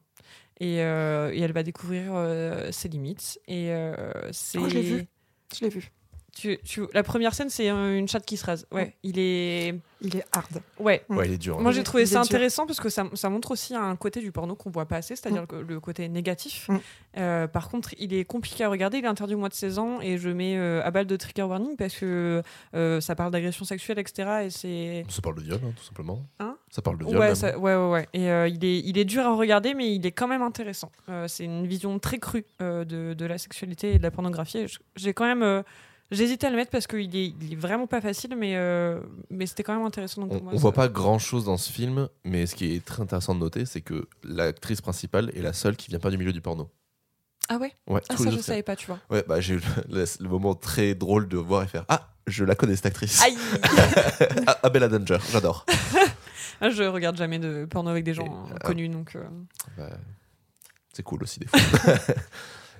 Et, euh, et elle va découvrir euh, ses limites. Et euh, c'est.
Oh, je l'ai vu. Je l'ai vu.
Tu- tu- la première scène, c'est euh, une chatte qui se rase. Ouais, il est.
Il est hard.
Ouais,
Ouais, il est dur. hein.
Moi,
Il
j'ai
est-
trouvé
il
ça
est dur.
intéressant parce que ça, ça montre aussi un côté du porno qu'on voit pas assez, c'est-à-dire le, le côté négatif.
Mm.
Euh, par contre, il est compliqué à regarder, il est interdit au moins de 16 ans et je mets euh, à balle de trigger warning parce que euh, ça parle d'agression sexuelle, etc. Et c'est.
Ça parle de viol, hein, tout simplement.
Hein
ça parle de viol.
Ouais,
même.
ça- ouais, ouais, ouais. Et euh, il, est, il est dur à regarder, mais il est quand même intéressant. Euh, c'est une vision très crue euh, de, de la sexualité et de la pornographie. Et je- J'ai quand même. euh, J'hésitais à le mettre parce qu'il est, il est vraiment pas facile, mais, euh, mais c'était quand même intéressant. Donc
On,
pour moi,
on voit
ça-
pas grand chose dans ce film, mais ce qui est très intéressant de noter, c'est que l'actrice principale est la seule qui vient pas du milieu du porno.
Ah ouais
Ouais,
Ah,
tous
ça,
les
je
autres-
savais pas, tu vois.
Ouais, bah j'ai eu le, le moment très drôle de voir et faire Ah, je la connais cette actrice.
Aïe
Ah, ah, Bella Danger, j'adore.
Ah, je regarde jamais de porno avec des gens
Et,
euh,
euh,
connus, donc. euh,
Bah, c'est cool aussi des fois.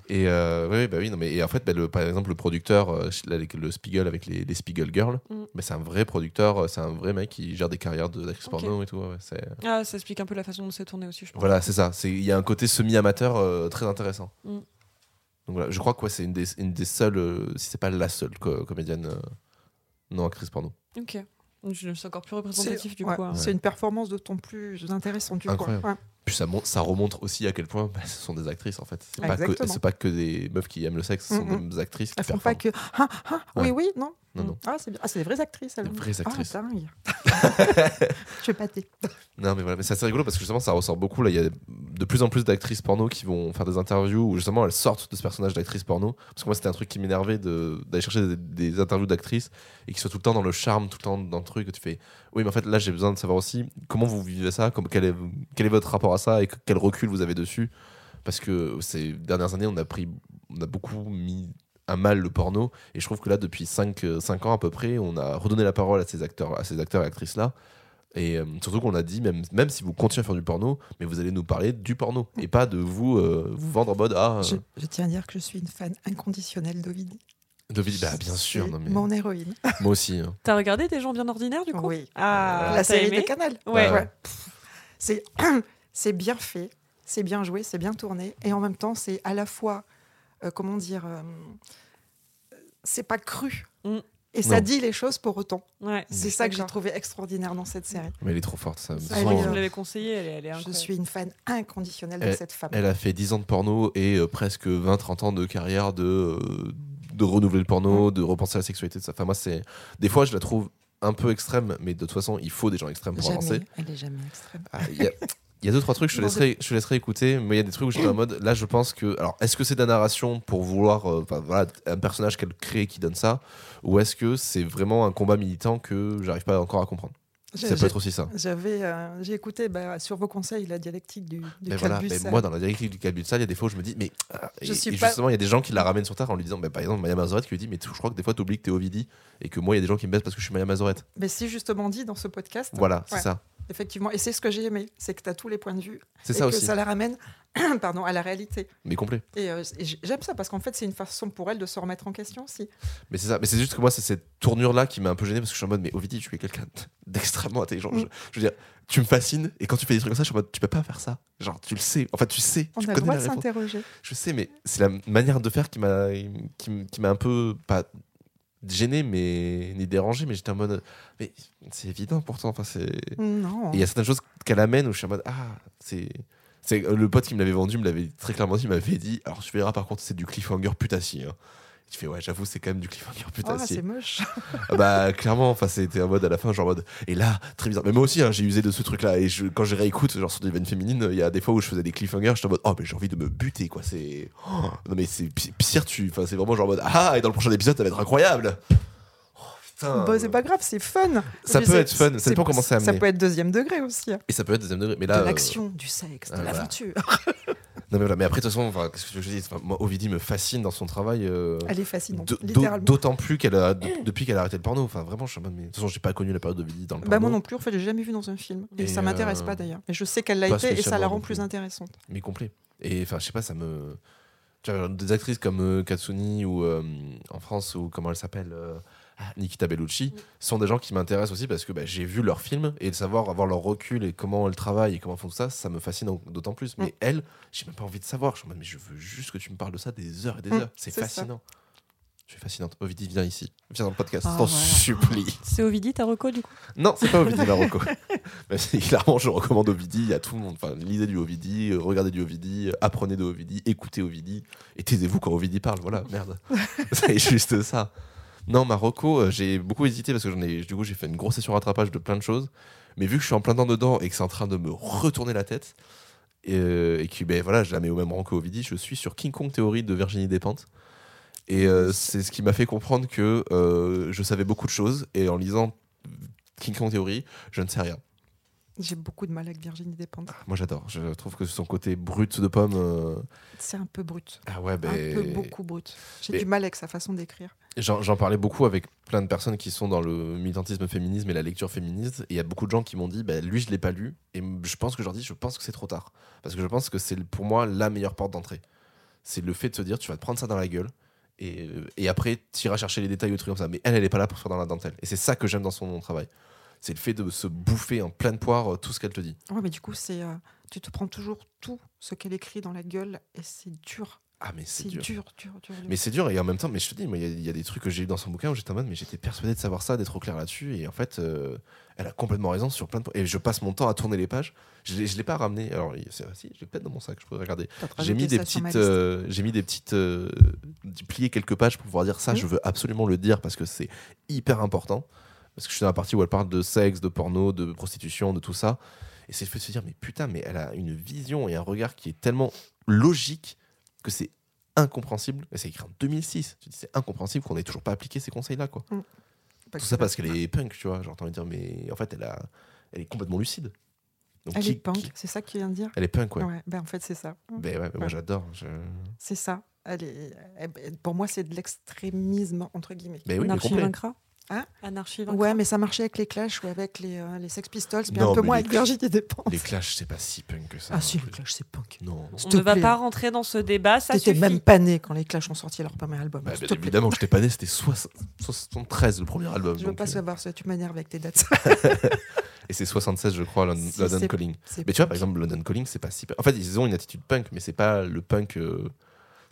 et euh, oui, bah oui, non, mais et en fait, bah, le, par exemple, le producteur, euh, là, les- le Spiegel avec les, les Spiegel Girls,
Mm.
bah, c'est un vrai producteur, euh, c'est un vrai mec qui gère des carrières de- d'actrices
Ok.
porno et tout. ouais, c'est-
Ah, ça explique un peu la façon dont c'est tourné aussi, je pense.
Voilà, c'est ça. c'est- Il y a un côté semi-amateur euh, très intéressant.
Mm.
Donc voilà, je crois que ouais, c'est une des, une des seules, euh, si c'est pas la seule co- comédienne euh, non actrice porno.
Ok. Je suis encore plus
C'est
représentatif du
ouais,
coup. hein.
Ouais.
c'est une performance d'autant plus intéressante. Du coup.
Incroyable.
Ouais.
Puis ça, mon- ça remonte aussi à quel point bah, ce sont des actrices en fait. C'est pas que-
Exactement.
C'est pas, que des meufs qui aiment le sexe, ce sont
Mm, mm.
des actrices qui
Elles font
performent.
pas que. Ah, ah,
Ouais.
Oui, oui, non.
Non, non.
Ah, c'est bien. Ah, c'est des vraies actrices, elles.
Des vraies actrices.
Ah, dingue. je vais pâter.
Non, mais voilà, mais c'est assez rigolo parce que justement, ça ressort beaucoup. Là, il y a de plus en plus d'actrices porno qui vont faire des interviews où justement elles sortent de ce personnage d'actrice porno. Parce que moi, c'était un truc qui m'énervait de- d'aller chercher des, des interviews d'actrices et qui soient tout le temps dans le charme, tout le temps dans le truc. Et tu fais, oui, mais en fait, là, j'ai besoin de savoir aussi comment vous vivez ça, comme, quel, est, quel est votre rapport à ça et que- quel recul vous avez dessus. Parce que ces dernières années, on a, pris, on a beaucoup mis à mal le porno. Et je trouve que là, depuis 5, ans à peu près, on a redonné la parole à ces acteurs, à ces acteurs et actrices-là. Et euh, surtout qu'on a dit, même, même si vous continuez à faire du porno, mais vous allez nous parler du porno et pas de vous euh, vous vendre en mode Ah, euh,
Je, je tiens à dire que je suis une fan inconditionnelle d'Ovidi.
David, bah, bien sûr,
C'est
non, mais
Mon héroïne.
moi aussi. hein.
T'as regardé des gens bien ordinaires du coup
Oui.
Euh,
Ah,
La
t'as
série
aimé
de Canal.
Ouais.
Bah,
C'est c'est bien fait, c'est bien joué, c'est bien tourné, et en même temps, c'est à la fois, euh, comment dire, euh, c'est pas cru.
Mm.
Et ça
Non.
dit les choses pour autant.
Ouais.
C'est ça que j'ai
D'accord.
trouvé extraordinaire dans cette série.
Mais elle est trop forte. Ça. De toute
C'est vrai
Elle
façon,
que
est-
vous
euh,
l'avez conseillée, elle est, elle est
Je
incroyable.
suis une fan inconditionnelle de cette femme.
elle a fait 10 ans de porno et euh, presque 20-30 ans de carrière de, euh, de renouveler le
Mm.
porno, de repenser à la sexualité de sa femme. Moi, c'est... Des fois, je la trouve un peu extrême, mais de toute façon, il faut des gens extrêmes pour avancer.
elle est jamais extrême.
Ah, Il y, a- il y a deux, trois trucs, je te
Bon,
laisserai, je te laisserai écouter, mais il y a des trucs où j'étais en mode, là je pense que. Alors, est-ce que c'est de la narration pour vouloir. euh, enfin, voilà, un personnage qu'elle crée qui donne ça Ou est-ce que c'est vraiment un combat militant que j'arrive pas encore à comprendre Ça peut être aussi ça.
J'avais, euh, j'ai écouté bah, sur vos conseils la dialectique du, du
Mais Ben voilà,
Calbus,
mais
euh,
moi dans la directive du Calbut Sal, il y a des fois où je me dis, mais. ah,
Je
et,
suis
et
pas-
justement, il y a des gens qui la ramènent sur terre en lui disant, bah, par exemple, Maya Mazorette qui lui dit, mais tu- je crois que des fois t'oublies que t'es Ovidie et que moi il y a des gens qui me baissent parce que je suis Maya Mazorette.
Mais c'est justement dit dans ce podcast.
Voilà, c'est
Ouais.
ça.
Effectivement. Et c'est ce que j'ai aimé, c'est que tu as tous les points de vue
C'est
et
ça
que
aussi.
ça la ramène pardon, à la réalité.
Mais complet.
Et, euh, et j- j'aime ça parce qu'en fait, c'est une façon pour elle de se remettre en question aussi.
Mais c'est ça, mais c'est juste que moi, c'est cette tournure-là qui m'a un peu gêné parce que je suis en mode, mais Ovidie, tu es quelqu'un d'extrêmement intelligent.
Mm.
Je, je veux dire, tu me fascines et quand tu fais des trucs comme ça, je suis en mode, tu peux pas faire ça. Genre, tu le sais. Enfin, tu sais,
On
tu
a
connais
le droit
la
de
réponse.
s'interroger.
Je sais, mais c'est la manière de faire qui m'a qui, m- qui m'a un peu, pas gêné, mais ni dérangé, mais j'étais en mode, mais c'est évident pourtant. Enfin, c'est. Et
Non.
il y a certaines choses qu'elle amène où je suis en mode, ah, c'est. C'est euh, le pote qui me l'avait vendu, me l'avait très clairement dit, il m'avait dit, alors tu verras par contre, c'est du cliffhanger putassier. hein. Je fais ouais, j'avoue, c'est quand même du cliffhanger
Ah,
putassier.
c'est moche.
Ah bah clairement, enfin c'était un mode à la fin genre en mode et là très bizarre. Mais moi aussi hein, j'ai usé de ce truc là et je, quand je réécoute genre sur des veines féminines, il y a des fois où je faisais des cliffhangers, j'étais en mode oh mais j'ai envie de me buter quoi. C'est oh, non mais c'est pi- pire tu, enfin c'est vraiment genre en mode ah et dans le prochain épisode ça va être incroyable. Oh, putain.
Bah, c'est pas grave, c'est fun.
Ça
Et
peut
c'est-
être fun, ça
c'est-
dépend comment c'est
Ça
amené.
peut être deuxième degré aussi. hein.
Et ça peut être deuxième degré, mais là
De
euh,
l'action, du sexe, de
ah, voilà.
l'aventure.
non mais voilà, mais après de toute façon, enfin, qu'est-ce que je dis, Enfin, moi Ovidi me fascine dans son travail. euh,
Elle est fascinante,
d'au-
littéralement.
D'autant plus qu'elle a de- depuis qu'elle a arrêté le porno. Enfin vraiment, je suis en mode mais de toute façon j'ai pas connu la période d'Ovidi dans le porno.
Bah moi non plus, en fait, j'ai jamais vu dans un film. Et,
Et
ça m'intéresse
euh,
pas d'ailleurs. Mais je sais qu'elle l'a
pas
été et ça la
spécialement
rend
non
plus
plus.
intéressante.
mais complet. Et enfin, je sais pas, ça me. Tu vois, des actrices comme euh, Katsuni ou euh, en France, ou comment elle s'appelle euh, ah, Nikita Bellucci, sont des gens qui m'intéressent aussi parce que bah, j'ai vu leurs films et de savoir avoir leur recul et comment elles travaillent et comment elles font tout ça, ça me fascine en- d'autant plus. Mais elle, j'ai même pas envie de savoir. Je suis en mode, mais je veux juste que tu me parles de ça des heures et des
Mm,
heures. C'est
c'est ça.
fascinant. Tu es fascinante. Ovidie, viens ici. Viens dans le podcast.
Ah,
T'en
voilà.
supplie.
C'est Ovidie, ta reco, du coup
Non, c'est pas Ovidie Marocco. Même si clairement, je recommande Ovidie à tout le monde. Enfin, lisez du Ovidie, euh, regardez du Ovidie, euh, apprenez de Ovidie, écoutez Ovidie et taisez-vous quand Ovidie parle. Voilà, merde. c'est juste ça. Non, Marocco, euh, j'ai beaucoup hésité parce que j'en ai, du coup, j'ai fait une grosse session rattrapage de plein de choses. Mais vu que je suis en plein temps dedans et que c'est en train de me retourner la tête, et, euh, et que ben, voilà, je la mets au même rang qu'Ovidie, je suis sur King Kong Theory de Virginie Despentes. Et euh, c'est ce qui m'a fait comprendre que euh, je savais beaucoup de choses. Et en lisant King Kong Theory, je ne sais rien.
J'ai beaucoup de mal avec Virginie Despentes.
Moi j'adore, je trouve que son côté brut de pomme. euh,
C'est un peu brut.
Ah ouais, ben.
Un peu beaucoup brut. J'ai
mais-
du mal avec sa façon d'écrire.
J'en j'en parlais beaucoup avec plein de personnes qui sont dans le militantisme féminisme et la lecture féministe. Et il y a beaucoup de gens qui m'ont dit, bah, lui, je l'ai pas lu. Et m- je pense que je leur dis, je pense que c'est trop tard. Parce que je pense que c'est le- pour moi la meilleure porte d'entrée. C'est le fait de se dire, tu vas te prendre ça dans la gueule. Et, euh, et après, tu iras chercher les détails ou des trucs comme ça. Mais elle, elle est pas là pour se faire dans la dentelle. Et c'est ça que j'aime dans son travail. C'est le fait de se bouffer en pleine poire euh, tout ce qu'elle te dit.
Ouais, mais du coup, c'est euh, tu te prends toujours tout ce qu'elle écrit dans la gueule et c'est dur.
Ah, mais c'est
C'est
dur.
dur, dur, dur. dur.
Mais c'est dur, et en même temps, mais je te dis, moi, il y a- il y, a des trucs que j'ai eu dans son bouquin où j'étais en mode, mais j'étais persuadé de savoir ça, d'être au clair là-dessus, et en fait, euh, elle a complètement raison sur plein de points. Et je passe mon temps à tourner les pages. Je l'ai- je l'ai pas ramené. Alors, il- c'est- ah, si, je l'ai peut-être dans mon sac, je pourrais regarder.
T'as te
J'ai mis,
rajouté
des
ça sur ma
petites,
liste.
euh, j'ai mis des petites. euh, plié quelques pages pour pouvoir dire ça,
Mhm.
je veux absolument le dire parce que c'est hyper important. Parce que je suis dans la partie où elle parle de sexe, de porno, de prostitution, de tout ça. Et c'est le fait de se dire, mais putain, mais elle a une vision et un regard qui est tellement logique que c'est incompréhensible. Et c'est écrit en 2006. Tu dis, c'est incompréhensible qu'on n'ait toujours pas appliqué ces conseils-là, quoi.
Pas
Tout
que
ça
là.
parce qu'elle est punk, tu vois. J'ai entendu dire, mais en fait, elle, a, elle est complètement lucide. Donc,
Elle
qui-
est punk,
qui-
c'est ça que tu viens de dire
elle est punk, ouais.
Ouais, ben en fait, c'est ça.
Ben ouais, mais moi
Ouais.
j'adore. Je...
C'est ça. Elle est... elle- elle- Pour moi, c'est de l'extrémisme, entre guillemets.
Ben oui, mais
Anarchie
complet.
vaincra
Hein
Anarchie vaincra
Ouais, mais ça marchait avec les Clash ou avec les, euh, les Sex Pistols, mais
Non,
un peu
mais
moins
les-
avec Virginie Despentes.
Les clashs, c'est pas si punk que ça.
Oh,
hein,
Ah
non
si, les
plus.
Clash, c'est punk.
Non.
S'il
On
te
ne va
plaît.
pas rentrer dans ce débat, ça
T'étais
suffit.
même pas né quand les Clash ont sorti leur premier album.
Bah,
S'il
bien
te plaît.
évidemment, je t'ai pas né, c'était 60 73 le premier album.
Je veux
donc,
pas
euh,
savoir ça, tu m'énerves avec tes dates.
et c'est 76, je crois, Lon-
Si,
London
c'est-
Calling.
C'est
Mais tu vois, par
punk.
exemple, London Calling, c'est pas si. punk. En fait, ils ont une attitude punk, mais c'est pas le punk. euh,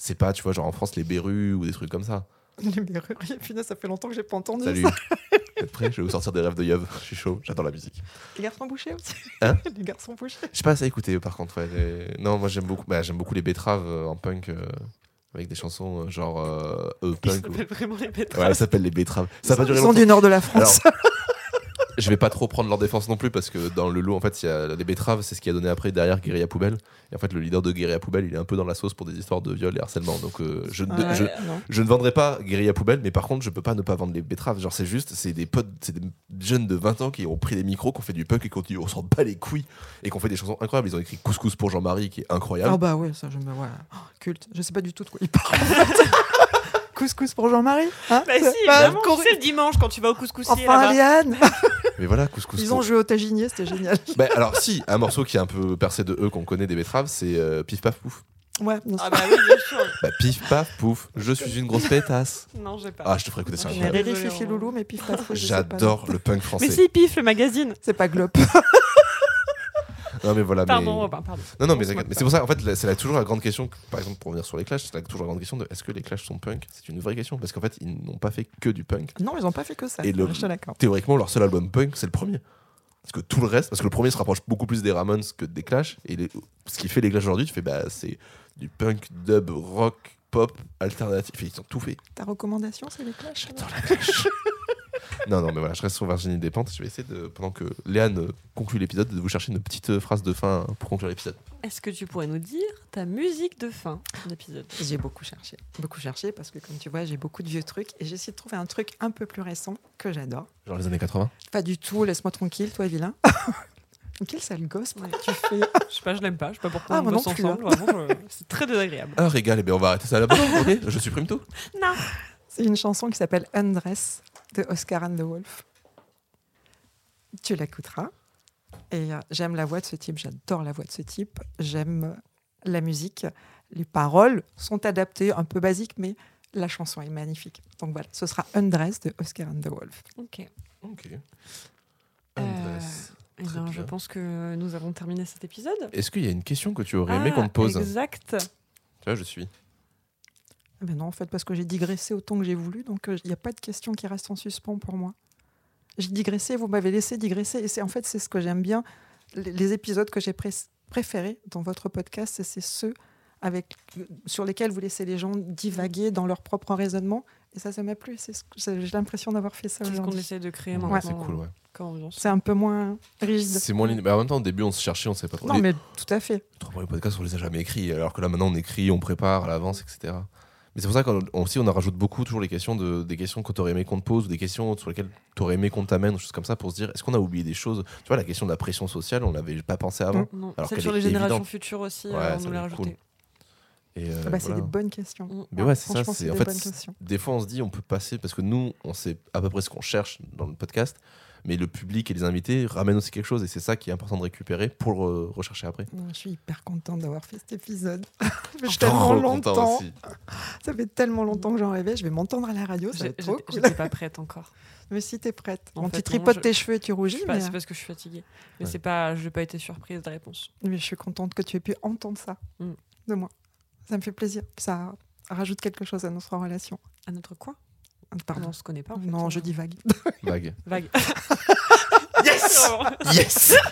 C'est pas, tu vois, genre en France, les Berus ou des trucs comme ça.
Les berreries, punaise, ça fait longtemps que j'ai pas entendu
Salut.
ça.
Vous êtes prêts Je vais vous sortir des rêves de Yov. Je suis chaud, j'adore la musique.
Les garçons bouchés aussi.
Hein
les garçons bouchés.
Je sais pas assez écouté par contre. ouais, les- Non, moi j'aime beaucoup, bah, j'aime beaucoup les betteraves euh, en punk euh, avec des chansons euh, genre euh, euh,
Ils
punk. ou-
s'appellent vraiment les bêtes.
Ouais, ça s'appelle les betteraves. Ça a pas
Ils
duré
sont
longtemps.
du nord de la France.
Je vais pas trop prendre leur défense non plus parce que dans le lot, en fait, il y a les betteraves, c'est ce qui a donné après derrière Guérilla Poubelle. Et en fait, le leader de Guérilla Poubelle, il est un peu dans la sauce pour des histoires de viol et harcèlement. Donc euh, je, ne-
Ouais.
je,
Non.
je ne vendrai pas Guérilla Poubelle, mais par contre, je peux pas ne pas vendre les betteraves. Genre, c'est juste, c'est des potes, c'est des jeunes de 20 ans qui ont pris des micros, qui ont fait du punk et qui ont dit on s'en bat les couilles et qui ont fait des chansons incroyables. Ils ont écrit Couscous pour Jean-Marie, qui est
Ah
incroyable.
bah ouais, ça je me vois. Oh, culte. Je sais pas du tout de quoi il parle. en fait. Couscous pour Jean-Marie. Hein
Bah si,
Bah,
évidemment,
cour-
c'est le dimanche quand tu vas au couscoussier
Enfin,
là-bas.
Léane
Mais voilà, Couscous
Ils
pour-
ont joué au taginier, c'était génial.
Bah, alors, si, un morceau qui est un peu percé de eux qu'on connaît des betteraves, c'est euh, Pif Paf Pouf.
Ouais, bien sûr.
Ah bah oui, bien sûr.
Bah, Pif Paf Pouf, je suis une grosse pétasse.
Non, j'ai pas.
Ah, je te ferai écouter ça.
Ah,
On
incroyable.
est Riri,
Désolé,
Fifi,
on-
Loulou, mais pif paf. je sais pas.
J'adore le punk français.
mais c'est Pif, le magazine.
C'est pas Glop.
Non mais voilà. Ah, mais-
Pardon, Robin, pardon.
Non non
On
mais,
se
regarde,
moque
bah,
mais c'est pour ça. En fait, la- c'est la- toujours la grande question. que- par exemple, pour revenir sur les Clash, c'est la- toujours la grande question de est-ce que les Clash sont punk C'est une vraie question parce qu'en fait, ils n'ont pas fait que du punk.
Non, ils ont pas fait que ça.
Et le-
Je te l'accorde.
Théoriquement, leur seul album punk, c'est le premier. Parce que tout le reste, parce que le premier se rapproche beaucoup plus des Ramones que des Clash. Et les- ce qui fait les Clash aujourd'hui, tu fais bah c'est du punk, dub, rock, pop, alternatif. Ils ont tout fait.
Ta recommandation, c'est les clashs alors
Non, non, mais voilà, je reste sur Virginie Despentes. Je vais essayer de, pendant que Léane euh, conclut l'épisode, de vous chercher une petite euh, phrase de fin euh, pour conclure l'épisode.
Est-ce que tu pourrais nous dire ta musique de fin d'épisode
J'ai beaucoup cherché. Beaucoup cherché parce que, comme tu vois, j'ai beaucoup de vieux trucs et j'ai essayé de trouver un truc un peu plus récent que j'adore.
Genre les années 80.
Pas du tout, laisse-moi tranquille, toi, vilain. Quel sale gosse, moi, tu fais.
Je sais pas, je l'aime pas. Je sais pas pourquoi
Ah,
on
moi non
bosse
plus,
ensemble. Vraiment, je- c'est très désagréable.
Ah, régal, et bien on va arrêter ça là-bas. ok, je supprime tout.
Non.
C'est une chanson qui s'appelle Undress de Oscar and the Wolf. Tu l'écouteras. Et euh, j'aime la voix de ce type, j'adore la voix de ce type, j'aime euh, la musique. Les paroles sont adaptées, un peu basiques, mais la chanson est magnifique. Donc voilà, ce sera Undress de Oscar and the Wolf.
Ok.
Ok.
Euh.
Andrés. Eh
Très
bien, je
bien.
pense que nous avons terminé cet épisode.
Est-ce qu'il y a une question que tu aurais aimé
Ah,
qu'on te pose
Exact.
Tu vois, je suis.
Ah ben non, en fait, parce que j'ai digressé autant que j'ai voulu, donc euh, il n'y a pas de question qui reste en suspens pour moi. J'ai digressé, vous m'avez laissé digresser, et c'est en fait c'est ce que j'aime bien. Les, les épisodes que j'ai pré- préférés dans votre podcast, c'est- c'est ceux avec, sur lesquels vous laissez les gens divaguer dans leur propre raisonnement, et ça, ça m'a plu. c'est ce que- j'ai j'ai l'impression d'avoir fait ça
C'est ce qu'on
aujourd'hui.
essaie de créer maintenant.
C'est cool, ouais.
Quand on
C'est un peu moins rigide.
C'est moins linéaire. Mais en même temps, au début, on se cherchait, on savait pas trop.
Non,
les
mais tout à fait.
trois premiers podcasts, on les a jamais écrits. Alors que là, maintenant, on écrit, on prépare à l'avance, etc. Mais c'est pour ça qu'on on- aussi, on en rajoute beaucoup, toujours les questions de, des questions qu'on t'aurait aimé qu'on te pose, ou des questions sur lesquelles t'aurais aimé qu'on t'amène, ou choses comme ça, pour se dire est-ce qu'on a oublié des choses Tu vois, la question de la pression sociale, on l'avait pas pensé avant.
Mm.
Non,
Alors
celle
qu'elle
sur
est
les générations
évidente.
futures aussi,
Ouais,
euh, on
ça
nous l'a
va être cool.
rajouté.
Et, euh,
Ah bah, C'est
voilà.
des bonnes questions.
Mm.
Mais ouais, c'est ça.
Franchement,
C'est
c'est
en
des
fait,
bonnes
c'est-
questions.
des fois on se dit on peut passer parce que nous on sait à peu près ce qu'on cherche dans le podcast mais le public et les invités ramènent aussi quelque chose et c'est ça qui est important de récupérer pour euh, rechercher après
Non, je suis hyper contente d'avoir fait cet épisode. Mais je
J'étais
tellement
trop content
longtemps.
aussi.
Ça fait tellement longtemps que j'en rêvais, je vais m'entendre à la radio, ça va
J'ai-
être trop
J'étais
cool.
j'étais pas prête encore.
Mais si t'es prête,
En
bon,
fait,
tu
non,
tripotes
je-
tes cheveux et
Je
tu rougis,
sais pas,
mais,
C'est parce que je suis fatiguée. Mais
Ouais.
c'est pas, je n'ai pas été surprise de la réponse.
mais je suis contente que tu aies pu entendre ça
Mm.
de moi. Ça me fait plaisir, ça rajoute quelque chose à notre relation.
À notre quoi
Ah,
Pardon,
Pardon.
on se connaît pas. En fait,
non,
hein.
je dis vague.
Vague.
Vague.
Yes
Yes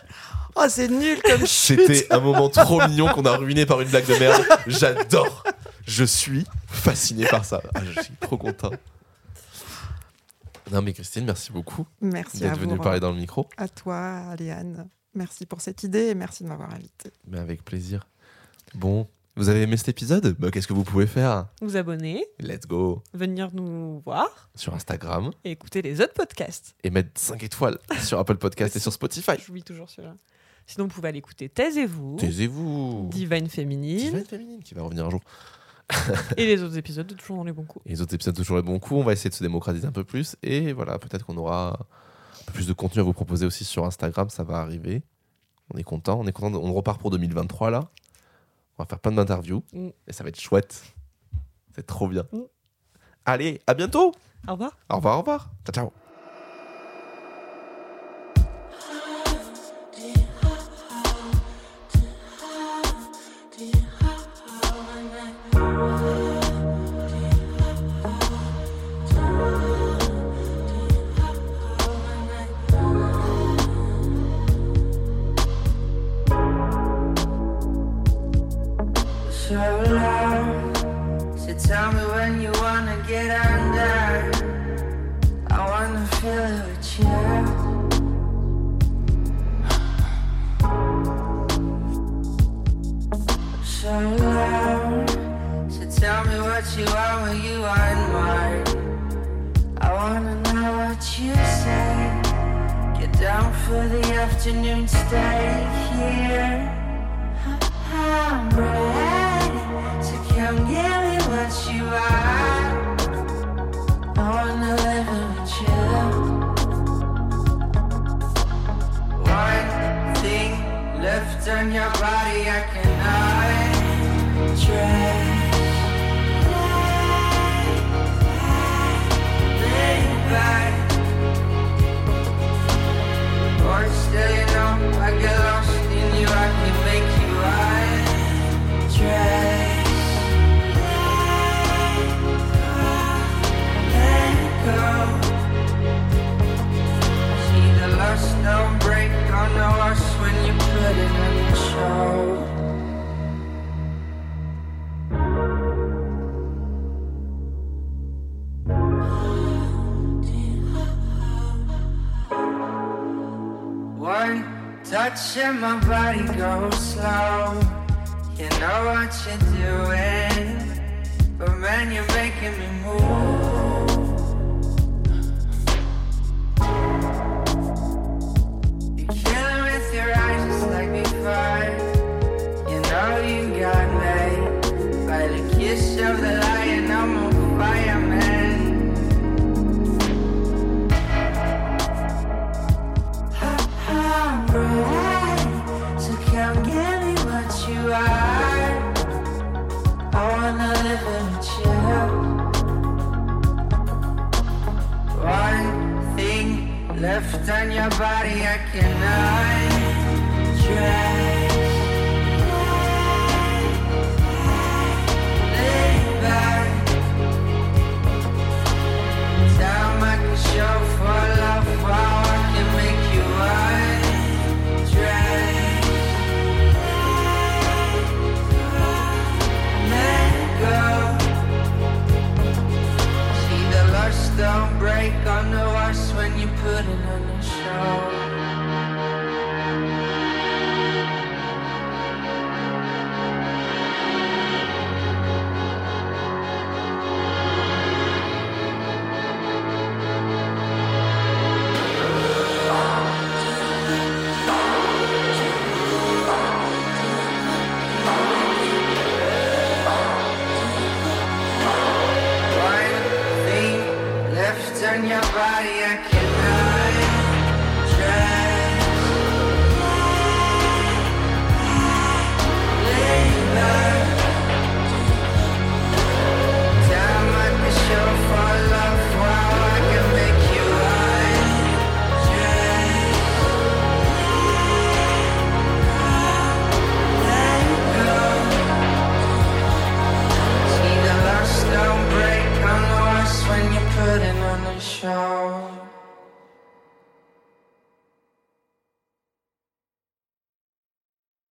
Oh, c'est nul comme chute
C'était un moment trop mignon qu'on a ruiné par une blague de merde. J'adore. Je suis fasciné par ça. Ah, je suis trop content. Non mais Christine, merci beaucoup
Merci à
d'être
vous,
venue parler dans le micro.
à toi, à Léane. Merci pour cette idée et merci de m'avoir invité.
Mais avec plaisir. Bon, vous avez aimé cet épisode Bah, Qu'est-ce que vous pouvez faire
Nous abonner,
Let's go
venir nous voir
sur Instagram.
et écouter les autres podcasts.
et mettre 5 étoiles sur Apple Podcast et sur Spotify.
J'oublie toujours cela. Sinon, vous pouvez aller écouter Taisez-vous,
Taisez-vous
Divine Féminine
Divine féminine qui va revenir un jour.
et les autres épisodes de Toujours dans les bons coups.
Et les autres épisodes toujours les bons coups, on va essayer de se démocratiser un peu plus et voilà, peut-être qu'on aura un peu plus de contenu à vous proposer aussi sur Instagram, ça va arriver. On est content, on est content, de- on repart pour 2023 là. On va faire plein d'interviews
Mm.
et ça va être chouette. C'est trop bien.
Mm.
Allez, à bientôt.
Au revoir.
Au revoir, au revoir. Ciao ciao.
Oh, so loud. So tell me when you wanna get undone. I wanna feel it with you. So loud. So tell me what you are when you are mine. I wanna know what you say. Get down for the afternoon, stay here. I'm ready, so come give me what you are. I wanna live with you. One thing left on your body, I cannot trace. Lay back. Or still, you know, I get lost in you, I can make you right. Dress. Let go. See the lust don't break on us when you put it in the show. One touch and my body goes slow. You know what you're doing, but man, you're making me move. You're killing with your eyes just like before. You know you got me by the kiss of the lion. I'm on fire, man. Alright, so come give me what you are. I wanna live with you. One thing left on your body, I cannot trace. Lay back. Time I can show for love, how I can make you right. Dress. Let go. See the lust don't break on the us when you put it on the show. One thing left on your body, I cannot try.